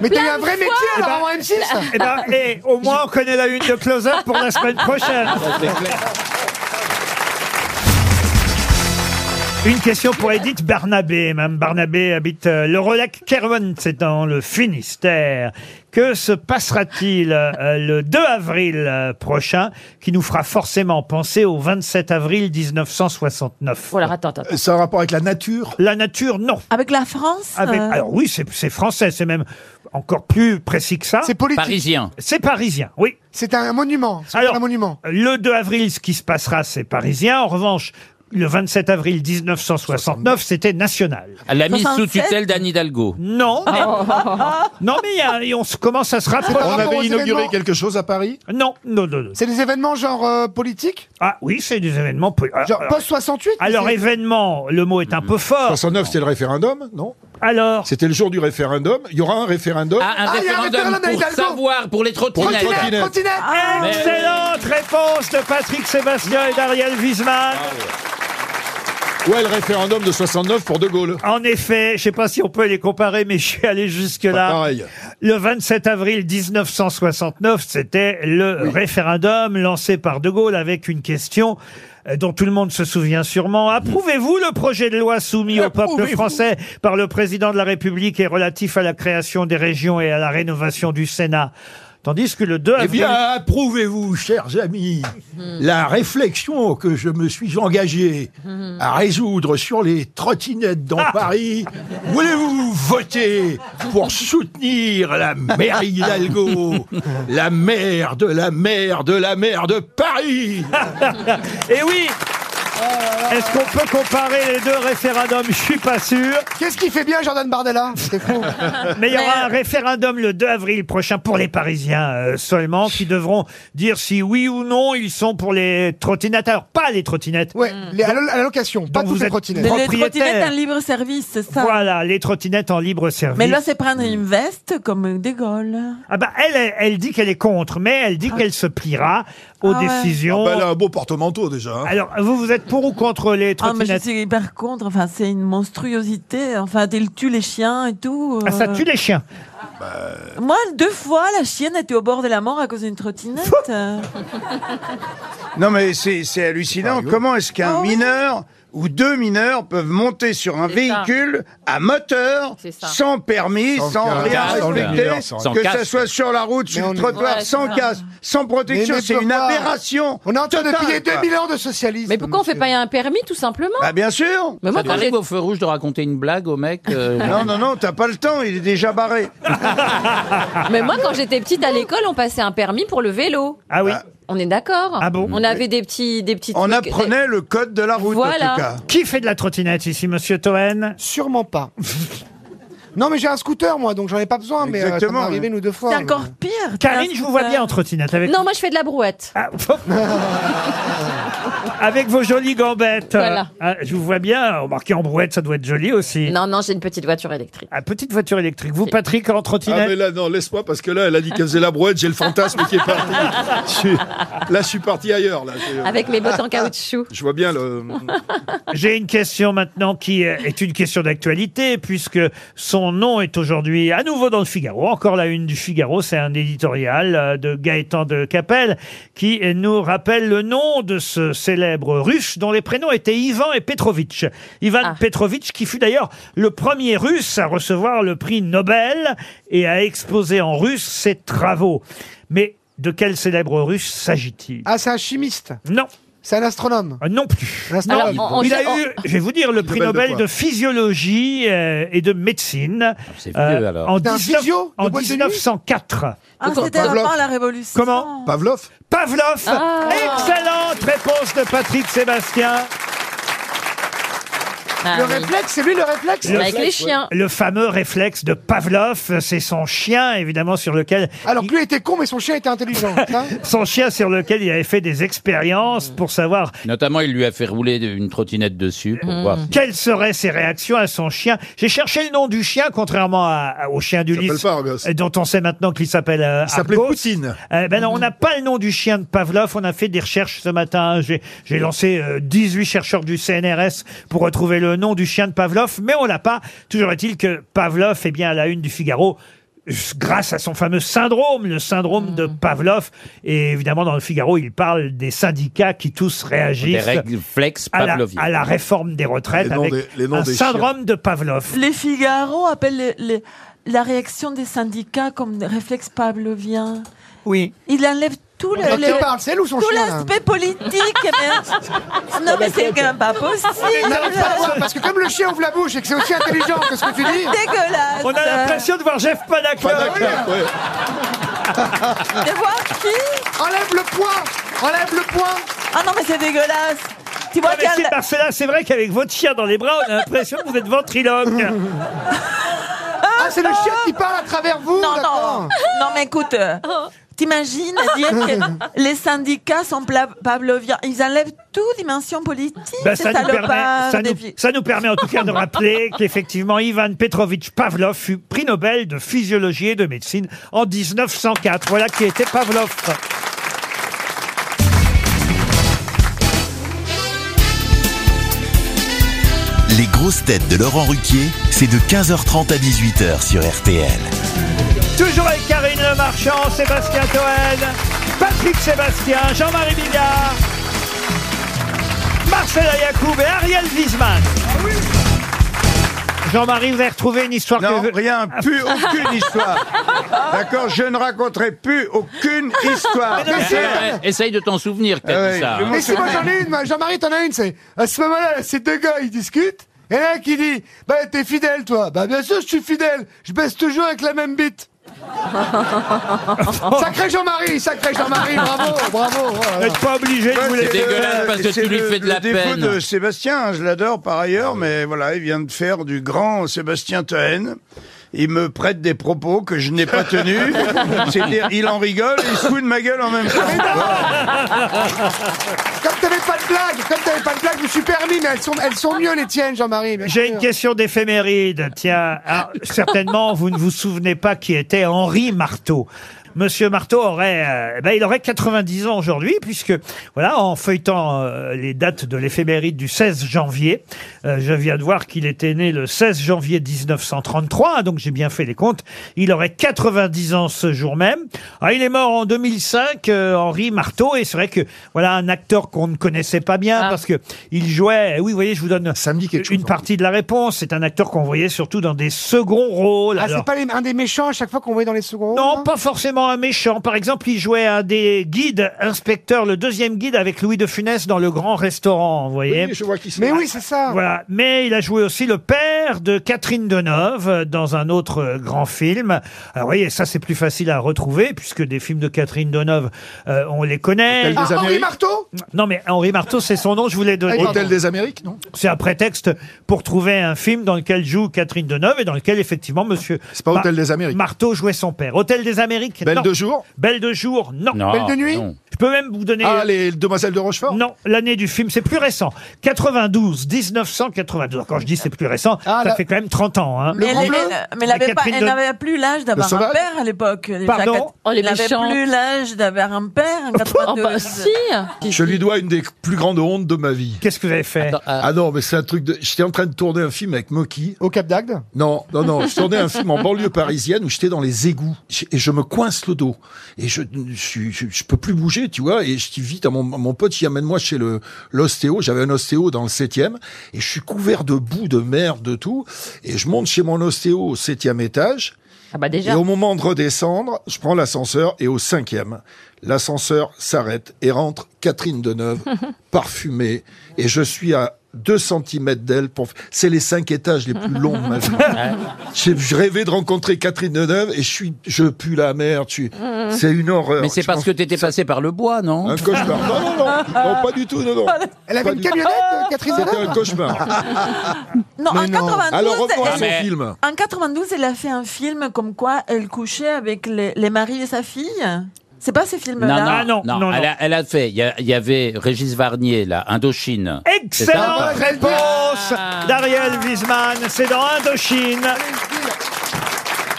Speaker 4: Mais t'as eu un vrai
Speaker 2: Plein de
Speaker 4: métier
Speaker 2: fois.
Speaker 4: alors en M6
Speaker 2: Eh ben, et au moins, on connaît la une de Close-Up pour la semaine prochaine. Une question pour Edith Barnabé. Mme Barnabé habite euh, le Relac Kerwen, c'est dans le Finistère. Que se passera-t-il euh, le 2 avril euh, prochain qui nous fera forcément penser au 27 avril 1969
Speaker 7: Voilà, Oh, attends, attends.
Speaker 3: C'est un rapport avec la nature
Speaker 2: La nature, non.
Speaker 6: Avec la France
Speaker 2: Avec-
Speaker 6: euh,
Speaker 2: Ah, Alors oui, c'est c'est français, c'est même encore plus précis que ça. C'est
Speaker 4: politique.
Speaker 5: Parisien.
Speaker 2: C'est parisien, oui.
Speaker 4: C'est un monument.
Speaker 2: Alors,
Speaker 4: un monument.
Speaker 2: le 2 avril, ce qui se passera, c'est parisien. En revanche, le 27 avril 1969, c'était national.
Speaker 5: La mise sous tutelle d'Anne Hidalgo.
Speaker 2: Non, mais, ah, non, mais il y a- et on se commence à se rapprocher.
Speaker 4: par On rapport avait aux inauguré événements
Speaker 3: quelque chose à Paris
Speaker 2: Non, non, non. non.
Speaker 4: C'est des événements genre euh, politiques
Speaker 2: Ah oui, c'est des événements. peu-
Speaker 4: Genre
Speaker 2: alors-
Speaker 4: post-68
Speaker 2: Ah, Alors, événement, le mot est un peu fort.
Speaker 3: 69, c'était le référendum, non
Speaker 2: Alors
Speaker 3: C'était le jour du référendum. Il y aura un référendum.
Speaker 5: Ah, un référendum pour savoir, pour les trottinettes.
Speaker 6: Ah,
Speaker 2: Excellente réponse de Patrick Sébastien et d'Ariel Wiesman.
Speaker 3: Ouais, le référendum de 69 pour De Gaulle.
Speaker 2: En effet, je ne sais pas si on peut les comparer, mais je suis allé jusque-là. Le 27 avril 1969, c'était le référendum lancé par De Gaulle avec une question euh, dont tout le monde se souvient
Speaker 3: Mm.
Speaker 2: sûrement. Approuvez-vous le projet de loi soumis au peuple
Speaker 13: Approuvez-vous
Speaker 2: français par le président de la République et relatif à la création des régions et à la rénovation du Sénat Tandis que le 2
Speaker 13: Eh
Speaker 2: avril...
Speaker 13: bien, approuvez-vous, chers amis,
Speaker 2: Hmm.
Speaker 13: la réflexion que je me suis engagé
Speaker 2: Hmm.
Speaker 13: à résoudre sur les trottinettes
Speaker 2: Ah.
Speaker 13: dans Paris. Voulez-vous voter pour soutenir la mère Hidalgo, la mère de la mère de la mère de Paris
Speaker 2: Et Eh oui Est-ce qu'on peut comparer les deux référendums Je suis pas sûr.
Speaker 4: Qu'est-ce qui fait bien Jordan Bardella C'est fou.
Speaker 2: Mais il y aura un référendum le 2 avril prochain pour les Parisiens euh, seulement, qui devront dire si oui ou non ils sont pour les trottinettes. Alors, pas les trottinettes.
Speaker 4: Ouais, les, à l'al- à l'allocation, pas
Speaker 2: dont
Speaker 4: toutes
Speaker 2: vous
Speaker 4: les
Speaker 2: êtes
Speaker 4: trottinettes.
Speaker 6: des- Les trottinettes
Speaker 2: propriétaire.
Speaker 6: en libre service, c'est ça
Speaker 2: Voilà, les trottinettes en libre service.
Speaker 6: Mais là, c'est prendre une veste comme De Gaulle.
Speaker 2: Ah bah, elle, elle, elle dit qu'elle est contre, mais elle dit qu'elle se pliera aux
Speaker 6: Ah ouais.
Speaker 2: décisions.
Speaker 3: Ah bah, elle a un beau porte-manteau déjà. hein.
Speaker 2: Alors, vous, vous êtes pour ou contre les
Speaker 6: Ah, mais je
Speaker 2: trottinettes
Speaker 6: suis hyper contre. Enfin, c'est une monstruosité. Enfin, elle tue les chiens et tout.
Speaker 2: Ah, ça tue les chiens.
Speaker 6: chiens. Moi, deux fois, la chienne était au bord de la mort à cause d'une trottinette. Euh,
Speaker 8: Non, mais c'est c'est hallucinant. Comment est-ce
Speaker 7: Ah
Speaker 8: qu'un mineur ou deux mineurs peuvent monter sur un
Speaker 7: C'est ça.
Speaker 8: véhicule à moteur,
Speaker 7: C'est ça.
Speaker 8: sans permis,
Speaker 3: Sans
Speaker 8: sans,
Speaker 3: casque,
Speaker 8: rien
Speaker 3: sans
Speaker 8: respecter,
Speaker 3: lumière, sans
Speaker 8: que
Speaker 3: casque.
Speaker 8: ça soit sur la route, sur
Speaker 4: Mais on-
Speaker 8: le trottoir,
Speaker 7: Ouais,
Speaker 8: sans
Speaker 7: c'est ça.
Speaker 8: casque, sans protection,
Speaker 4: Mais- mais
Speaker 8: c'est une
Speaker 4: pourquoi
Speaker 8: aberration.
Speaker 4: On est en train de
Speaker 8: totale,
Speaker 4: payer
Speaker 8: quoi.
Speaker 4: 2000 ans de socialisme. Ah.
Speaker 7: Mais pourquoi on fait pas un permis, tout simplement
Speaker 8: Bah bien sûr
Speaker 7: Mais moi,
Speaker 5: Ça
Speaker 7: quand j'ai
Speaker 5: t'arrive au feu rouge de raconter une blague au mec euh,
Speaker 8: Non, non, non, t'as pas le temps, il est déjà barré.
Speaker 7: Ah, Mais moi, quand j'étais petite à l'école, on passait un permis pour le
Speaker 8: Bah,
Speaker 7: vélo.
Speaker 2: Ah oui.
Speaker 7: On est d'accord
Speaker 2: Ah bon
Speaker 7: On avait des petits, des petits.
Speaker 8: On
Speaker 7: trucs, des-
Speaker 8: apprenait le code de la route,
Speaker 7: Voilà.
Speaker 8: en tout cas.
Speaker 2: Qui fait de la trottinette ici, monsieur Toen
Speaker 4: Sûrement pas. non, mais j'ai un scooter, moi, donc j'en ai pas besoin, mais euh, ça m'est
Speaker 8: Exactement,
Speaker 4: arrivé
Speaker 8: ouais.
Speaker 4: une ou deux fois.
Speaker 6: C'est
Speaker 4: mais-
Speaker 6: encore pire.
Speaker 2: Karine, je vous vois bien en trottinette avec,
Speaker 7: Non, moi, je fais de la brouette.
Speaker 2: Ah, avec vos jolies gambettes.
Speaker 7: Voilà.
Speaker 2: Ah, je vous vois bien. Remarquez, en brouette, ça doit être joli aussi.
Speaker 7: Non, non, j'ai une petite voiture électrique.
Speaker 2: Ah, petite voiture électrique. Vous, Patrick, en trottinette
Speaker 3: Ah mais là non, laisse-moi parce que là elle a dit qu'elle faisait la brouette, j'ai le fantasme qui est parti. Je suis- Là je suis parti ailleurs là. C'est-
Speaker 7: Avec mes bottes en caoutchouc.
Speaker 3: Je vois bien le.
Speaker 2: J'ai une question maintenant qui euh, est une question d'actualité puisque son nom est aujourd'hui à nouveau dans le Figaro. Encore la une du Figaro, c'est un éditorial euh, de Gaëtan de Capelle qui nous rappelle le nom de ce célèbre russe dont les prénoms étaient Ivan et Petrovitch. Ivan Petrovitch qui fut d'ailleurs le premier russe à recevoir le prix Nobel et à exposer en russe ses travaux. Mais de quel célèbre russe s'agit-il
Speaker 4: Ah, c'est un chimiste
Speaker 2: Non.
Speaker 4: C'est un astronome
Speaker 2: Euh, Non plus.
Speaker 4: Un astronome.
Speaker 2: il a eu, je vais vous dire, le prix Nobel de,
Speaker 4: quoi
Speaker 2: physiologie euh, et de médecine. euh,
Speaker 5: C'est
Speaker 4: vieux, alors.
Speaker 2: En,
Speaker 4: C'est un
Speaker 2: 19
Speaker 4: physio de
Speaker 2: en
Speaker 4: boîte de nuit
Speaker 2: 1904.
Speaker 6: Ah, c'était avant la révolution.
Speaker 2: Comment
Speaker 3: Pavlov
Speaker 2: Pavlov
Speaker 6: Ah.
Speaker 2: Excellente réponse de Patrick Sébastien. Ah
Speaker 4: Le réflexe, c'est lui le réflexe
Speaker 2: Le fameux réflexe de Pavlov, c'est son chien, évidemment, sur lequel...
Speaker 4: Alors que lui était con, mais son chien était intelligent. hein.
Speaker 2: Son chien sur lequel il avait fait des expériences pour savoir
Speaker 5: Notamment, il lui a fait rouler une trottinette dessus
Speaker 6: Mmh.
Speaker 5: pour voir. si-
Speaker 2: Mmh. Quelles seraient ses réactions à son chien J'ai cherché le nom du chien, contrairement à- à- au chien du dont on sait maintenant qu'il s'appelle. euh,
Speaker 3: Il s'appelait
Speaker 2: Argos.
Speaker 3: Poutine.
Speaker 2: Euh, ben non, on n'a pas le nom du chien de Pavlov. On a fait des recherches ce matin. Hein. J'ai j'ai lancé euh, 18 chercheurs du CNRS pour retrouver le nom du chien de Pavlov, mais on l'a pas. Toujours est-il que Pavlov est bien à la une du Figaro grâce à son fameux syndrome, le syndrome de Pavlov. Et évidemment, dans le Figaro, il parle des syndicats qui tous
Speaker 5: Des
Speaker 2: réagissent
Speaker 5: réflexes
Speaker 2: à la,
Speaker 5: pavloviens.
Speaker 2: à la réforme des retraites
Speaker 5: Les noms
Speaker 2: avec
Speaker 5: des- les noms
Speaker 2: un
Speaker 5: des
Speaker 2: syndrome de Pavlov.
Speaker 6: Les Figaro appellent les- les- la réaction des syndicats comme des réflexes pavlovien.
Speaker 2: Oui.
Speaker 6: Il enlève tout le,
Speaker 4: Quand
Speaker 6: le-
Speaker 4: il Bah, parle, c'est elle ou son
Speaker 6: tout
Speaker 4: chien, là
Speaker 6: l'aspect politique. mais- Ah non mais c'est quand même pas possible.
Speaker 4: Non, mais faut pas voir, parce que comme le chien ouvre la bouche et que c'est aussi intelligent que ce que tu dis.
Speaker 6: Dégueulasse.
Speaker 2: On a l'impression de voir Jeff Panaclock.
Speaker 6: De voir qui
Speaker 4: Enlève le poing Enlève le poing
Speaker 6: Ah non mais c'est dégueulasse. Tu vois
Speaker 2: Ah, mais
Speaker 6: qu'il y a
Speaker 2: c'est
Speaker 6: la-
Speaker 2: parce que là, c'est vrai qu'avec votre chien dans les bras, on a l'impression que vous êtes ventriloque.
Speaker 4: Ah, c'est le chien qui parle à travers vous
Speaker 6: Non,
Speaker 4: d'accord.
Speaker 6: non, non, mais écoute, euh, t'imagines dire que les syndicats sont pla- pavloviens, ils enlèvent toute dimension politique,
Speaker 2: Ben,
Speaker 6: ces
Speaker 2: ça, nous permet,
Speaker 6: salopards
Speaker 2: ça,
Speaker 6: des
Speaker 2: nous,
Speaker 6: vieux.
Speaker 2: ça nous permet en tout cas de rappeler qu'effectivement, Ivan Petrovitch Pavlov fut prix Nobel de physiologie et de médecine en 1904. Voilà qui était Pavlov.
Speaker 1: Les grosses têtes de Laurent Ruquier, c'est de 15h30 à 18h sur RTL.
Speaker 2: Toujours avec Karine Le Marchand, Sébastien Toen, Patrick Sébastien, Jean-Marie Bigard, Marcela Yacoub et Ariel Wiesman. Jean-Marie, vous avez retrouvé une histoire
Speaker 8: Non,
Speaker 2: que...
Speaker 8: rien, plus aucune histoire. D'accord, je ne raconterai plus aucune histoire.
Speaker 5: Eh, eh, Essaye de t'en souvenir que t'as dit ça. hein.
Speaker 4: Mais si moi j'en ai une, moi, Jean-Marie t'en as une, c'est à ce moment-là, ces deux gars ils discutent, et l'un qui dit Bah t'es fidèle toi Bah bien sûr je suis fidèle, je baisse toujours avec la même bite Sacré Jean-Marie, sacré Jean-Marie, bravo, bravo
Speaker 2: Vous n'êtes pas obligé de vous
Speaker 8: Ouais,
Speaker 2: les...
Speaker 5: dégueulasse parce que
Speaker 8: c'est
Speaker 5: tu lui
Speaker 8: le-
Speaker 5: fais de la
Speaker 8: le défaut
Speaker 5: peine.
Speaker 8: de Sébastien, hein, je l'adore par ailleurs, mais voilà, il vient de faire du grand Sébastien Toen. Il me prête des propos que je n'ai pas tenus. C'est-à-dire, il en rigole et il se fout de ma gueule en même temps.
Speaker 4: Comme t'avais pas de blague, comme t'avais pas de blague, je me suis permis, mais elles sont, elles sont mieux les tiennes Jean-Marie bien
Speaker 2: J'ai
Speaker 4: sûr.
Speaker 2: une question d'éphéméride. Tiens, Alors, certainement, vous ne vous souvenez pas qui était Henri Marteau. Monsieur Marteau aurait, euh, ben, il aurait 90 ans aujourd'hui, puisque voilà, en feuilletant euh, les dates de l'éphéméride du 16 janvier, euh, je viens de voir qu'il était né le 16 janvier 1933, hein, donc j'ai bien fait les comptes. Il aurait 90 ans ce jour même. Ah, il est mort en 2005, euh, Henri Marteau, et c'est vrai que voilà un acteur qu'on ne connaissait pas bien parce que il jouait. Oui, vous voyez, je vous donne une partie de la réponse. C'est un acteur qu'on voyait surtout dans des seconds rôles.
Speaker 4: Ah
Speaker 2: Alors,
Speaker 4: c'est pas les- un des méchants à chaque fois qu'on voyait dans les secondes
Speaker 2: non, pas forcément un méchant. Par exemple, il jouait un des guides inspecteurs, le deuxième guide avec Louis de Funès dans le Grand Restaurant. Vous voyez.
Speaker 3: Oui, je vois qui c'est.
Speaker 4: Mais oui c'est ça
Speaker 2: Voilà. Mais il a joué aussi le père de Catherine Deneuve euh, dans un autre euh, grand film. Alors, vous voyez, ça, c'est plus facile à retrouver puisque des films de Catherine Deneuve, euh, on les connaît.
Speaker 4: Ah, Henri Marteau
Speaker 2: Non, mais Henri Marteau, c'est son nom, je vous l'ai donné.
Speaker 3: Hôtel des Amériques, non
Speaker 2: C'est un prétexte pour trouver un film dans lequel joue Catherine Deneuve et dans lequel, effectivement, monsieur.
Speaker 3: C'est pas Hôtel des Amériques.
Speaker 2: Marteau jouait son père. Hôtel des Amériques
Speaker 3: Belle
Speaker 2: non.
Speaker 3: de jour
Speaker 2: Belle de jour, non.
Speaker 5: Non,
Speaker 4: Belle de nuit
Speaker 5: non.
Speaker 2: Je peux même vous donner.
Speaker 3: Ah, les Demoiselles de Rochefort
Speaker 2: Non, l'année du film, c'est plus récent. 92, 1992. Quand je dis c'est plus récent,
Speaker 4: Ah,
Speaker 2: ça
Speaker 4: la-
Speaker 2: fait quand même 30 ans. Hein.
Speaker 6: Mais, elle,
Speaker 4: Grand Bleu
Speaker 6: elle- mais elle avait
Speaker 2: Mais
Speaker 6: pas-
Speaker 2: Catherine
Speaker 6: elle
Speaker 2: Deneuve-
Speaker 6: n'avait plus l'âge d'avoir un
Speaker 3: Sauvage
Speaker 6: père à l'époque. déjà.
Speaker 2: Pardon
Speaker 6: Quat-
Speaker 7: Oh, les
Speaker 6: Elle n'avait
Speaker 7: méchants.
Speaker 6: plus l'âge d'avoir un père en 82.
Speaker 3: Je lui dois une des plus grandes hontes de ma vie.
Speaker 2: Qu'est-ce que vous avez fait
Speaker 7: euh,
Speaker 3: Ah non, mais c'est un truc de. J'étais en train de tourner un film avec Moki.
Speaker 4: Au Cap d'Agde
Speaker 3: Non, non, non. Je tournais un film en banlieue parisienne où j'étais dans les égouts. J- Et je me coince le dos. Et je, je, suis- je, je peux plus bouger. pied, tu vois, et je dis vite à mon, à mon pote, il amène moi chez le l'ostéo. J'avais un ostéo dans le septième, et je suis couvert de boue, de merde, de tout. Et je monte chez mon ostéo au septième étage.
Speaker 7: Ah bah déjà.
Speaker 3: Et au moment de redescendre, je prends l'ascenseur et au cinquième, l'ascenseur s'arrête et rentre Catherine Deneuve, parfumée. Et je suis à 2 cm d'elle. Pour... C'est les cinq étages les plus longs de ma vie. J'ai je rêvais de rencontrer Catherine Deneuve et je suis, je pue la merde. tu- C'est une horreur.
Speaker 5: Mais c'est parce que t'étais passé par le bois, non
Speaker 3: Un cauchemar. Non, non, non, non, pas du tout, non, non.
Speaker 4: Elle avait
Speaker 3: Pas
Speaker 4: une
Speaker 3: du- Ah,
Speaker 4: camionnette, euh, Catherine
Speaker 3: C'était
Speaker 4: Deneuve
Speaker 3: un cauchemar.
Speaker 6: Non,
Speaker 3: Mais
Speaker 6: en
Speaker 3: non.
Speaker 6: 92,
Speaker 3: Alors, revenons à
Speaker 6: elle-
Speaker 3: son Ah, mais- film.
Speaker 6: En 92, elle a fait un film comme quoi elle couchait avec les, les maris de sa fille. C'est pas Ah, ces films-là
Speaker 2: Ah,
Speaker 5: non, non, Elle, a, elle a fait. Il y, a- il y avait Régis Varnier, là, Indochine. C'est ça
Speaker 2: Excellente réponse d'Ariel Wiesman. C'est dans Indochine.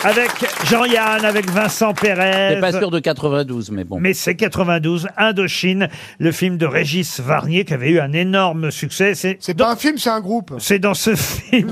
Speaker 2: Avec Jean-Yann, avec Vincent Perez.
Speaker 5: T'es pas sûr de 92, mais bon.
Speaker 2: Mais c'est 92, Indochine, le film de Régis Varnier qui avait eu un énorme succès. C'est pas un film, c'est un groupe. C'est dans ce film.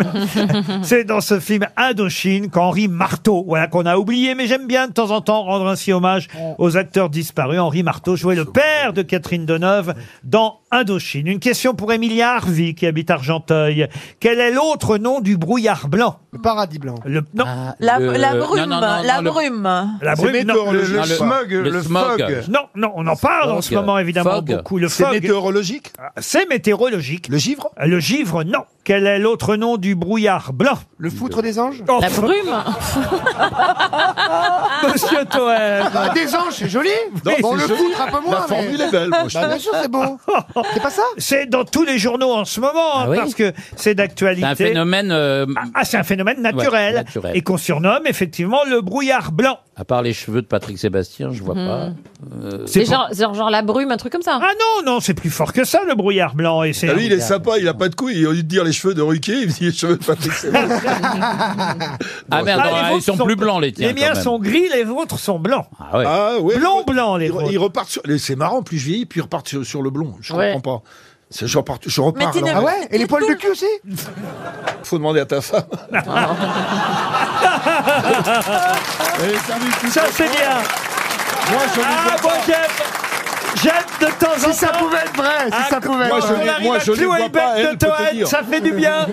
Speaker 2: c'est dans ce film Indochine qu'Henri Marteau, voilà qu'on a oublié, mais j'aime bien de temps en temps rendre ainsi hommage aux acteurs disparus. Henri Marteau jouait le père de Catherine Deneuve dans Indochine. Une question pour Emilia Harvey qui habite Argenteuil. Quel est l'autre nom du brouillard blanc Le paradis blanc. Le, non.
Speaker 5: Ah,
Speaker 6: La, la brume, la brume.
Speaker 2: La brume, non, Non, non, on en parle en
Speaker 3: Fog.
Speaker 2: ce moment évidemment
Speaker 3: Fog.
Speaker 2: beaucoup. Le
Speaker 3: C'est
Speaker 2: fog.
Speaker 3: météorologique
Speaker 2: Ah, C'est météorologique. Le givre Le givre, non. Quel est l'autre nom du brouillard blanc Oh. Le foutre des anges
Speaker 7: La brume
Speaker 2: Monsieur Toer.
Speaker 4: Ah, des anges, c'est joli. bon, le foutre un peu moins. mais- Bah, bien sûr, c'est beau.
Speaker 2: C'est pas ça C'est dans tous les journaux en ce moment, hein,
Speaker 5: Ah oui
Speaker 2: parce que c'est d'actualité.
Speaker 5: C'est un phénomène. euh,
Speaker 2: Ah, c'est un phénomène naturel,
Speaker 5: Ouais, naturel.
Speaker 2: et qu'on surnomme effectivement le brouillard blanc.
Speaker 5: À part les cheveux de Patrick Sébastien, je vois
Speaker 7: Hmm.
Speaker 5: pas. Euh,
Speaker 7: C'est genre, genre, genre la brume, un truc comme ça.
Speaker 2: Ah non, non, c'est plus fort que ça, le brouillard blanc. Et c'est
Speaker 3: Ah oui, il est sympa, il a pas de couilles. Il a dû dire les cheveux de Ruquier, il me dit les cheveux de Patrick Sébastien.
Speaker 5: Ah merde,
Speaker 2: Ah, les
Speaker 5: non,
Speaker 2: vôtres
Speaker 5: ils sont, plus blancs les tiens.
Speaker 2: Les miens
Speaker 5: quand même.
Speaker 2: sont gris, les vôtres sont blancs.
Speaker 5: Ah ouais.
Speaker 2: Blond, blanc, les
Speaker 3: Ils,
Speaker 2: drôles.
Speaker 3: ils repartent sur... les- C'est marrant, plus je vieillis, puis ils repartent sur, sur le blond. Je
Speaker 2: Ouais.
Speaker 3: comprends pas. C'est- Je repars, je repars à
Speaker 4: Ah
Speaker 3: l'envers.
Speaker 4: ouais Et les poils de cul aussi
Speaker 3: Faut demander à ta femme.
Speaker 2: Ça, c'est bien.
Speaker 4: Moi, je
Speaker 2: Ah, moi, j'aime. J'aime de temps en temps.
Speaker 4: Si ça pouvait être vrai, si
Speaker 2: Ah,
Speaker 4: ça pouvait
Speaker 2: quand
Speaker 4: être
Speaker 2: on
Speaker 4: vrai.
Speaker 2: arrive à clouer une bête de Toed, ça fait du bien.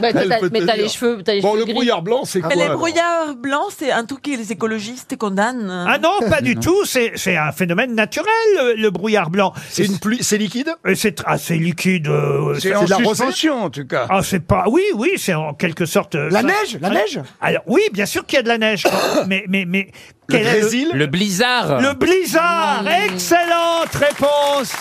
Speaker 7: Bah, t'as-
Speaker 3: Elle
Speaker 7: t'as-
Speaker 3: peut
Speaker 7: mais
Speaker 3: te
Speaker 7: t'as
Speaker 3: dire.
Speaker 7: les cheveux, t'as les
Speaker 3: Bon,
Speaker 7: cheveux
Speaker 3: le
Speaker 7: gris.
Speaker 3: brouillard blanc, c'est
Speaker 6: Mais
Speaker 3: quoi
Speaker 6: les
Speaker 3: alors
Speaker 6: brouillards blancs, c'est un truc que les écologistes condamnent.
Speaker 2: Ah non, pas du tout. C'est c'est un phénomène naturel, le, le brouillard blanc.
Speaker 3: C'est une pluie, c'est liquide
Speaker 2: C'est ah, c'est liquide. euh,
Speaker 8: C'est
Speaker 2: ça-
Speaker 8: en suspension, en tout cas.
Speaker 2: Ah, c'est pas. Oui, oui, c'est en quelque sorte. euh,
Speaker 8: La
Speaker 2: ça-
Speaker 8: neige, la
Speaker 2: Ah,
Speaker 8: neige
Speaker 2: Alors oui, bien sûr qu'il y a de la neige. quand- mais mais mais.
Speaker 5: Le
Speaker 2: quel est
Speaker 5: grésil Le blizzard.
Speaker 2: Le blizzard. Excellente réponse.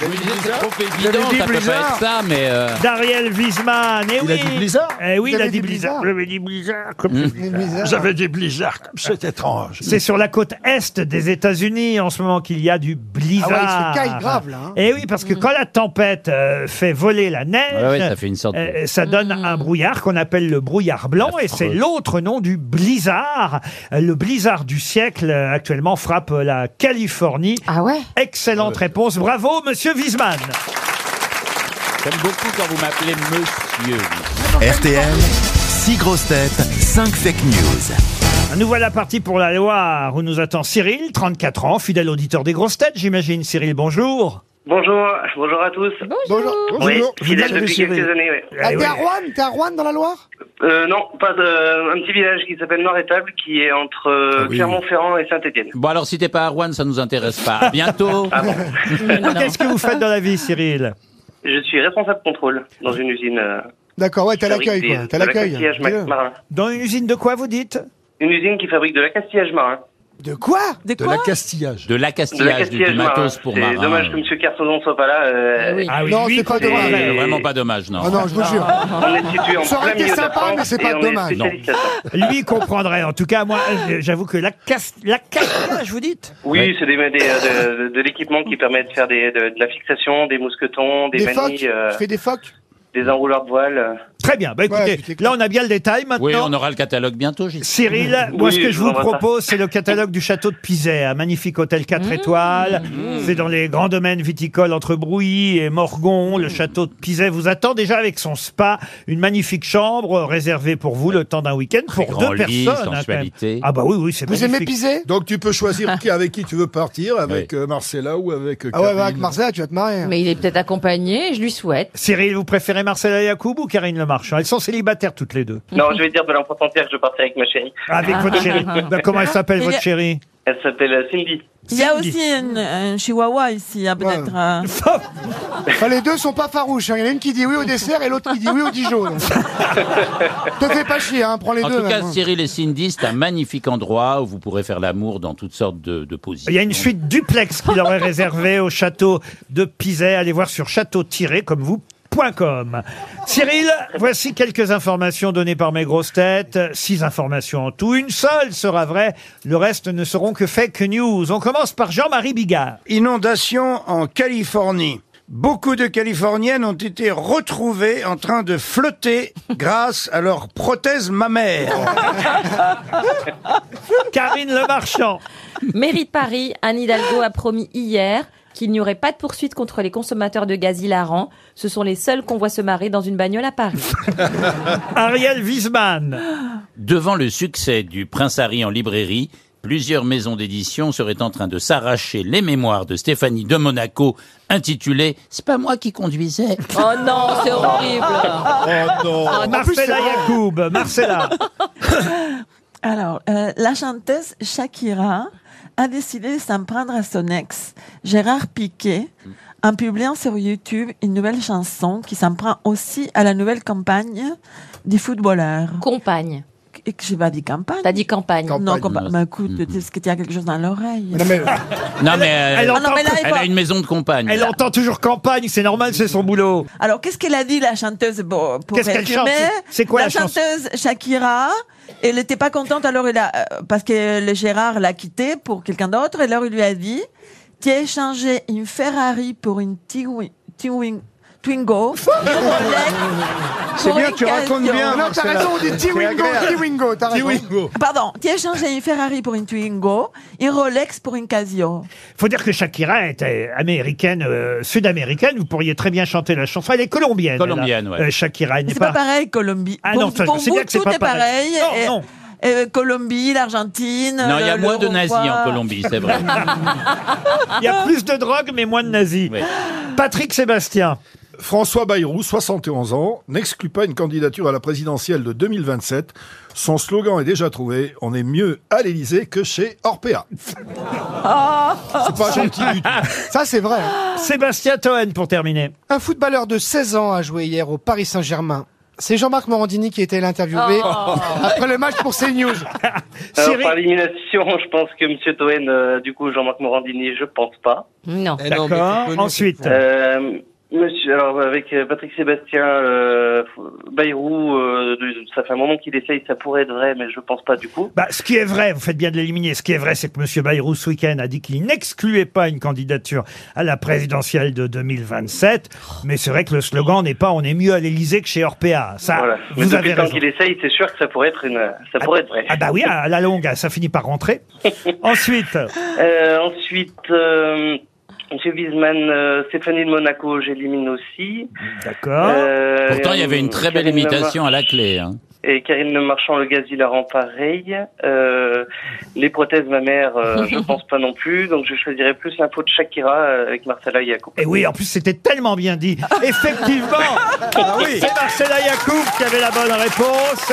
Speaker 5: Je me disais, c'est trop évident,
Speaker 2: dit
Speaker 5: ça peut pas
Speaker 2: blizzard.
Speaker 5: être ça, mais. euh,
Speaker 2: D'Ariel Wiesman, eh
Speaker 5: Il
Speaker 2: oui.
Speaker 5: a dit blizzard
Speaker 2: Eh oui,
Speaker 5: Vous
Speaker 2: il a
Speaker 5: avez
Speaker 2: dit
Speaker 5: dit
Speaker 2: blizzard. J'avais dit blizzard.
Speaker 13: J'avais des blizzards, comme c'est étrange.
Speaker 2: C'est sur la côte est des États-Unis en ce moment qu'il y a du blizzard.
Speaker 4: Ah ouais, il se caille grave, là, hein.
Speaker 2: Eh oui, parce que
Speaker 7: Mm.
Speaker 2: quand la tempête euh, fait voler la neige,
Speaker 5: Ouais, ouais, ça fait une sorte de-
Speaker 2: euh, ça donne
Speaker 7: Mm.
Speaker 2: un brouillard qu'on appelle le brouillard blanc, et c'est l'autre nom du blizzard. Euh, Le blizzard du siècle euh, actuellement frappe euh, la Californie.
Speaker 7: Ah ouais.
Speaker 2: Excellente réponse, bravo, Monsieur Wiesmann.
Speaker 5: J'aime beaucoup quand vous m'appelez monsieur.
Speaker 1: RTL, 6 grosses têtes, 5 fake news.
Speaker 2: Nous voilà partis pour la Loire où nous attend Cyril, 34 ans, fidèle auditeur des grosses têtes, j'imagine. Cyril, bonjour.
Speaker 14: Bonjour, bonjour à tous. Bonjour. Oui, fidèle depuis quelques années. ouais.
Speaker 2: Eh
Speaker 4: Ah, t'es à Rouen T'es à Rouen dans la Loire
Speaker 14: Euh, non, pas de, un petit village qui s'appelle Noir-Étable qui est entre euh,
Speaker 5: oui.
Speaker 14: Clermont-Ferrand et Saint-Étienne.
Speaker 5: Bon, alors si t'es pas à Rouen, ça nous intéresse pas. À bientôt.
Speaker 14: Ah
Speaker 2: Qu'est-ce que vous faites dans la vie, Cyril
Speaker 14: Je suis responsable contrôle dans une usine. euh,
Speaker 4: D'accord, ouais, t'es à
Speaker 14: qui fabrique
Speaker 4: l'accueil,
Speaker 14: des-
Speaker 4: quoi. T'es à
Speaker 14: de la
Speaker 4: l'accueil.
Speaker 14: castillage
Speaker 4: Dis-le.
Speaker 14: marin.
Speaker 2: Dans une usine de quoi, vous dites
Speaker 14: Une usine qui fabrique de l'accastillage marin.
Speaker 4: De quoi
Speaker 6: De
Speaker 5: quoi
Speaker 3: l'accastillage.
Speaker 5: De
Speaker 14: De
Speaker 5: l'accastillage, du,
Speaker 14: l'accastillage
Speaker 5: du
Speaker 14: marin.
Speaker 5: matos pour euh.
Speaker 14: C'est
Speaker 5: marin.
Speaker 14: dommage que M. Cartodon soit pas là. euh,
Speaker 5: Ah oui,
Speaker 4: Non,
Speaker 5: lui,
Speaker 4: c'est pas
Speaker 5: c'est
Speaker 4: dommage.
Speaker 5: Vraiment pas dommage, non.
Speaker 4: Ah non, je vous jure.
Speaker 14: On est situé en
Speaker 4: Ça aurait
Speaker 14: plein
Speaker 4: été
Speaker 14: milieu de la
Speaker 4: sympa,
Speaker 14: France
Speaker 4: mais c'est
Speaker 14: et
Speaker 4: pas
Speaker 14: on est
Speaker 4: dommage.
Speaker 14: spécialiste à ça.
Speaker 2: Lui il comprendrait. En tout cas, moi, euh, j'avoue que la casse, la casse, vous dites
Speaker 14: Oui, c'est des, des, euh, de, de- de l'équipement qui permet de faire des, de, de la fixation, des mousquetons, des,
Speaker 4: Des
Speaker 14: manilles.
Speaker 4: phoques
Speaker 14: euh,
Speaker 4: Tu fais des phoques
Speaker 14: des enrouleurs de voile.
Speaker 2: Très bien. Bah, écoutez, là, on a bien le détail maintenant.
Speaker 5: Oui, on aura le catalogue bientôt, j'y suis.
Speaker 2: Cyril, moi ce que je vous propose, c'est le catalogue du château de Pizet, un magnifique hôtel 4 étoiles. C'est dans les grands domaines viticoles entre Brouilly et Morgon. Le château de Pizet vous attend déjà avec son spa, une magnifique chambre euh, réservée pour vous le temps d'un week-end pour
Speaker 5: grand
Speaker 2: deux
Speaker 5: lit,
Speaker 2: personnes. hein, quand même.
Speaker 5: sensualité.
Speaker 2: ah bah oui, oui, c'est magnifique.
Speaker 3: Donc tu peux choisir qui, avec qui tu veux partir, avec euh, Marcella ou avec
Speaker 4: Ah
Speaker 3: euh,
Speaker 4: bah,
Speaker 3: Karine.
Speaker 7: Marcella, tu vas te marier.
Speaker 4: hein.
Speaker 7: Mais il est peut-être accompagné, je lui souhaite.
Speaker 2: Cyril, vous préférez Marcella Yacoub ou Karine Le Marchand Elles sont célibataires toutes les deux.
Speaker 14: Non, je vais dire de l'enfant entière, je partais avec ma chérie.
Speaker 2: Avec votre chérie. Bah, comment elle s'appelle, votre chérie
Speaker 14: Elle s'appelle euh, Cindy.
Speaker 6: Il y a aussi une- un chihuahua ici, hein, peut-être. hein.
Speaker 4: Enfin, les deux sont pas farouches. hein. Il y en a une qui dit oui au dessert et l'autre qui dit oui au Dijon. donc. Te fais pas chier, hein, prends les
Speaker 5: En
Speaker 4: deux.
Speaker 5: tout cas,
Speaker 4: hein.
Speaker 5: Cyril et Cindy, c'est un magnifique endroit où vous pourrez faire l'amour dans toutes sortes de, de positions.
Speaker 2: Il y a une suite duplex qu'il aurait réservée au château de Pizet. Allez voir sur château-comme vous. .com. Cyril, voici quelques informations données par mes grosses têtes. Six informations en tout. Une seule sera vraie. Le reste ne seront que fake news. On commence par Jean-Marie Bigard.
Speaker 8: Inondation en Californie. Beaucoup de Californiennes ont été retrouvées en train de flotter grâce à leur prothèse mammaire.
Speaker 2: Karine Le Marchand.
Speaker 7: Mairie de Paris, Anne Hidalgo a promis hier qu'il n'y aurait pas de poursuite contre les consommateurs de gaz hilarants. Ce sont les seuls qu'on voit se marrer dans une bagnole à Paris.
Speaker 2: Ariel Wiesman.
Speaker 5: Devant le succès du Prince Harry en librairie, plusieurs maisons d'édition seraient en train de s'arracher les mémoires de Stéphanie de Monaco intitulées C'est pas moi qui conduisais.
Speaker 7: Oh non, c'est horrible.
Speaker 5: Oh non.
Speaker 6: Ah,
Speaker 2: Marcella Yacoub. Marcella.
Speaker 6: Alors, euh, la chanteuse Shakira a décidé de s'en prendre à son ex, Gérard Piquet, en publiant sur YouTube une nouvelle chanson qui s'en prend aussi à la nouvelle campagne du footballeur.
Speaker 7: Compagne.
Speaker 6: Et que j'ai pas dit campagne.
Speaker 7: T'as dit campagne.
Speaker 6: Non,
Speaker 4: Mm.
Speaker 6: campagne. Mais écoute, est-ce que tu as quelque chose dans l'oreille
Speaker 5: Non, mais, euh,
Speaker 6: elle
Speaker 5: elle,
Speaker 6: entend- Ah non, mais là, il faut-
Speaker 5: a une maison de campagne.
Speaker 2: Elle entend toujours campagne. C'est normal, c'est son boulot.
Speaker 6: Alors, qu'est-ce qu'elle a dit, la chanteuse Bon, pour
Speaker 2: Qu'est-ce qu'elle
Speaker 6: résumer,
Speaker 2: chante C'est quoi, la chanson
Speaker 6: chanteuse Shakira, elle n'était pas contente, alors elle a, euh, parce que le Gérard l'a quittée pour quelqu'un d'autre, et alors il lui a dit Tu as échangé une Ferrari pour une Tiwi- Tiwing- Twingo.
Speaker 8: C'est bien, tu racontes bien,
Speaker 4: Non, t'as
Speaker 8: Marcella.
Speaker 4: raison, on dit
Speaker 8: C'est
Speaker 4: T-Wingo,
Speaker 8: agréable.
Speaker 4: T-Wingo, t'as raison.
Speaker 6: Pardon, tu as échangé une Ferrari pour une Twingo, une Rolex pour une Casio.
Speaker 2: Faut dire que Shakira était américaine, euh, sud-américaine. Vous pourriez très bien chanter la chanson. Elle est colombienne.
Speaker 5: Colombienne,
Speaker 2: elle,
Speaker 5: ouais.
Speaker 2: euh, Shakira, elle n'est
Speaker 6: C'est pas pareil, Colombie.
Speaker 2: Ah
Speaker 6: pour
Speaker 2: non, ça, je
Speaker 6: pour
Speaker 2: sais
Speaker 6: vous,
Speaker 2: bien que c'est
Speaker 6: tout
Speaker 2: pas
Speaker 6: est pareil.
Speaker 2: pareil. Non,
Speaker 6: Et- et euh, Colombie, l'Argentine.
Speaker 5: Non, il y a
Speaker 6: le-
Speaker 5: moins de
Speaker 6: l'Uruguay.
Speaker 5: nazis en Colombie, c'est vrai.
Speaker 2: Il y a plus de drogue, mais moins de nazis. Patrick Sébastien.
Speaker 3: François Bayrou, 71 ans, n'exclut pas une candidature à la présidentielle de 2027. Son slogan est déjà trouvé on est mieux à l'Élysée que chez Orpea.
Speaker 4: C'est
Speaker 3: pas gentil du
Speaker 2: Ah.
Speaker 3: tout.
Speaker 4: Ça, c'est vrai.
Speaker 3: hein.
Speaker 2: Sébastien Toen pour terminer.
Speaker 4: Un footballeur de 16 ans a joué hier au Paris Saint-Germain. C'est Jean-Marc Morandini qui était l'interviewé
Speaker 14: Oh.
Speaker 4: après le match pour CNews.
Speaker 14: Alors, Euh, par élimination, je pense que M. Toen, euh, du coup, Jean-Marc Morandini, je pense pas.
Speaker 7: Non.
Speaker 2: D'accord. Ensuite.
Speaker 14: Euh, monsieur, alors, avec euh, Patrick Sébastien euh, Bayrou, euh, de- ça fait un moment qu'il essaye, ça pourrait être vrai, mais je pense pas du coup.
Speaker 2: Bah, ce qui est vrai, vous faites bien de l'éliminer, ce qui est vrai, c'est que M. Bayrou, ce week-end, a dit qu'il n'excluait pas une candidature à la présidentielle de 2027. Mais c'est vrai que le slogan n'est pas « on est mieux à l'Élysée que chez Orpea ». Ça,
Speaker 14: Voilà. Mais
Speaker 2: vous
Speaker 14: depuis
Speaker 2: avez
Speaker 14: le temps
Speaker 2: raison.
Speaker 14: qu'il essaye, c'est sûr que ça pourrait être une, ça pourrait être vrai.
Speaker 2: Ah bah oui, à la longue, ça finit par rentrer. Ensuite,
Speaker 14: Euh, ensuite, euh, Monsieur Wiesmann, euh, Stéphanie de Monaco, j'élimine aussi.
Speaker 2: D'accord.
Speaker 14: Euh,
Speaker 5: Pourtant, il y avait une très belle
Speaker 14: Karine
Speaker 5: imitation à
Speaker 14: Lamar-
Speaker 5: la clé. hein.
Speaker 14: Et Karine Le Marchand, le gaz hilarant, pareil. Euh, les prothèses, ma mère, euh, je pense pas non plus. Donc, je choisirais plus l'info de Shakira euh, avec Marcella Yacoub.
Speaker 2: et oui, en plus, c'était tellement bien dit. Effectivement, c'est Marcella Yacoub qui avait la bonne réponse.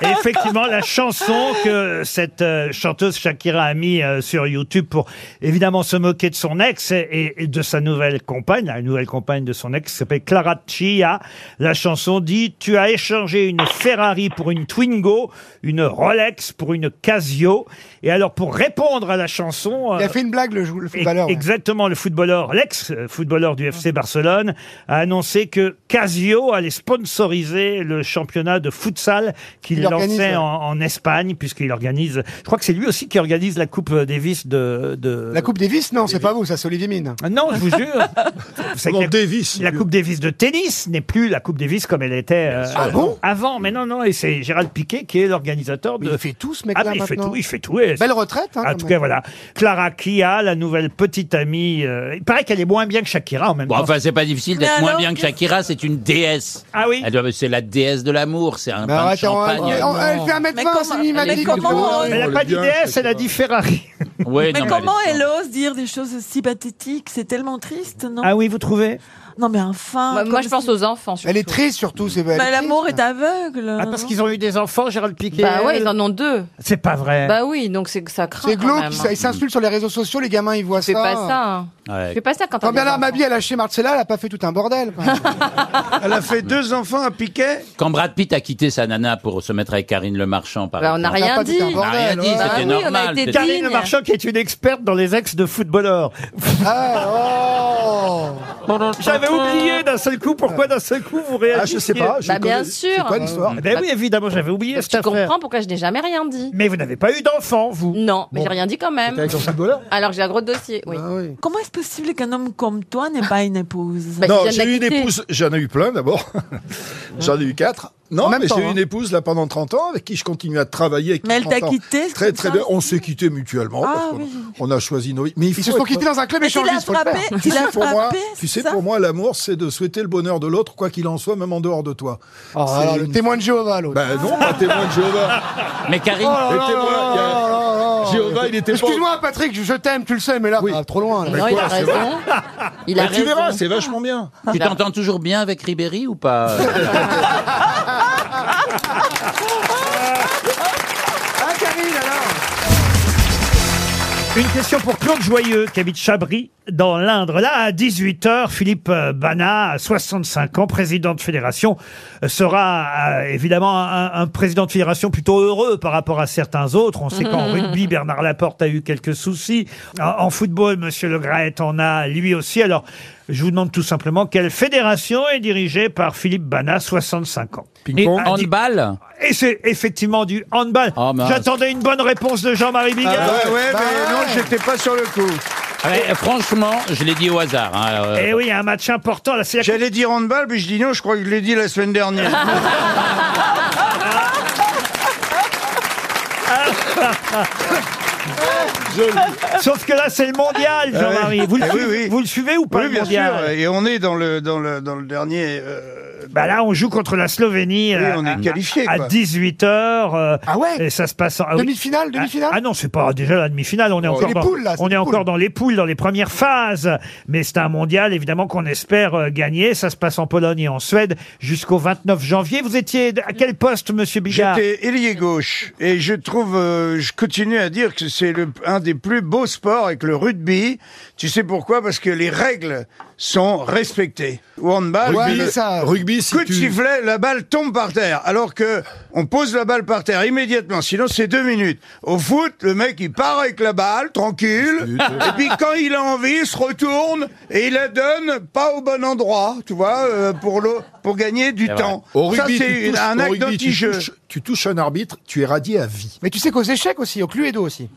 Speaker 2: Et Effectivement, la chanson que cette euh, chanteuse Shakira a mis euh, sur YouTube pour évidemment se moquer de son ex et, et de sa nouvelle compagne, la nouvelle compagne de son ex qui s'appelle Clara Chia. La chanson dit Tu as échangé une Ferrari pour une Twingo, une Rolex pour une Casio. Et alors, pour répondre à la chanson.
Speaker 4: Il a
Speaker 2: euh,
Speaker 4: fait une blague, le, jou- le footballeur. ouais.
Speaker 2: Exactement, le footballeur, l'ex-footballeur du FC Barcelone, a annoncé que Casio allait sponsoriser le championnat de futsal qu'il
Speaker 4: organise,
Speaker 2: lancer
Speaker 4: ouais.
Speaker 2: en, en Espagne, puisqu'il organise. Je crois que c'est lui aussi qui organise la Coupe Davis de. de...
Speaker 4: La Coupe Davis, non, c'est pas vous, ça, c'est Olivier Mine.
Speaker 2: Non, je vous jure. Vous savez que la, la Coupe Davis de tennis n'est plus la Coupe Davis comme elle était euh,
Speaker 4: Ah bon
Speaker 2: avant. Mais non, non, et c'est Gérald Piquet qui est l'organisateur de. Il fait
Speaker 4: tout, ce mec-là,
Speaker 2: Ah, mais il fait
Speaker 4: maintenant.
Speaker 2: tout, il fait tout. et-
Speaker 4: Belle retraite, hein,
Speaker 2: en
Speaker 4: quand
Speaker 2: tout
Speaker 4: même.
Speaker 2: cas, voilà. Clara Kia, la nouvelle petite amie. euh, il paraît qu'elle est moins bien que Shakira en même
Speaker 5: Bon,
Speaker 2: temps.
Speaker 5: enfin, c'est pas difficile
Speaker 2: Mais
Speaker 5: d'être moins
Speaker 2: alors,
Speaker 5: bien que Shakira, c'est une déesse.
Speaker 2: Ah oui
Speaker 5: Elle doit- C'est la déesse de l'amour, c'est un
Speaker 2: Mais
Speaker 5: pain de
Speaker 2: arrête, on-
Speaker 5: champagne.
Speaker 2: on- on-
Speaker 4: hein, Elle fait 1m20, c'est
Speaker 6: mais
Speaker 4: minimatique.
Speaker 7: Oh,
Speaker 6: comment,
Speaker 2: Elle a pas d'idée, elle a dit Ferrari.
Speaker 5: Ouais,
Speaker 6: mais
Speaker 5: non, mais
Speaker 6: comment
Speaker 5: elle est-
Speaker 6: elle ose dire des choses si pathétiques C'est tellement triste, non
Speaker 2: Ah oui, vous trouvez
Speaker 6: Non, mais enfin.
Speaker 7: Moi,
Speaker 6: comme
Speaker 7: Bah, moi, je pense
Speaker 6: si-
Speaker 7: aux enfants. surtout.
Speaker 4: Elle est triste, surtout, c'est
Speaker 6: Mais l'amour est aveugle.
Speaker 2: Ah, parce qu'ils ont eu des enfants, Gérald Piquet.
Speaker 7: Bah ouais, ils en ont deux.
Speaker 2: C'est pas vrai.
Speaker 7: Bah oui, donc c'est que ça craint.
Speaker 4: C'est
Speaker 7: quand
Speaker 4: glauque,
Speaker 7: même,
Speaker 4: ils s-
Speaker 7: hein.
Speaker 4: ils s'insultent sur les réseaux sociaux, les gamins, ils voient ça.
Speaker 7: Fais pas ça. hein. Fais pas ça
Speaker 4: Quand
Speaker 7: quand t'as des
Speaker 4: Bernard
Speaker 7: enfants.
Speaker 4: Mabie a lâché Marcella, elle a pas fait tout un bordel. quoi.
Speaker 8: Elle a fait deux enfants à piquet.
Speaker 5: Quand Brad Pitt a quitté sa nana pour se mettre avec Karine Le Marchand, par
Speaker 7: Bah, on
Speaker 5: exemple.
Speaker 7: n'a rien dit. Bah
Speaker 5: On n'a rien dit, c'était normal. c'était-
Speaker 2: Karine Le Marchand, qui est une experte dans les ex de footballeurs.
Speaker 4: Ah, oh.
Speaker 2: J'avais oublié d'un seul coup. Pourquoi d'un seul coup vous réagissez
Speaker 3: Ah, je sais pas, je
Speaker 7: Bah, bien connais- sûr. c'est quoi l'histoire
Speaker 2: Ben oui, évidemment, j'avais oublié
Speaker 7: Parce que
Speaker 2: cette
Speaker 7: tu
Speaker 2: affaire.
Speaker 7: comprends pourquoi je n'ai jamais rien dit.
Speaker 2: Mais vous n'avez pas eu d'enfant, vous
Speaker 7: Non, mais j'ai rien dit quand même.
Speaker 3: un footballeur
Speaker 7: Alors que j'ai un gros dossier, oui.
Speaker 6: Comment est-ce possible qu'un homme comme toi n'ait pas une
Speaker 7: Bah,
Speaker 6: épouse
Speaker 3: non, j'ai eu une épouse, j'en ai eu plein d'abord. j'en ai eu quatre. Non, mais
Speaker 6: temps,
Speaker 3: j'ai eu
Speaker 6: hein.
Speaker 3: une épouse là pendant 30 ans avec qui je continue à travailler. avec qui
Speaker 6: Mais elle t'a
Speaker 3: 30 ans.
Speaker 6: quitté, c'est
Speaker 3: Très,
Speaker 6: comme
Speaker 3: très
Speaker 6: ça
Speaker 3: bien. On s'est quittés mutuellement.
Speaker 6: Ah,
Speaker 3: parce qu'on-
Speaker 6: oui.
Speaker 3: On a choisi nos vies. Mais il faut
Speaker 4: Ils se sont
Speaker 3: être-
Speaker 4: quittés dans un club
Speaker 6: Mais tu l'as
Speaker 4: échangiste, faut le
Speaker 6: frappé,
Speaker 4: faire.
Speaker 6: tu
Speaker 3: Tu sais,
Speaker 6: l'as
Speaker 3: pour moi,
Speaker 6: frappé.
Speaker 3: tu sais, pour moi, l'amour, c'est de souhaiter le bonheur de l'autre, quoi qu'il en soit, même en dehors de toi. C'est
Speaker 4: alors, le
Speaker 3: une-
Speaker 4: témoin de Jéhovah, l'autre.
Speaker 3: Bah non, pas témoin de Jéhovah.
Speaker 5: Mais Karine,
Speaker 4: Oh là là là là là là.
Speaker 3: Jéhovah, il était pas-
Speaker 4: Oh. Excuse-moi, Patrick, je t'aime, tu le sais, mais là, bah, trop loin. là.
Speaker 7: Non, il a raison. Il a
Speaker 3: Mais tu
Speaker 7: raison.
Speaker 3: verras, c'est vachement bien.
Speaker 5: tu t'entends toujours bien avec Ribéry ou pas Euh,
Speaker 4: Ah, Karine, alors
Speaker 2: Une question pour Claude Joyeux, qui habite Chabris, dans l'Indre. Là, à 18h, Philippe euh, Bana, à 65 ans, président de fédération, euh, sera euh, évidemment un, un président de fédération plutôt heureux par rapport à certains autres. On sait qu'en rugby, Bernard Laporte a eu quelques soucis. En, en football, Monsieur Le Graët en a lui aussi. Alors, je vous demande tout simplement quelle fédération est dirigée par Philippe Bana, 65 ans.
Speaker 5: Ping-pong.
Speaker 2: Et à dix-
Speaker 5: Handball
Speaker 2: Et c'est effectivement du handball.
Speaker 5: Oh, mince.
Speaker 2: J'attendais une bonne réponse de Jean-Marie Bigard.
Speaker 8: ouais, ouais,
Speaker 2: Bah
Speaker 8: mais non, j'étais pas sur le coup.
Speaker 5: Ouais, euh, Franchement, je l'ai dit au hasard. hein, alors, euh,
Speaker 2: Eh oui, il y a un match important. Là, c'est la
Speaker 8: J'allais dire handball, mais je dis non, je crois que je l'ai dit la semaine dernière.
Speaker 2: Sauf que là, c'est le mondial, Jean-Marie.
Speaker 8: Ah oui.
Speaker 2: Vous, le
Speaker 8: Ah oui,
Speaker 2: suivez-
Speaker 8: oui.
Speaker 2: vous le suivez ou pas
Speaker 8: Oui,
Speaker 2: le
Speaker 8: bien
Speaker 2: mondial
Speaker 8: sûr. Et on est dans le, dans le, dans le dernier. euh,
Speaker 2: Bah là, on joue contre la Slovénie
Speaker 8: Oui,
Speaker 2: euh,
Speaker 8: on
Speaker 2: à-
Speaker 8: est qualifié,
Speaker 2: à,
Speaker 8: quoi.
Speaker 2: 18h.
Speaker 4: Ah ouais
Speaker 2: Et ça se passe en ah oui.
Speaker 4: Demi-finale, demi-finale
Speaker 2: Ah, ah non, c'est pas déjà la demi-finale.
Speaker 8: Oh,
Speaker 2: On est encore
Speaker 4: les
Speaker 2: dans,
Speaker 4: poules, là, c'est
Speaker 2: on
Speaker 4: les
Speaker 2: est encore
Speaker 4: poules.
Speaker 2: dans les poules, dans les premières phases. Mais c'est un mondial, évidemment, qu'on espère euh, gagner. Ça se passe en Pologne et en Suède jusqu'au 29 janvier. Vous étiez à quel poste, Monsieur Bigard
Speaker 8: J'étais ailier gauche et je trouve, euh, je continue à dire que c'est le- un des plus beaux sports avec le rugby. Tu sais pourquoi Parce que les règles sont respectées. Au handball,
Speaker 4: Ouais,
Speaker 8: tu-
Speaker 4: mais ça-
Speaker 3: Rugby, si
Speaker 8: coup de
Speaker 3: tu-
Speaker 8: sifflet, la balle tombe par terre. Alors que on pose la balle par terre immédiatement. Sinon, c'est deux minutes. Au foot, le mec il part avec la balle tranquille. et puis quand il a envie, il se retourne et il la donne pas au bon endroit. Tu vois, euh, pour l'eau, pour gagner du
Speaker 5: C'est vrai.
Speaker 8: temps.
Speaker 3: Eh ben, Au rugby,
Speaker 8: ça
Speaker 3: tu
Speaker 8: c'est
Speaker 3: touches-
Speaker 8: un
Speaker 3: au
Speaker 8: acte
Speaker 3: rugby, tu,
Speaker 8: d'anti-jeu.
Speaker 3: touches, tu touches un arbitre, tu es radié à vie.
Speaker 4: Mais tu sais qu'aux échecs aussi, au Cluedo aussi.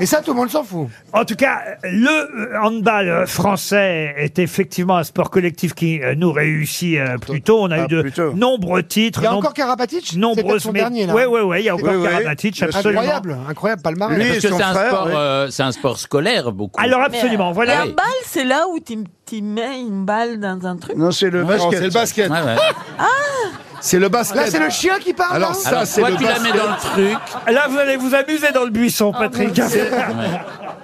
Speaker 4: Et ça, tout le monde s'en fout.
Speaker 2: En tout cas, le euh, handball français est effectivement un sport collectif qui euh, nous réussit euh, plutôt. On a
Speaker 8: Ah,
Speaker 2: eu de
Speaker 8: plutôt.
Speaker 2: nombreux titres.
Speaker 4: Il y a
Speaker 2: nom-
Speaker 4: encore Karabatic C'est peut-être
Speaker 2: nombreuses
Speaker 4: son dernier, là.
Speaker 2: Oui, oui, oui, il y a encore
Speaker 8: Ouais, ouais.
Speaker 2: Karabatic, absolument.
Speaker 4: Incroyable, incroyable palmarès.
Speaker 8: Lui-
Speaker 5: Parce que
Speaker 8: son
Speaker 5: c'est un,
Speaker 8: frère,
Speaker 5: sport,
Speaker 8: ouais.
Speaker 5: euh, c'est un sport scolaire, beaucoup. euh,
Speaker 2: Alors absolument,
Speaker 7: euh,
Speaker 6: Et
Speaker 2: voilà.
Speaker 6: un balle, c'est là où tu tu mets une balle dans un truc. Ah,
Speaker 8: Non, c'est le
Speaker 3: Non,
Speaker 8: basket.
Speaker 3: c'est le basket.
Speaker 5: Ouais, ouais.
Speaker 3: C'est le basket.
Speaker 4: Là, c'est le chien qui parle.
Speaker 3: Alors,
Speaker 4: hein
Speaker 3: ça,
Speaker 5: Alors,
Speaker 3: c'est
Speaker 5: soit
Speaker 3: le
Speaker 5: tu la mets
Speaker 3: basket.
Speaker 5: dans le truc,
Speaker 2: Là, vous allez vous amuser dans le
Speaker 4: Oh,
Speaker 2: buisson, Patrick.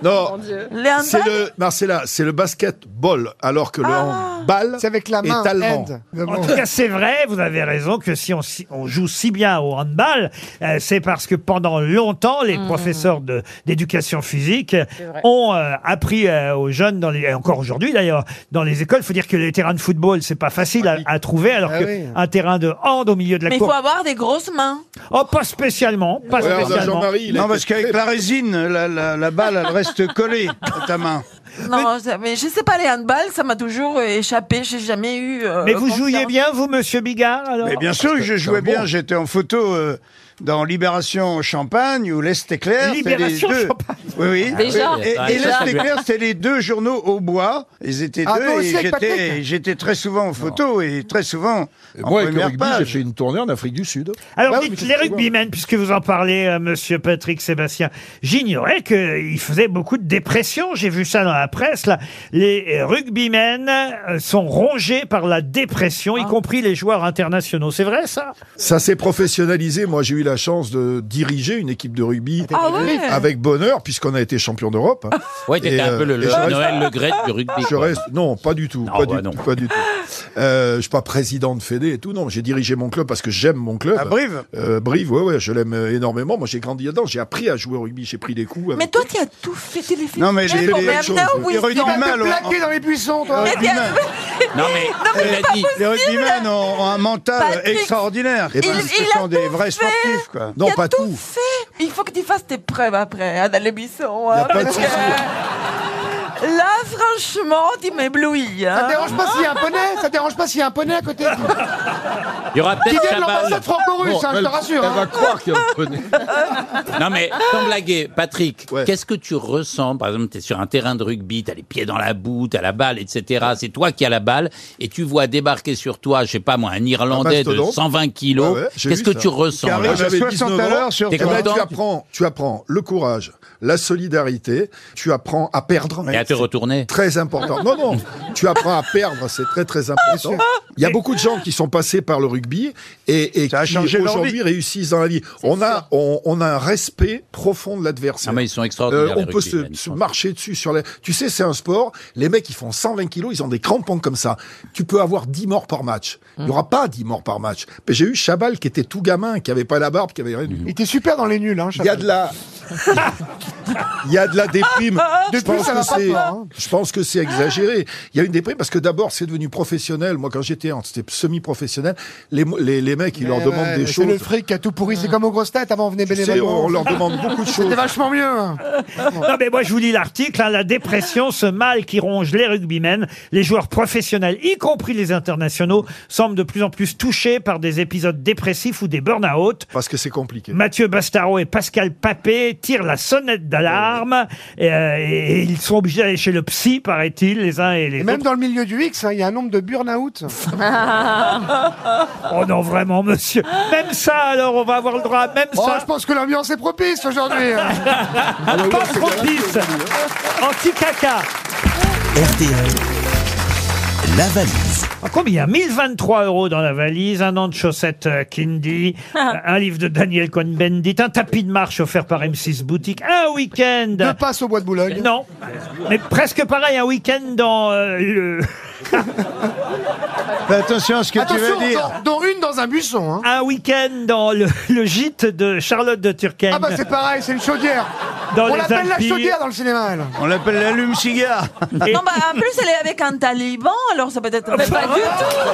Speaker 3: Non,
Speaker 6: Les handball-
Speaker 3: c'est le Marcella, c'est le basketball, alors que le handball
Speaker 4: C'est avec la main.
Speaker 3: est allemand.
Speaker 4: hand.
Speaker 2: en tout cas, c'est vrai, vous avez raison que si on, si- on joue si bien au handball, euh, c'est parce que pendant longtemps, les
Speaker 6: Mmh.
Speaker 2: professeurs de- d'éducation physique
Speaker 7: vrai.
Speaker 2: ont euh, appris euh, aux jeunes, dans les, et encore aujourd'hui d'ailleurs, dans les écoles. Il faut dire que les terrains de football, c'est pas facile à, à trouver, alors
Speaker 4: Ah
Speaker 2: que
Speaker 4: oui.
Speaker 2: un terrain de hand au milieu de la
Speaker 6: Mais il faut
Speaker 2: cour.
Speaker 6: avoir des grosses mains.
Speaker 2: Oh, pas spécialement, pas
Speaker 3: Regarde,
Speaker 2: spécialement.
Speaker 3: Jean-Marie, il a
Speaker 8: Non,
Speaker 3: été
Speaker 8: parce qu'avec la résine, la, la- la balle, elle reste collée à ta main.
Speaker 6: Non, ça- mais je sais pas, les handballs, ça m'a toujours échappé. J'ai jamais eu. euh,
Speaker 2: Mais vous
Speaker 6: confiance.
Speaker 2: jouiez bien, vous, monsieur Bigard, alors
Speaker 8: Mais bien sûr, que je jouais bien. J'étais en photo euh, dans Libération Champagne ou L'Est éclair. c'était
Speaker 2: Libération
Speaker 8: les deux.
Speaker 2: Champagne.
Speaker 8: Oui, oui.
Speaker 2: Ah, Déjà.
Speaker 8: Et, et- et
Speaker 2: Déjà.
Speaker 8: L'Est éclair, c'était les deux journaux au bois. Ils étaient
Speaker 13: Ah, toi
Speaker 8: deux
Speaker 13: aussi
Speaker 8: et
Speaker 13: avec
Speaker 8: j'étais-
Speaker 13: Patrick
Speaker 8: j'étais très souvent en photo et très souvent en
Speaker 13: Moi, avec le
Speaker 8: première
Speaker 13: rugby, j'ai
Speaker 8: page.
Speaker 13: fait une tournée en Afrique du Sud.
Speaker 2: Alors,
Speaker 13: Bah oui, mais
Speaker 2: dites,
Speaker 13: qu'est-ce
Speaker 2: les
Speaker 13: que tu vois
Speaker 2: rugbymen, puisque vous en parlez, euh, monsieur Patrick Sébastien, j'ignorais qu'ils faisaient beaucoup de dépression. J'ai vu ça dans la presse, là. Les rugbymen euh, sont rongés par la dépression,
Speaker 13: Ah.
Speaker 2: y compris les joueurs internationaux. C'est vrai, ça?
Speaker 3: Ça s'est professionnalisé. Moi, j'ai eu la chance de diriger une équipe de rugby
Speaker 2: Ah ouais
Speaker 3: avec bonheur, puisqu'on a été champion d'Europe. hein.
Speaker 5: Ouais, t'étais
Speaker 3: Et,
Speaker 5: un peu le-
Speaker 3: et
Speaker 5: le
Speaker 3: je reste-
Speaker 5: Noël Le Graët du rugby,
Speaker 3: Je
Speaker 5: quoi.
Speaker 3: reste, non, pas du tout, pas,
Speaker 5: bah
Speaker 3: du,
Speaker 5: non.
Speaker 3: pas du tout. Euh, je suis pas président de Fédé et tout, non. J'ai dirigé mon club parce que j'aime mon club.
Speaker 8: À Brive
Speaker 3: euh, Brive, ouais, ouais, je l'aime euh, énormément. Moi, j'ai grandi dedans. J'ai appris à jouer au rugby. J'ai pris des coups. avec-
Speaker 6: Mais toi, tu as tout fait téléphone.
Speaker 3: Non, mais j'ai-
Speaker 6: Mais
Speaker 3: j'ai-
Speaker 6: mais
Speaker 3: j'ai-
Speaker 6: now we
Speaker 3: j'ai-
Speaker 6: see.
Speaker 3: j'ai-
Speaker 4: Tu vas
Speaker 8: mal,
Speaker 4: te plaquer
Speaker 8: on-
Speaker 4: dans les buissons, toi.
Speaker 8: Mais bien-
Speaker 5: Non, mais,
Speaker 8: Et
Speaker 5: il a dit,
Speaker 8: les rugbymen ont, ont un mental
Speaker 6: Patrick,
Speaker 8: extraordinaire.
Speaker 6: il-
Speaker 8: parce que
Speaker 6: il
Speaker 8: ce
Speaker 6: a
Speaker 8: sont des vrais
Speaker 6: fait.
Speaker 8: sportifs, quoi.
Speaker 6: Il a tout. fait. Il faut que tu fasses tes preuves après, hein, dans l'émission.
Speaker 8: a
Speaker 6: hein,
Speaker 8: pas de
Speaker 6: parce
Speaker 8: souci.
Speaker 6: que- Là, franchement, tu m'éblouis.
Speaker 4: Ça
Speaker 6: hein.
Speaker 4: te dérange pas s'il y a un poney Ça te dérange pas s'il y a un poney à côté
Speaker 5: il y aura
Speaker 4: Qui
Speaker 5: peut-être
Speaker 4: vient de
Speaker 5: Chabal.
Speaker 4: l'ambassade franco-russe, hein, je te rassure. hein.
Speaker 5: qu'il y a Non mais, sans blaguer, Patrick, qu'est-ce que tu ressens Par exemple, t'es sur un terrain de rugby, t'as les pieds dans la boue, t'as la balle, etc. C'est toi qui as la balle, et tu vois débarquer sur toi, je sais pas moi, un Irlandais de
Speaker 3: mastodonte.
Speaker 5: 120 kilos.
Speaker 3: Ouais, ouais, j'ai
Speaker 5: Qu'est-ce que
Speaker 3: vu ça.
Speaker 5: tu ressens là
Speaker 3: Moi, j'avais 19 ans.
Speaker 5: T'es
Speaker 3: Eh ben,
Speaker 5: content
Speaker 3: tu apprends, tu apprends le courage, la solidarité, tu apprends à perdre.
Speaker 5: Et à te
Speaker 3: C'est
Speaker 5: retourner.
Speaker 3: Très important. Non, non, tu apprends à perdre, c'est très, très important. Il y a beaucoup de gens qui sont passés par le rugby et, et qui
Speaker 8: changé leur vie.
Speaker 3: aujourd'hui réussissent dans la vie. On a, on, on a un respect profond de l'adversaire.
Speaker 5: Ah, mais ils sont extraordinaires,
Speaker 3: Euh,
Speaker 5: les
Speaker 3: on peut se,
Speaker 5: rugbymen,
Speaker 3: se marcher dessus sur les. Tu sais, c'est un sport. Les mecs, ils font 120 kilos, ils ont des crampons comme ça. Tu peux avoir 10 morts par match. Il n'y aura pas 10 morts par match. Mais j'ai eu Chabal qui était tout gamin, qui avait pas la barbe, qui avait rien du tout.
Speaker 4: Il était super dans les nuls, hein,
Speaker 3: Il y a de la. Il y a de la déprime.
Speaker 4: Depuis,
Speaker 3: je, pense
Speaker 4: ça va
Speaker 3: que
Speaker 4: pas
Speaker 3: c'est,
Speaker 4: fort, hein.
Speaker 3: je pense que c'est exagéré. Il y a une déprime parce que d'abord, c'est devenu professionnel. Moi, quand j'étais en c'était semi-professionnel, les, mo- les, les mecs, ils leur
Speaker 4: Ouais,
Speaker 3: demandent
Speaker 4: Eh ouais,
Speaker 3: des
Speaker 4: C'est
Speaker 3: choses.
Speaker 4: le fric qui a tout pourri. C'est comme aux grosses têtes. Avant, on venait
Speaker 3: sais,
Speaker 4: bénévolement.
Speaker 3: on leur demande beaucoup de choses.
Speaker 4: C'était vachement mieux. hein.
Speaker 2: Non, mais moi, je vous lis l'article. hein, la dépression, ce mal qui ronge les rugbymen, les joueurs professionnels, y compris les internationaux, semblent de plus en plus touchés par des épisodes dépressifs ou des burn-out.
Speaker 3: Parce que c'est compliqué.
Speaker 2: Mathieu Bastaro et Pascal Papé tirent la sonnette d'alarme. Et, euh, et ils sont obligés d'aller chez le psy, paraît-il, les uns et les
Speaker 4: Et même
Speaker 2: autres.
Speaker 4: dans le milieu du X, hein, il y a un nombre de burn-out.
Speaker 2: Oh non, vraiment, monsieur. Même ça, alors, on va avoir le droit. à Même
Speaker 4: Oh,
Speaker 2: ça.
Speaker 4: je pense que l'ambiance est propice aujourd'hui. hein.
Speaker 2: Pas propice. Anti-caca.
Speaker 1: RTL, la valise.
Speaker 2: Ah, Combien 1023 euros dans la valise, un an de chaussettes euh, Kindy, euh, un livre de Daniel Cohn-Bendit, un tapis de marche offert par M6 Boutique, un week-end.
Speaker 4: Deux passes au bois de Boulogne.
Speaker 2: Non, mais presque pareil, un week-end dans euh, le.
Speaker 8: Fais attention à ce que tu
Speaker 4: Attention,
Speaker 8: vas dire.
Speaker 4: dans- dont une dans un buisson. hein.
Speaker 2: Un week-end dans le, le gîte de Charlotte de Turckheim.
Speaker 4: Ah bah c'est pareil, c'est une chaudière.
Speaker 2: Dans
Speaker 4: On
Speaker 2: les
Speaker 4: l'appelle la
Speaker 2: Alpilles.
Speaker 4: chaudière dans le cinéma. elle.
Speaker 8: On l'appelle l'allume-cigare.
Speaker 2: Et-
Speaker 6: Non, bah, en plus, elle est avec un taliban, alors ça peut être.
Speaker 7: Mais pas du tout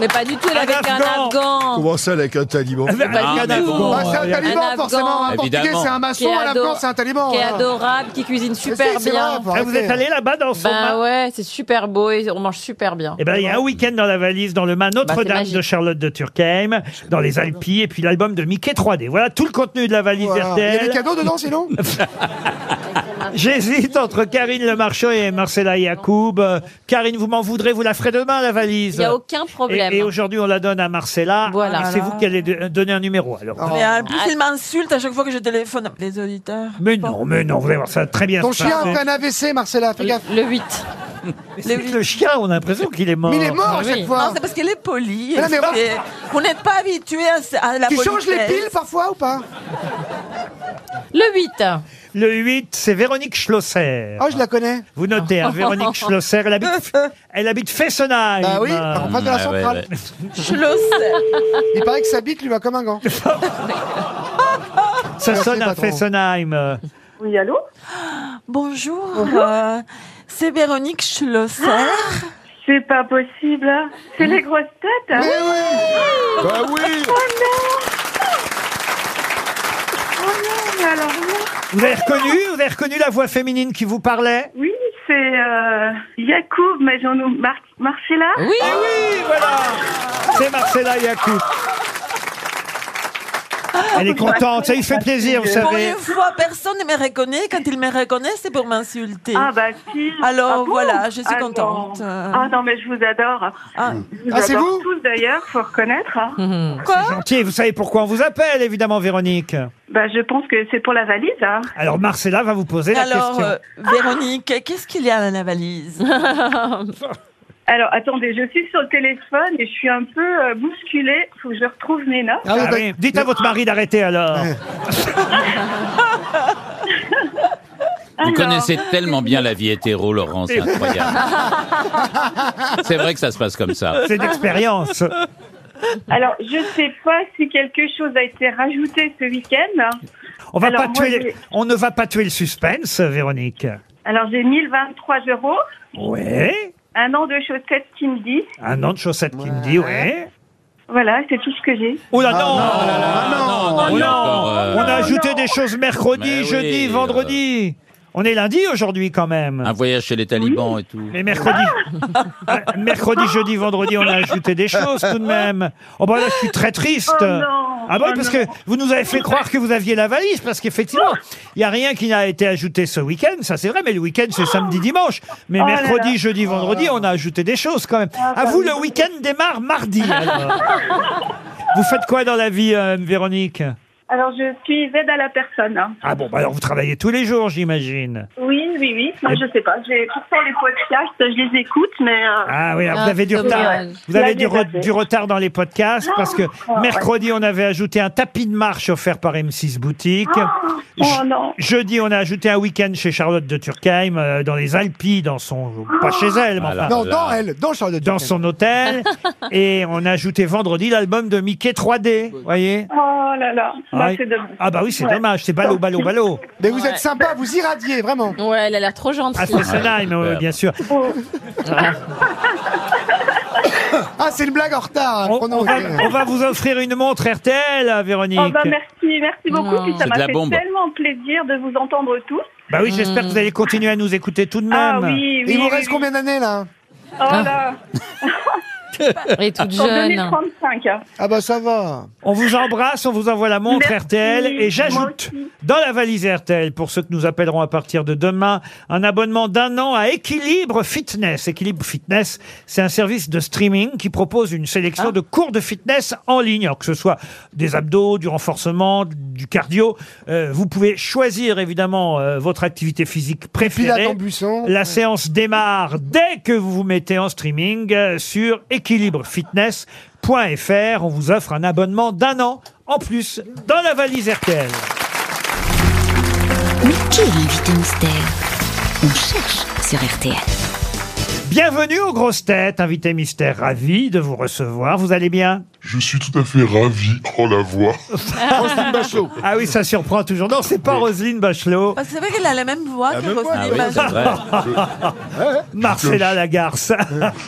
Speaker 7: Mais pas du tout, elle est
Speaker 2: Un
Speaker 7: avec un
Speaker 2: Afghan.
Speaker 7: Afghan
Speaker 3: Comment ça, avec un
Speaker 7: Ah,
Speaker 3: taliban
Speaker 2: Avec
Speaker 5: Non,
Speaker 2: Ah, un
Speaker 5: mais
Speaker 2: Afghan.
Speaker 5: bon.
Speaker 4: Bah, c'est un
Speaker 2: Ouais.
Speaker 4: taliban,
Speaker 7: Afghan.
Speaker 4: forcément. Un portugais,
Speaker 5: Évidemment.
Speaker 4: c'est un
Speaker 7: qui est,
Speaker 4: maçon. Un afghan,
Speaker 7: ado-
Speaker 4: c'est un taliban.
Speaker 7: qui est
Speaker 4: voilà.
Speaker 7: adorable, qui cuisine super
Speaker 4: si, c'est
Speaker 7: bien.
Speaker 4: vrai,
Speaker 2: Ah, vous êtes allé là-bas dans son
Speaker 7: Ben
Speaker 2: ma-
Speaker 7: ouais, c'est super beau et on mange super bien.
Speaker 2: Eh ben, il y a un week-end dans la valise, dans le mât
Speaker 7: Bah, c'est
Speaker 2: Notre-Dame
Speaker 7: magique.
Speaker 2: de Charlotte de Turckheim, dans les Alpilles, et puis l'album de Mickey 3D. Voilà tout le contenu de la valise
Speaker 4: Voilà. Il y a
Speaker 2: RTL.
Speaker 4: des cadeaux dedans sinon
Speaker 2: J'hésite entre Karine Le Marchand et Marcella Yacoub. Euh, Karine, vous m'en voudrez, vous la ferez demain, la valise.
Speaker 7: Il n'y a aucun problème.
Speaker 2: Et, et aujourd'hui, on la donne à Marcella.
Speaker 7: Voilà. Oh. euh,
Speaker 2: Et C'est vous qui allez de- euh, donner un numéro, alors.
Speaker 6: Mais en plus, il m'insulte à chaque fois que je téléphone. Les auditeurs.
Speaker 2: Mais non, mais non, vous allez voir, ça va très bien
Speaker 4: Ton
Speaker 2: se
Speaker 4: chien
Speaker 2: passer.
Speaker 4: après un AVC, Marcella, fais gaffe.
Speaker 7: Le 8.
Speaker 2: C'est que Le chien, on a l'impression qu'il est mort. Ah
Speaker 4: Mais il est mort à chaque
Speaker 6: Non,
Speaker 4: fois.
Speaker 6: c'est parce qu'elle est polie.
Speaker 4: Mais non, mais
Speaker 6: et- et Vous n'êtes pas habitué à, ce- à la
Speaker 4: Tu changes les
Speaker 6: politesse.
Speaker 4: piles parfois ou pas
Speaker 7: Le 8.
Speaker 2: Le 8, c'est Véronique Schlosser.
Speaker 4: Ah, je la connais.
Speaker 2: Vous notez, hein, Véronique Schlosser, elle habite, elle habite Fessenheim. Euh,
Speaker 4: Bah oui, en face de la
Speaker 5: Ah ouais, ouais,
Speaker 4: centrale.
Speaker 5: ouais.
Speaker 6: Schloss.
Speaker 4: Il paraît que sa bite lui va comme un gant.
Speaker 2: Ça
Speaker 4: Merci,
Speaker 2: sonne à
Speaker 4: patron.
Speaker 2: Fessenheim. euh.
Speaker 15: Oui, allô
Speaker 6: Bonjour. euh, c'est Véronique Schlosser.
Speaker 15: Ah, C'est pas possible. hein. C'est les grosses têtes. hein.
Speaker 4: Mais oui
Speaker 13: Bah
Speaker 15: Ah
Speaker 13: oui
Speaker 15: Oh non, mais alors là. Oh
Speaker 2: Vous avez reconnu, vous avez reconnu la voix féminine qui vous parlait
Speaker 15: Oui, c'est euh, Yacoub, mais j'en ai Mar Marcella
Speaker 2: Oui, Ah oui, voilà C'est Marcella Yacoub. Elle est contente, ça lui fait plaisir, vous
Speaker 6: Pour
Speaker 2: savez.
Speaker 6: une fois, personne ne me reconnaît. Quand ils me reconnaissent, c'est pour m'insulter.
Speaker 15: Ah bah si.
Speaker 6: Alors
Speaker 15: Ah bon
Speaker 6: voilà, je suis
Speaker 15: Ah non.
Speaker 6: contente.
Speaker 15: Ah non, mais je vous adore. Je vous
Speaker 2: Ah, c'est
Speaker 15: adore
Speaker 2: vous
Speaker 15: tous d'ailleurs, faut reconnaître. hein.
Speaker 2: C'est gentil, vous savez pourquoi on vous appelle, évidemment, Véronique.
Speaker 15: Bah, je pense que c'est pour la valise. hein.
Speaker 2: Alors, Marcella va vous poser la
Speaker 6: Alors,
Speaker 2: question.
Speaker 6: euh, Véronique, qu'est-ce qu'il y a dans la valise
Speaker 15: Alors attendez, je suis sur le téléphone et je suis un peu euh, bousculée. Faut que je retrouve mes notes.
Speaker 2: Ah oui, Dites à votre mari d'arrêter alors.
Speaker 5: Vous
Speaker 15: Alors.
Speaker 5: connaissez tellement bien la vie hétéro, Laurent, c'est incroyable. C'est vrai que ça se passe comme ça.
Speaker 15: Ah.
Speaker 2: C'est d'expérience.
Speaker 15: Alors, je sais pas si quelque chose a été rajouté ce week-end.
Speaker 2: On, va
Speaker 15: Alors,
Speaker 2: pas
Speaker 15: moi,
Speaker 2: tuer les-
Speaker 15: j'ai-
Speaker 2: on ne va pas tuer le suspense, Véronique.
Speaker 15: Alors, j'ai 1023 euros.
Speaker 2: Ouais.
Speaker 15: Un an de chaussettes qui me dit.
Speaker 2: Un an de chaussettes qui me dit, ouais.
Speaker 15: Voilà, c'est tout ce que j'ai.
Speaker 2: Oh là non Oh
Speaker 5: il y a
Speaker 2: non.
Speaker 5: encore, euh,
Speaker 2: On a ajouté des choses mercredi,
Speaker 5: Mais oui,
Speaker 2: jeudi,
Speaker 5: euh.
Speaker 2: vendredi. On est lundi aujourd'hui quand même.
Speaker 5: Un voyage chez les talibans et tout.
Speaker 2: Mais mercredi, Ah, mercredi, jeudi, vendredi, on a ajouté des choses tout de même. Oh bah là, je suis très triste.
Speaker 15: Oh non,
Speaker 2: ah bah oui,
Speaker 15: oh
Speaker 2: parce
Speaker 15: non.
Speaker 2: que vous nous avez fait croire que vous aviez la valise, parce qu'effectivement, il n'y a rien qui n'a été ajouté ce week-end, ça c'est vrai, mais le week-end c'est samedi, dimanche. Mais
Speaker 15: Oh là
Speaker 2: mercredi,
Speaker 15: là.
Speaker 2: jeudi, vendredi, on a ajouté des choses quand même.
Speaker 15: Ah
Speaker 2: à
Speaker 15: bah
Speaker 2: vous,
Speaker 15: oui.
Speaker 2: le week-end démarre mardi. alors. vous faites quoi dans la vie, euh, Véronique
Speaker 15: Alors, je suis aide à la personne. hein.
Speaker 2: Ah bon, bah alors vous travaillez tous les jours, j'imagine.
Speaker 15: Oui, oui, oui. Non, je sais pas. J'ai pourtant les podcasts, je les écoute, mais. euh,
Speaker 2: Ah oui, alors vous avez du retard.
Speaker 15: dommage.
Speaker 2: Vous avez
Speaker 15: Là,
Speaker 2: du,
Speaker 15: j'ai
Speaker 2: re-
Speaker 15: zappé.
Speaker 2: du retard dans les podcasts parce que
Speaker 15: Ah, ouais.
Speaker 2: mercredi on avait ajouté un tapis de marche offert par M6 Boutique.
Speaker 15: Oh, oh non.
Speaker 2: Jeudi on a ajouté un week-end chez Charlotte de Turckheim euh, dans les Alpilles, dans
Speaker 15: Ah.
Speaker 2: son pas chez elle, mais enfin,
Speaker 4: Non, dans elle, dans Charlotte.
Speaker 2: dans son hôtel. Et on a ajouté vendredi l'album de Mickey 3D. Voyez.
Speaker 15: Oh là là. Bah,
Speaker 2: Ah,
Speaker 15: c'est dommage.
Speaker 2: ah bah oui c'est
Speaker 15: Ouais.
Speaker 2: dommage, c'est ballot ballot ballot.
Speaker 4: Mais vous
Speaker 7: Ouais.
Speaker 4: êtes sympa, vous irradiez, vraiment.
Speaker 7: Ouais, elle a l'air trop
Speaker 2: À
Speaker 7: gentille.
Speaker 2: Fessenheim, euh,
Speaker 5: super.
Speaker 2: bien sûr.
Speaker 15: Oh.
Speaker 4: Ah, c'est une blague en retard. hein,
Speaker 2: On,
Speaker 4: prenons-
Speaker 2: on va, on va vous offrir une montre RTL, Véronique.
Speaker 15: Oh bah merci, merci beaucoup. Puis ça
Speaker 5: C'est de
Speaker 15: m'a
Speaker 5: la
Speaker 15: fait
Speaker 5: bombe.
Speaker 15: tellement plaisir de vous entendre tous.
Speaker 2: Bah oui, j'espère que vous allez continuer à nous écouter tout de même.
Speaker 15: Ah oui, oui.
Speaker 4: Il vous
Speaker 15: oui,
Speaker 4: reste
Speaker 15: oui.
Speaker 4: combien d'années, là
Speaker 15: Oh là,
Speaker 7: Ah. Elle est toute
Speaker 15: en
Speaker 7: jeune.
Speaker 15: 2035.
Speaker 4: Ah bah ça va.
Speaker 2: On vous embrasse, on vous envoie la montre
Speaker 15: Merci,
Speaker 2: RTL et j'ajoute
Speaker 15: moi aussi.
Speaker 2: dans la valise RTL pour ceux que nous appellerons à partir de demain un abonnement d'un an à Équilibre Fitness. Équilibre Fitness, c'est un service de streaming qui propose une
Speaker 15: Ah.
Speaker 2: sélection de cours de fitness en ligne, alors que ce soit des abdos, du renforcement, du cardio. Euh, vous pouvez choisir évidemment euh, votre activité physique
Speaker 4: Pilate en
Speaker 2: préférée.
Speaker 4: buisson.
Speaker 2: La séance démarre dès que vous vous mettez en streaming euh, sur équilibrefitness.fr. On vous offre un abonnement d'un an en plus dans la valise RTL.
Speaker 10: Mais qui est l'invité mystère On cherche sur RTL.
Speaker 2: Bienvenue aux grosses têtes, invité mystère, ravi de vous recevoir. Vous allez bien
Speaker 16: Je suis tout à fait ravi. Oh la voix.
Speaker 2: Ah oui, ça surprend toujours. Non, c'est pas Roselyne Bachelot,
Speaker 6: Bah, C'est vrai qu'elle a la même voix que Roselyne
Speaker 2: Ah
Speaker 5: oui, c'est
Speaker 6: Bachelot.
Speaker 5: vrai.
Speaker 2: Marcella Lagarce.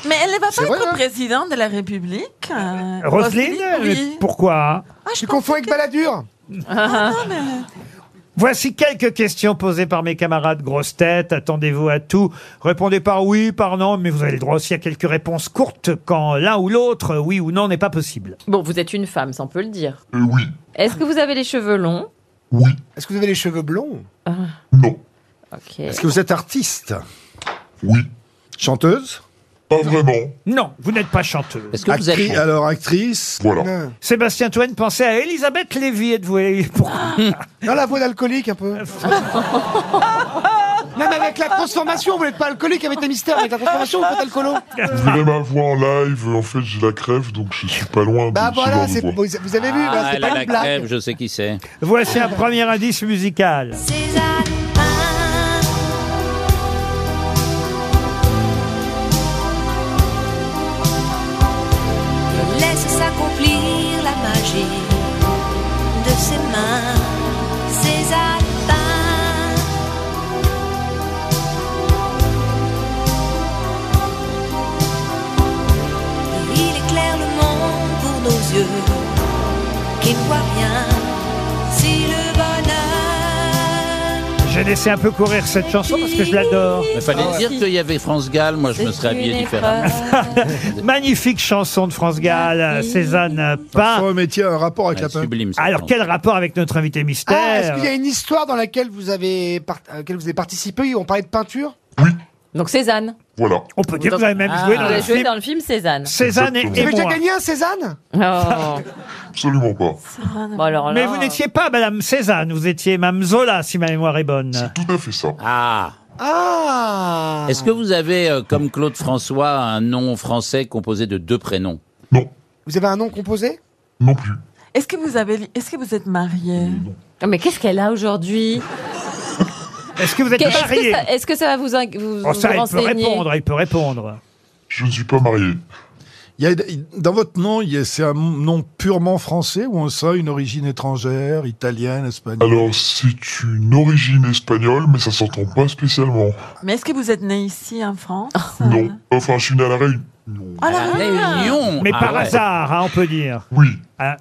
Speaker 6: Mais elle ne va pas
Speaker 4: vrai,
Speaker 6: être
Speaker 4: hein.
Speaker 6: présidente de la République. euh,
Speaker 2: Roselyne
Speaker 6: oui.
Speaker 2: Mais Pourquoi
Speaker 6: Ah, je
Speaker 4: Tu confonds avec Balladur
Speaker 2: Voici quelques questions posées par mes camarades grosses têtes. Attendez-vous à tout. Répondez par oui, par non, mais vous avez le droit aussi à quelques réponses courtes quand l'un ou l'autre, oui ou non, n'est pas possible.
Speaker 7: Bon, vous êtes une femme, ça on peut le dire.
Speaker 16: Euh, oui.
Speaker 7: Est-ce que vous avez les cheveux longs Ah.
Speaker 16: Oui.
Speaker 4: Est-ce que vous avez les cheveux blonds
Speaker 16: Non.
Speaker 7: Ok.
Speaker 3: Est-ce que vous êtes artiste
Speaker 16: Oui.
Speaker 3: Chanteuse
Speaker 16: Pas vraiment.
Speaker 2: Non, vous n'êtes pas chanteuse.
Speaker 5: Est-ce que vous êtes...
Speaker 3: Actri- Alors, actrice
Speaker 16: Voilà.
Speaker 4: Non,
Speaker 2: Sébastien Toen pensait à Elisabeth Lévy, êtes-vous Pourquoi
Speaker 4: Non, la voix d'alcoolique, un peu. non, mais avec la transformation, vous n'êtes pas alcoolique avec les mystères. Avec la transformation, vous êtes alcoolo.
Speaker 16: Vous voulez ma voix en live En fait, j'ai la crève, donc je suis pas loin de
Speaker 4: Bah
Speaker 16: ce
Speaker 4: voilà,
Speaker 16: genre de
Speaker 4: c'est-
Speaker 16: voix.
Speaker 4: vous vous avez vu, voilà,
Speaker 5: Ah,
Speaker 4: c'est
Speaker 5: elle a
Speaker 4: pas
Speaker 5: la
Speaker 4: une blague.
Speaker 5: crève, je sais qui c'est.
Speaker 2: Voici un premier indice musical.
Speaker 9: Laisse s'accomplir la magie de ses mains, ses alpins. Il éclaire le monde pour nos yeux qui ne voient rien. Si le bonheur
Speaker 2: j'ai laissé un peu courir cette chanson parce que je l'adore.
Speaker 5: Il fallait dire qu'il y avait France Gall, moi je me serais habillé différemment.
Speaker 2: Magnifique chanson de France Gall, Cézanne Pain.
Speaker 3: Chanson métier, un rapport
Speaker 2: avec
Speaker 3: Ouais, la peinture. sublime, cette
Speaker 2: Alors
Speaker 3: chanson.
Speaker 2: quel rapport avec notre invité mystère
Speaker 4: Ah, est-ce qu'il y a une histoire dans laquelle vous avez, par- à laquelle vous avez participé On parlait de peinture
Speaker 7: Donc Cézanne.
Speaker 16: Voilà.
Speaker 2: On peut dire que vous avez même
Speaker 7: Ah,
Speaker 2: joué dans
Speaker 7: vous
Speaker 2: le
Speaker 7: avez joué
Speaker 2: film.
Speaker 7: dans le film Cézanne.
Speaker 2: Cézanne et-
Speaker 4: Vous avez
Speaker 2: et
Speaker 4: déjà
Speaker 2: moi.
Speaker 4: gagné un Cézanne
Speaker 7: Oh.
Speaker 16: Absolument pas.
Speaker 7: Bon, alors là- euh,
Speaker 2: Mais vous n'étiez pas Madame Cézanne, vous étiez Mme Zola, si ma mémoire est bonne.
Speaker 16: tout à fait ça.
Speaker 5: Ah
Speaker 4: Ah
Speaker 5: Est-ce que vous avez, euh, comme Claude François, un nom français composé de deux prénoms
Speaker 4: Vous avez un nom composé
Speaker 16: Non plus.
Speaker 6: Est-ce que vous avez, est-ce que vous êtes marié
Speaker 7: Non, mais qu'est-ce qu'elle a aujourd'hui
Speaker 2: Est-ce que vous
Speaker 7: Qu'est- Est-ce que, ça- est-ce que ça va vous, in- vous,
Speaker 2: Oh, ça,
Speaker 7: vous
Speaker 2: il peut
Speaker 7: renseigner
Speaker 2: répondre, il peut répondre.
Speaker 16: Je ne suis pas marié.
Speaker 3: Il y a- dans votre nom, il y a- c'est un nom purement français ou on sent une origine étrangère, italienne, espagnole
Speaker 16: Alors, c'est une origine espagnole, mais ça s'entend pas spécialement.
Speaker 6: Mais est-ce que vous êtes né ici en France
Speaker 7: Oh.
Speaker 2: Ah.
Speaker 16: Non. Enfin, je suis né à la Réunion.
Speaker 6: Ah, la Réunion
Speaker 2: Mais
Speaker 16: Ah
Speaker 2: par
Speaker 16: ouais.
Speaker 2: hasard, hein, on peut dire. Hein,
Speaker 16: Oui.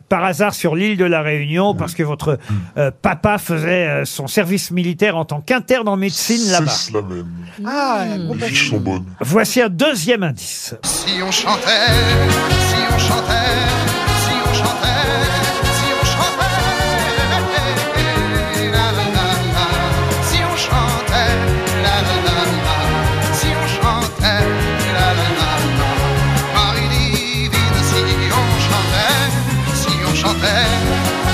Speaker 2: par hasard sur l'île de la Réunion, parce que votre euh, papa faisait euh, son service militaire en tant qu'interne en médecine
Speaker 16: C'est
Speaker 2: là-bas.
Speaker 16: cela même.
Speaker 4: Ah,
Speaker 16: Les fiches sont bonnes.
Speaker 2: Voici un deuxième indice.
Speaker 9: Hmm. Si on chantait, si on chantait, si on chantait, si on chantait, la la la la. Si on chantait, la la la la. Si on chantait, la la la la. Marie divine, si on chantait, si on chantait,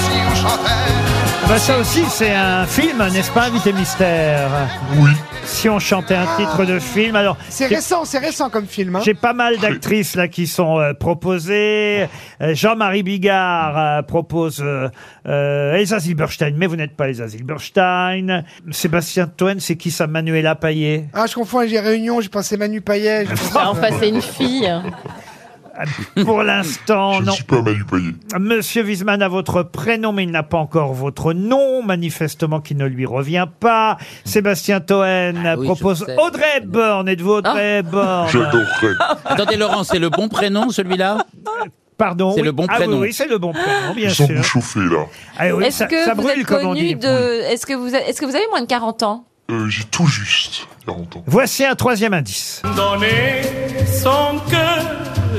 Speaker 9: si on chantait.
Speaker 2: Bah ça aussi, c'est un film, n'est-ce pas, Invité Mystère
Speaker 16: Oui.
Speaker 2: Si on chantait un titre de film, alors...
Speaker 4: C'est récent, c'est récent comme film. Hein.
Speaker 2: J'ai pas mal d'actrices là qui sont euh, proposées. Euh, Jean-Marie Bigard euh, propose euh, euh, Elsa Silberstein, mais vous n'êtes pas Elsa Silberstein. Sébastien Toen, c'est qui ça Manuela Payet
Speaker 4: Ah, je confonds, j'ai réunion, j'ai pensé Manu Payet. j'ai pensé-
Speaker 7: Enfin, c'est une fille.
Speaker 2: Euh, Pour l'instant,
Speaker 16: Je ne
Speaker 2: Oh non.
Speaker 16: suis pas Manu Payet.
Speaker 2: Monsieur Wiesmann a votre prénom, mais il n'a pas encore votre nom, manifestement qui ne lui revient pas. Sébastien Toen
Speaker 5: Ah oui,
Speaker 2: propose
Speaker 5: je sais.
Speaker 2: Audrey Born. Êtes-vous
Speaker 5: Ah.
Speaker 2: Audrey Born
Speaker 16: J'adorerais.
Speaker 5: Attendez, Laurent, c'est le bon prénom celui-là
Speaker 2: Pardon.
Speaker 5: C'est
Speaker 2: oui.
Speaker 5: le bon
Speaker 2: Ah oui,
Speaker 5: prénom.
Speaker 2: oui, c'est le bon prénom, bien
Speaker 16: Ils sont
Speaker 2: sûr.
Speaker 16: bouchauffés, là.
Speaker 2: Ah oui,
Speaker 7: est-ce
Speaker 2: ça,
Speaker 7: que
Speaker 2: ça
Speaker 7: vous
Speaker 2: brûle,
Speaker 7: êtes
Speaker 2: comme on dit.
Speaker 7: connu de Est-ce que vous a- est-ce que vous avez moins de 40 ans
Speaker 16: Euh, J'ai tout juste 40 ans.
Speaker 2: Voici un troisième indice.
Speaker 17: Donner son cœur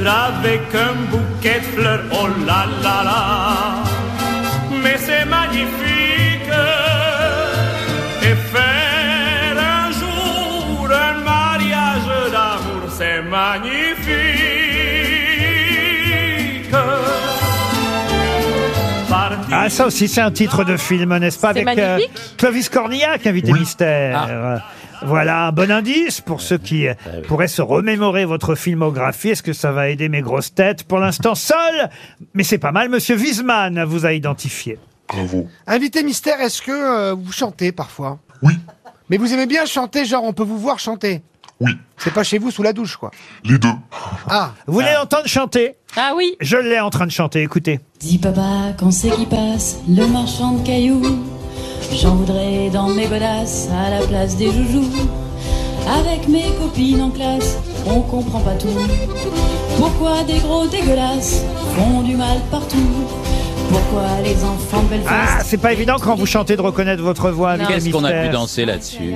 Speaker 17: avec un bouquet de fleurs, oh là là là. Mais c'est magnifique. Et faire un jour un mariage d'amour, c'est magnifique. Partir
Speaker 2: Ah, ça aussi, c'est un titre de film, n'est-ce pas
Speaker 17: C'est
Speaker 2: Avec euh,
Speaker 17: magnifique.
Speaker 2: Clovis Cornillac, invité
Speaker 5: Ah.
Speaker 2: mystère. Euh, Voilà un bon indice pour ceux qui euh, pourraient se remémorer votre filmographie. Est-ce que ça va aider mes grosses têtes Pour l'instant, seul, mais c'est pas mal, Monsieur Wiesmann vous a identifié.
Speaker 16: Bravo.
Speaker 4: Invité mystère, est-ce que euh, vous chantez parfois
Speaker 16: Oui.
Speaker 4: Mais vous aimez bien chanter, genre on peut vous voir chanter
Speaker 16: Oui.
Speaker 4: C'est pas chez vous sous la douche, quoi.
Speaker 16: Les deux.
Speaker 4: Ah,
Speaker 2: Vous voulez entendre chanter
Speaker 7: Ah oui
Speaker 2: Je l'ai en train de chanter, écoutez.
Speaker 18: Dis papa, quand c'est qui passe le marchand de cailloux J'en voudrais dans mes godasses à la place des joujoux. Avec mes copines en classe, on comprend pas tout. Pourquoi des gros dégueulasses font du mal partout Pourquoi les enfants de Belfast
Speaker 2: Ah, c'est pas évident quand vous chantez de reconnaître votre voix. invité
Speaker 5: Qu'est-ce qu'on a pu
Speaker 2: mystère.
Speaker 5: danser là-dessus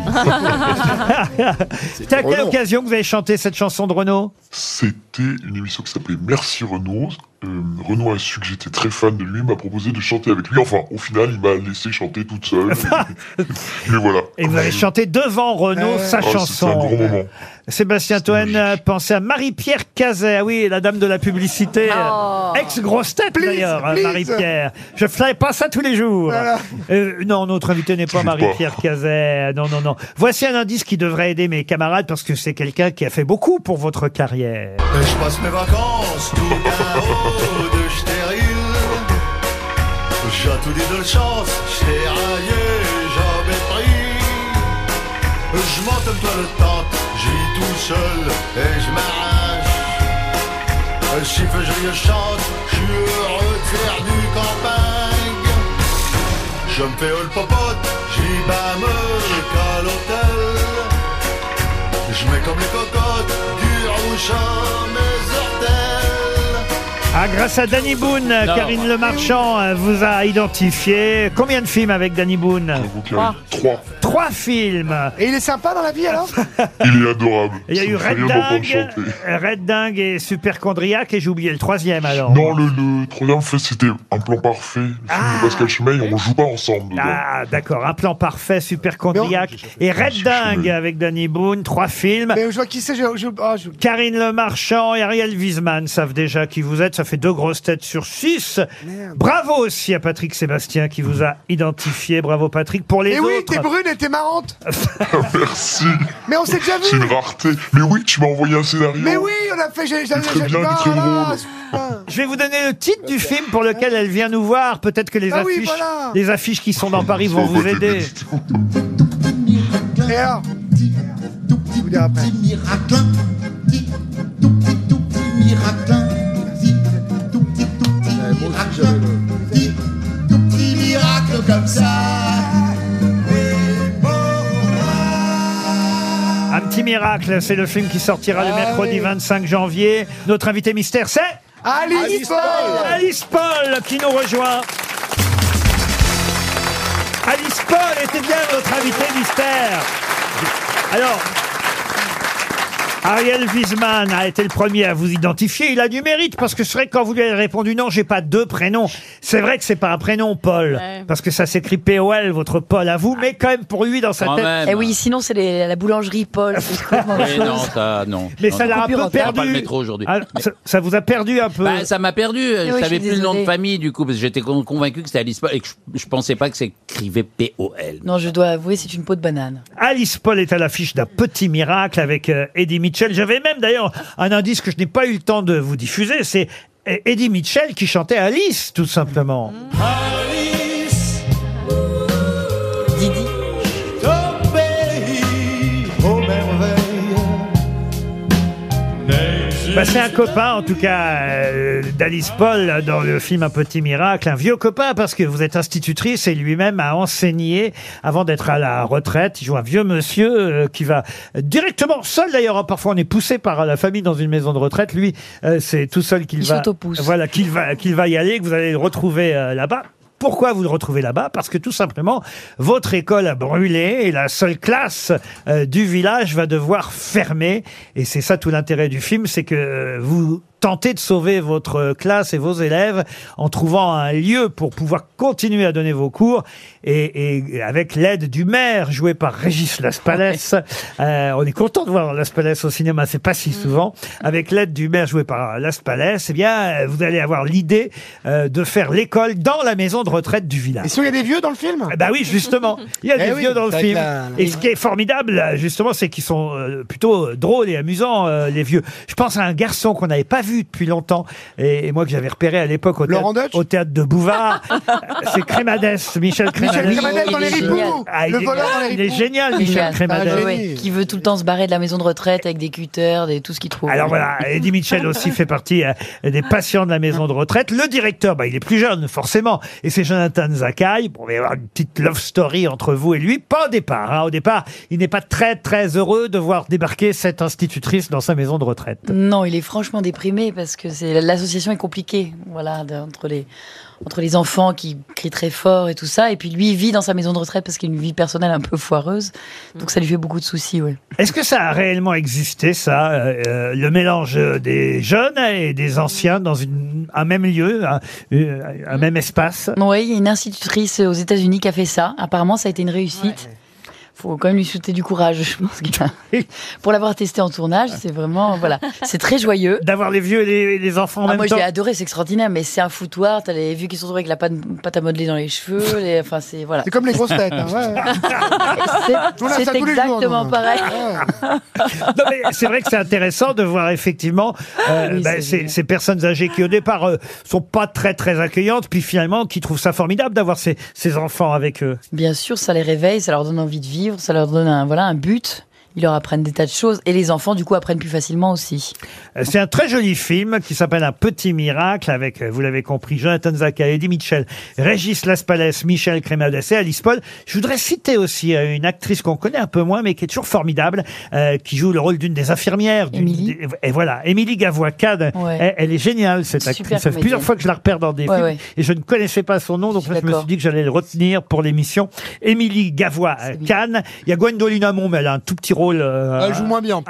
Speaker 2: C'était à quelle occasion que vous avez chanté cette chanson de Renaud
Speaker 16: C'était une émission qui s'appelait Merci Renaud. Euh, Renaud a su que j'étais très fan de lui, m'a proposé de chanter avec lui. Enfin, au final, il m'a laissé chanter toute seule. Mais voilà.
Speaker 2: Et vous avez chanté devant Ah, Renaud sa
Speaker 16: Ah, c'était
Speaker 2: chanson.
Speaker 16: un grand moment.
Speaker 2: Sébastien Toen euh, pensait à Marie-Pierre Cazet. Ah oui, la dame de la publicité.
Speaker 9: Oh.
Speaker 2: euh, Ex-grosse tête
Speaker 9: Please,
Speaker 2: d'ailleurs, euh,
Speaker 9: please.
Speaker 2: Marie-Pierre. Je ferais pas ça tous les jours.
Speaker 9: Voilà.
Speaker 2: Euh, non, notre invité n'est pas
Speaker 9: Toujours pas.
Speaker 2: Marie-Pierre Cazet. Non, non, non. Voici un indice qui devrait aider mes camarades parce que c'est quelqu'un qui a fait beaucoup pour votre carrière.
Speaker 9: Je passe mes vacances tout là-haut de Stéril. J'ai tout dit de chance, j'étais raillé, jamais pris. Je m'entends toi le temps, je vis tout seul et je m'arrache. Si je je chante, je suis heureux de faire du campagne. Je me fais le popote, j'y bats me qu'à l'hôtel. Je mets comme les cocottes du rouge à mes orteils.
Speaker 2: Ah, grâce à Danny Boone,
Speaker 9: Non.
Speaker 2: Karine Le Marchand euh, vous a identifié. Combien de films avec Danny Boone
Speaker 16: Trois.
Speaker 2: Trois films.
Speaker 4: Et il est sympa dans la vie alors
Speaker 16: Il est adorable.
Speaker 2: Il y a
Speaker 16: Ça
Speaker 2: eu
Speaker 16: me fait
Speaker 2: Red
Speaker 16: rien d'entendre
Speaker 2: Dingue, euh,
Speaker 16: chanter.
Speaker 2: Red Dingue et Superchondriaque, et j'ai oublié le troisième alors.
Speaker 16: Non, le, le troisième, en fait, c'était un plan parfait. Le film de Pascal Chimay, on joue pas ensemble. dedans.
Speaker 2: Ah, d'accord, un plan parfait, Superchondriaque et Red Dingue avec Danny Boone, trois films.
Speaker 4: Mais je vois qui c'est. Je, je- ah, je-
Speaker 2: Karine Le Marchand et Ariel Wiesman savent déjà qui vous êtes. Ça fait deux grosses têtes sur six. Bravo aussi à Patrick Sébastien qui vous a identifié. Bravo Patrick pour les
Speaker 4: Et
Speaker 2: autres.
Speaker 4: Eh oui, t'es brune et t'es marrante.
Speaker 16: Merci.
Speaker 4: Mais on s'est déjà vu.
Speaker 16: C'est une rareté. Mais oui, tu m'as envoyé un scénario.
Speaker 4: Mais oui, on a fait. J'ai, j'ai,
Speaker 16: Il est très bien, il est très drôle.
Speaker 2: Je vais vous donner le titre du film pour lequel elle vient nous voir. Peut-être que les
Speaker 4: Ah oui,
Speaker 2: affiches,
Speaker 4: voilà.
Speaker 2: les affiches qui sont dans Paris vont vous aider.
Speaker 4: Et alors Je vous dirai après. Eh,
Speaker 9: petit miracle comme ça.
Speaker 2: Un petit miracle, c'est le film qui sortira
Speaker 4: Ah
Speaker 2: le mercredi 25 janvier. Notre invité mystère, c'est
Speaker 4: Alice Paul.
Speaker 2: Alice Paul qui nous rejoint. Alice Paul était bien notre invité mystère. Alors. Ariel Wiesman a été le premier à vous identifier. Il a du mérite parce que c'est vrai que quand vous lui avez répondu non, j'ai pas deux prénoms. C'est vrai que c'est pas un prénom, Paul,
Speaker 19: Ouais.
Speaker 2: parce que ça s'écrit P-O-L, votre Paul à vous, mais quand même pour lui dans sa
Speaker 5: Quand
Speaker 2: tête.
Speaker 5: même.
Speaker 19: Eh oui, sinon c'est les- la boulangerie Paul. c'est complètement autre
Speaker 5: Mais non,
Speaker 19: chose.
Speaker 5: ça, non.
Speaker 2: Mais
Speaker 5: Non,
Speaker 2: ça
Speaker 5: non.
Speaker 2: l'a un peu
Speaker 5: On prend
Speaker 2: perdu.
Speaker 5: pas le métro aujourd'hui.
Speaker 2: Ah, ça, ça vous a perdu un peu.
Speaker 5: Bah, ça m'a perdu.
Speaker 2: oui,
Speaker 5: je
Speaker 2: je
Speaker 5: savais
Speaker 2: suis
Speaker 5: plus le nom de
Speaker 2: désolée.
Speaker 5: famille du coup parce que j'étais con- convaincu que c'était Alice Paul et que je, je pensais pas que s'écrivait P O L.
Speaker 19: Non, je dois avouer, c'est une peau de banane.
Speaker 2: Alice Paul est à l'affiche d'un petit miracle avec euh, Eddie Mitchell. J'avais même d'ailleurs un indice que je n'ai pas eu le temps de vous diffuser. C'est euh, Eddie Mitchell qui chantait Alice, tout simplement.
Speaker 9: Alice, Didi, t'obéis aux merveilles.
Speaker 2: Bah, c'est un copain, en tout cas, euh, d'Alice Paul dans le film Un Petit Miracle, un vieux copain parce que vous êtes institutrice et lui-même a enseigné avant d'être à la retraite. Il joue un vieux monsieur euh, qui va directement seul d'ailleurs. hein, Parfois, on est poussé par la famille dans une maison de retraite. Lui, euh, c'est tout seul qu'il
Speaker 19: Il
Speaker 2: va,
Speaker 19: s'autopousse.
Speaker 2: voilà, qu'il va, qu'il va y aller, que vous allez le retrouver euh, là-bas. Pourquoi vous le retrouvez là-bas Parce que tout simplement, votre école a brûlé et la seule classe euh, du village va devoir fermer. Et c'est ça tout l'intérêt du film, c'est que euh, vous tentez de sauver votre euh, classe et vos élèves en trouvant un lieu pour pouvoir continuer à donner vos cours. Et, et avec l'aide du maire, joué par Régis Laspalès, euh, on est content de voir Laspalès au cinéma, c'est pas si souvent. Avec l'aide du maire joué par Laspalais, eh bien, euh, vous allez avoir l'idée euh, de faire l'école dans la maison de retraite du village.
Speaker 4: Et si il y a des vieux dans le film
Speaker 2: Eh ben oui, justement. Il y a
Speaker 4: Eh
Speaker 2: des
Speaker 4: oui,
Speaker 2: vieux dans le
Speaker 4: c'est vrai
Speaker 2: film.
Speaker 4: que la- la-
Speaker 2: Et ce qui est formidable, là, justement, c'est qu'ils sont euh, plutôt euh, drôles et amusants, euh, les vieux. Je pense à un garçon qu'on n'avait pas vu depuis longtemps et, et moi que j'avais repéré à l'époque au,
Speaker 4: Laurent
Speaker 2: théâtre- au théâtre de Bouvard. c'est Crémades, Michel Crémades.
Speaker 4: Michel Crémades dans les ripoux.
Speaker 2: Ah, il
Speaker 4: Le
Speaker 2: est-
Speaker 4: voleur dans les
Speaker 2: Ah, Il est
Speaker 4: ripoux.
Speaker 2: génial, Michel Crémades.
Speaker 19: Qui veut tout le temps se barrer de la maison de retraite avec des cutters, des tout ce qu'il trouve.
Speaker 2: Alors voilà, Eddie Mitchell aussi fait partie euh, des patients de la maison de retraite. Le directeur, bah, il est plus jeune, forcément, et c'est Jonathan Zakai. Bon, il va y avoir une petite love story entre vous et lui, pas au départ. hein. Au départ, il n'est pas très très heureux de voir débarquer cette institutrice dans sa maison de retraite.
Speaker 19: Non, il est franchement déprimé parce que c'est l'association est compliquée. Voilà, de- entre les entre les enfants qui crient très fort et tout ça, et puis lui il vit dans sa maison de retraite parce qu'il a une vie personnelle un peu foireuse, donc ça lui fait beaucoup de soucis. Ouais.
Speaker 2: Est-ce que ça a réellement existé, ça, euh, euh, le mélange des jeunes et des anciens dans une- un même lieu, un, euh, un même espace
Speaker 19: Oui, il y a une institutrice aux États-Unis qui a fait ça. Apparemment, ça a été une réussite. Faut quand même lui souhaiter du courage, je pense. qu'il a- Pour l'avoir testé en tournage, c'est vraiment voilà, c'est très joyeux.
Speaker 2: D'avoir les vieux et les, les enfants en
Speaker 19: Ah,
Speaker 2: même
Speaker 19: moi,
Speaker 2: temps.
Speaker 19: j'ai adoré, c'est extraordinaire, mais c'est un foutoir. T'as les vieux qui sont trouvés avec la pâte, pâte à modeler dans les cheveux. les- enfin, c'est voilà.
Speaker 4: C'est comme les grosses têtes. hein, ouais.
Speaker 19: C'est-
Speaker 4: On a ça
Speaker 19: C'est
Speaker 4: tous les jours,
Speaker 19: exactement
Speaker 4: nous.
Speaker 19: pareil.
Speaker 2: Non, mais c'est vrai que c'est intéressant de voir effectivement euh, bah, ces, ces personnes âgées qui au départ euh, sont pas très très accueillantes, puis finalement qui trouvent ça formidable d'avoir ces, ces enfants avec eux.
Speaker 19: Bien sûr, ça les réveille, ça leur donne envie de vivre, ça leur donne un, voilà, un but. ils leur apprennent des tas de choses et les enfants, du coup, apprennent plus facilement aussi.
Speaker 2: Euh, C'est un très joli film qui s'appelle Un petit miracle avec, euh, vous l'avez compris, Jonathan Zakaedi, Michel Régis Laspalès, Michel Cremades et Alice Paul. Je voudrais citer aussi euh, une actrice qu'on connaît un peu moins mais qui est toujours formidable, euh, qui joue le rôle d'une des infirmières. d'une- des- et voilà, Émilie Gavoicade.
Speaker 19: Ouais.
Speaker 2: Elle, elle est géniale cette actrice. Ça fait
Speaker 19: comédienne.
Speaker 2: plusieurs fois que je la repère dans des
Speaker 19: Ouais,
Speaker 2: films
Speaker 19: ouais.
Speaker 2: et je ne connaissais pas son nom donc je, me suis dit que j'allais le retenir pour l'émission. Émilie Gavoicade. Il y a Gwendoline Amon mais elle a un tout petit rôle. euh,
Speaker 4: Elle joue moins bien.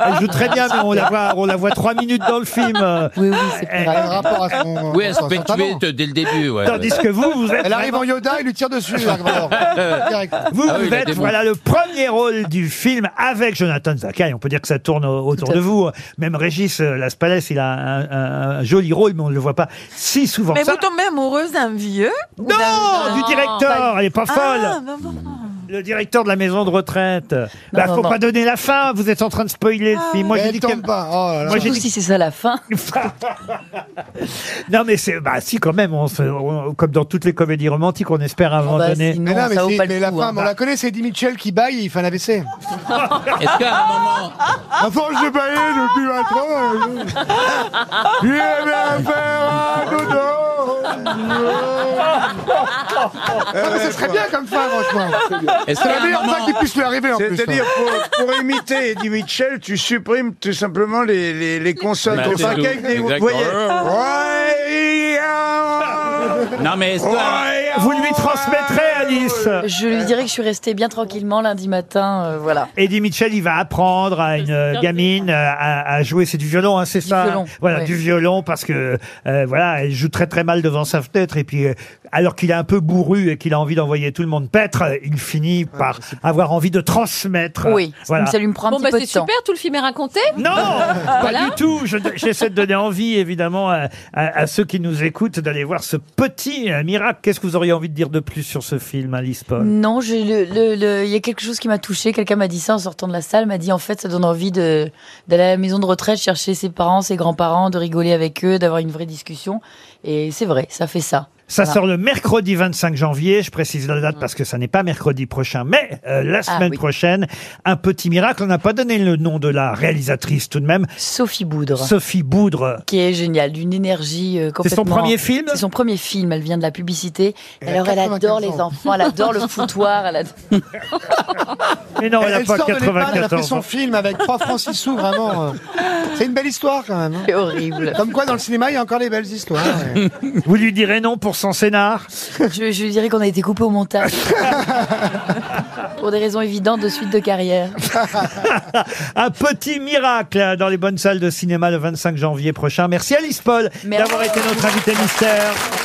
Speaker 2: elle joue très bien, mais on la voit, on la voit trois minutes dans le film. Oui, oui, c'est
Speaker 4: rapport à
Speaker 2: Oh,
Speaker 4: son-
Speaker 5: Oui, elle se
Speaker 4: son-
Speaker 5: fait
Speaker 4: son talent.
Speaker 5: tuer de- dès le début. Ouais,
Speaker 2: Tandis
Speaker 5: ouais.
Speaker 2: que vous, vous êtes.
Speaker 4: Elle arrive
Speaker 2: vraiment-
Speaker 4: en Yoda, il lui tire dessus. Jacques Vabre. Direct.
Speaker 2: Vous, vous êtes voilà, le premier rôle du film avec Jonathan Zakaï. On peut dire que ça tourne au- autour
Speaker 4: Tout à
Speaker 2: de
Speaker 4: fait.
Speaker 2: vous. Même Régis euh, Laspalès, il a un, un- un joli rôle, mais on ne le voit pas si souvent.
Speaker 6: Mais
Speaker 2: que ça.
Speaker 6: vous tombez amoureuse d'un vieux
Speaker 2: Non, du directeur, elle est pas
Speaker 6: Ah,
Speaker 2: folle.
Speaker 6: bah voilà.
Speaker 2: Le directeur de la maison de retraite. Bah,
Speaker 19: non,
Speaker 2: faut
Speaker 19: non.
Speaker 2: pas donner la fin. Vous êtes en train de spoiler
Speaker 4: Ah.
Speaker 2: le film. Moi, j'ai
Speaker 19: elle
Speaker 2: dit que-
Speaker 19: tombe
Speaker 4: Oh
Speaker 2: Moi, j'ai
Speaker 19: Surtout
Speaker 2: dit
Speaker 19: si c'est ça la fin.
Speaker 2: Non, mais c'est, bah, si, quand même, on se- on- comme dans toutes les comédies romantiques, on espère à un moment donné.
Speaker 4: mais non, mais, c'est- mais
Speaker 19: hein.
Speaker 4: la femme, on la connaît, c'est Eddie Mitchell qui baille, il fait un AVC.
Speaker 5: Est-ce qu'à un moment.
Speaker 4: À force de bailler depuis maintenant, euh, il aimait faire un dodo. Ah, mais ce serait bien comme femme, franchement.
Speaker 8: Est-ce
Speaker 4: C'est
Speaker 8: que-
Speaker 4: la meilleure
Speaker 8: Non,
Speaker 4: fin qui puisse lui arriver en plus.
Speaker 8: C'est-à-dire, pour, pour imiter Eddie Mitchell, tu supprimes tout simplement les, les, les consonnes.
Speaker 5: Bah,
Speaker 8: Ton
Speaker 5: c'est
Speaker 8: paquet
Speaker 5: tout.
Speaker 8: avec des- vous
Speaker 5: Exactement.
Speaker 8: voyez
Speaker 5: Non, mais est-ce que-
Speaker 2: Vous lui transmettrez, Alice
Speaker 19: Je lui dirais que je suis restée bien tranquillement lundi matin, euh, voilà.
Speaker 2: Eddie Mitchell, il va apprendre à une euh, gamine euh, à, à jouer. C'est du violon, hein, c'est ça
Speaker 19: violon,
Speaker 2: Voilà,
Speaker 19: ouais.
Speaker 2: du violon, parce que euh, voilà, elle joue très très mal devant sa fenêtre. Et puis, euh, alors qu'il est un peu bourru et qu'il a envie d'envoyer tout le monde paître, euh, il finit par avoir envie de transmettre. euh,
Speaker 19: Oui,
Speaker 2: voilà.
Speaker 19: ça lui me prend un
Speaker 7: Bon,
Speaker 19: petit
Speaker 7: bah
Speaker 19: peu Ah,
Speaker 7: c'est
Speaker 19: de temps.
Speaker 7: super, tout le film est raconté.
Speaker 2: Non,
Speaker 7: Voilà.
Speaker 2: pas du tout. Je- J'essaie de donner envie, évidemment, à, à- à ceux qui nous écoutent d'aller voir ce petit euh, miracle. Qu'est-ce que vous auriez envie de dire de plus sur ce film, Alice Paul
Speaker 19: Non, j'ai le- le- le- il y a quelque chose qui m'a touchée. Quelqu'un m'a dit ça en sortant de la salle, m'a dit en fait ça donne envie de d'aller à la maison de retraite chercher ses parents, ses grands-parents, de rigoler avec eux, d'avoir une vraie discussion. Et c'est vrai, ça fait ça.
Speaker 2: Ça
Speaker 19: Voilà. Mm.
Speaker 2: sort le mercredi 25 janvier, je précise la date parce que ça n'est pas mercredi prochain, mais euh, la
Speaker 19: Ah,
Speaker 2: semaine
Speaker 19: oui.
Speaker 2: prochaine, un petit miracle. On n'a pas donné le nom de la réalisatrice tout de même.
Speaker 19: Sophie Boudre.
Speaker 2: Sophie Boudre.
Speaker 19: qui est géniale, d'une énergie euh,
Speaker 2: C'est son
Speaker 19: complètement.
Speaker 2: premier film
Speaker 19: C'est son premier film. Elle vient de la publicité.
Speaker 4: Elle a
Speaker 19: Alors elle
Speaker 4: 95
Speaker 19: adore les
Speaker 4: ans.
Speaker 19: enfants, elle adore le foutoir. Elle adore...
Speaker 2: Mais non, elle n'a
Speaker 4: elle
Speaker 2: pas
Speaker 4: sort de l'EHPAD, elle a
Speaker 2: 94
Speaker 4: fait son
Speaker 2: ans.
Speaker 4: film avec trois francs six sous, vraiment. euh. C'est une belle histoire quand même. hein.
Speaker 19: C'est horrible.
Speaker 4: Comme quoi, dans le cinéma, il y a encore des belles histoires. ouais.
Speaker 2: Vous lui direz non pour son scénar
Speaker 19: Je, je dirais qu'on a été coupé au montage pour des raisons évidentes de suite de carrière.
Speaker 2: Un petit miracle dans les bonnes salles de cinéma le 25 janvier prochain. Merci Alice Paul
Speaker 19: Merci.
Speaker 2: d'avoir été notre invité mystère.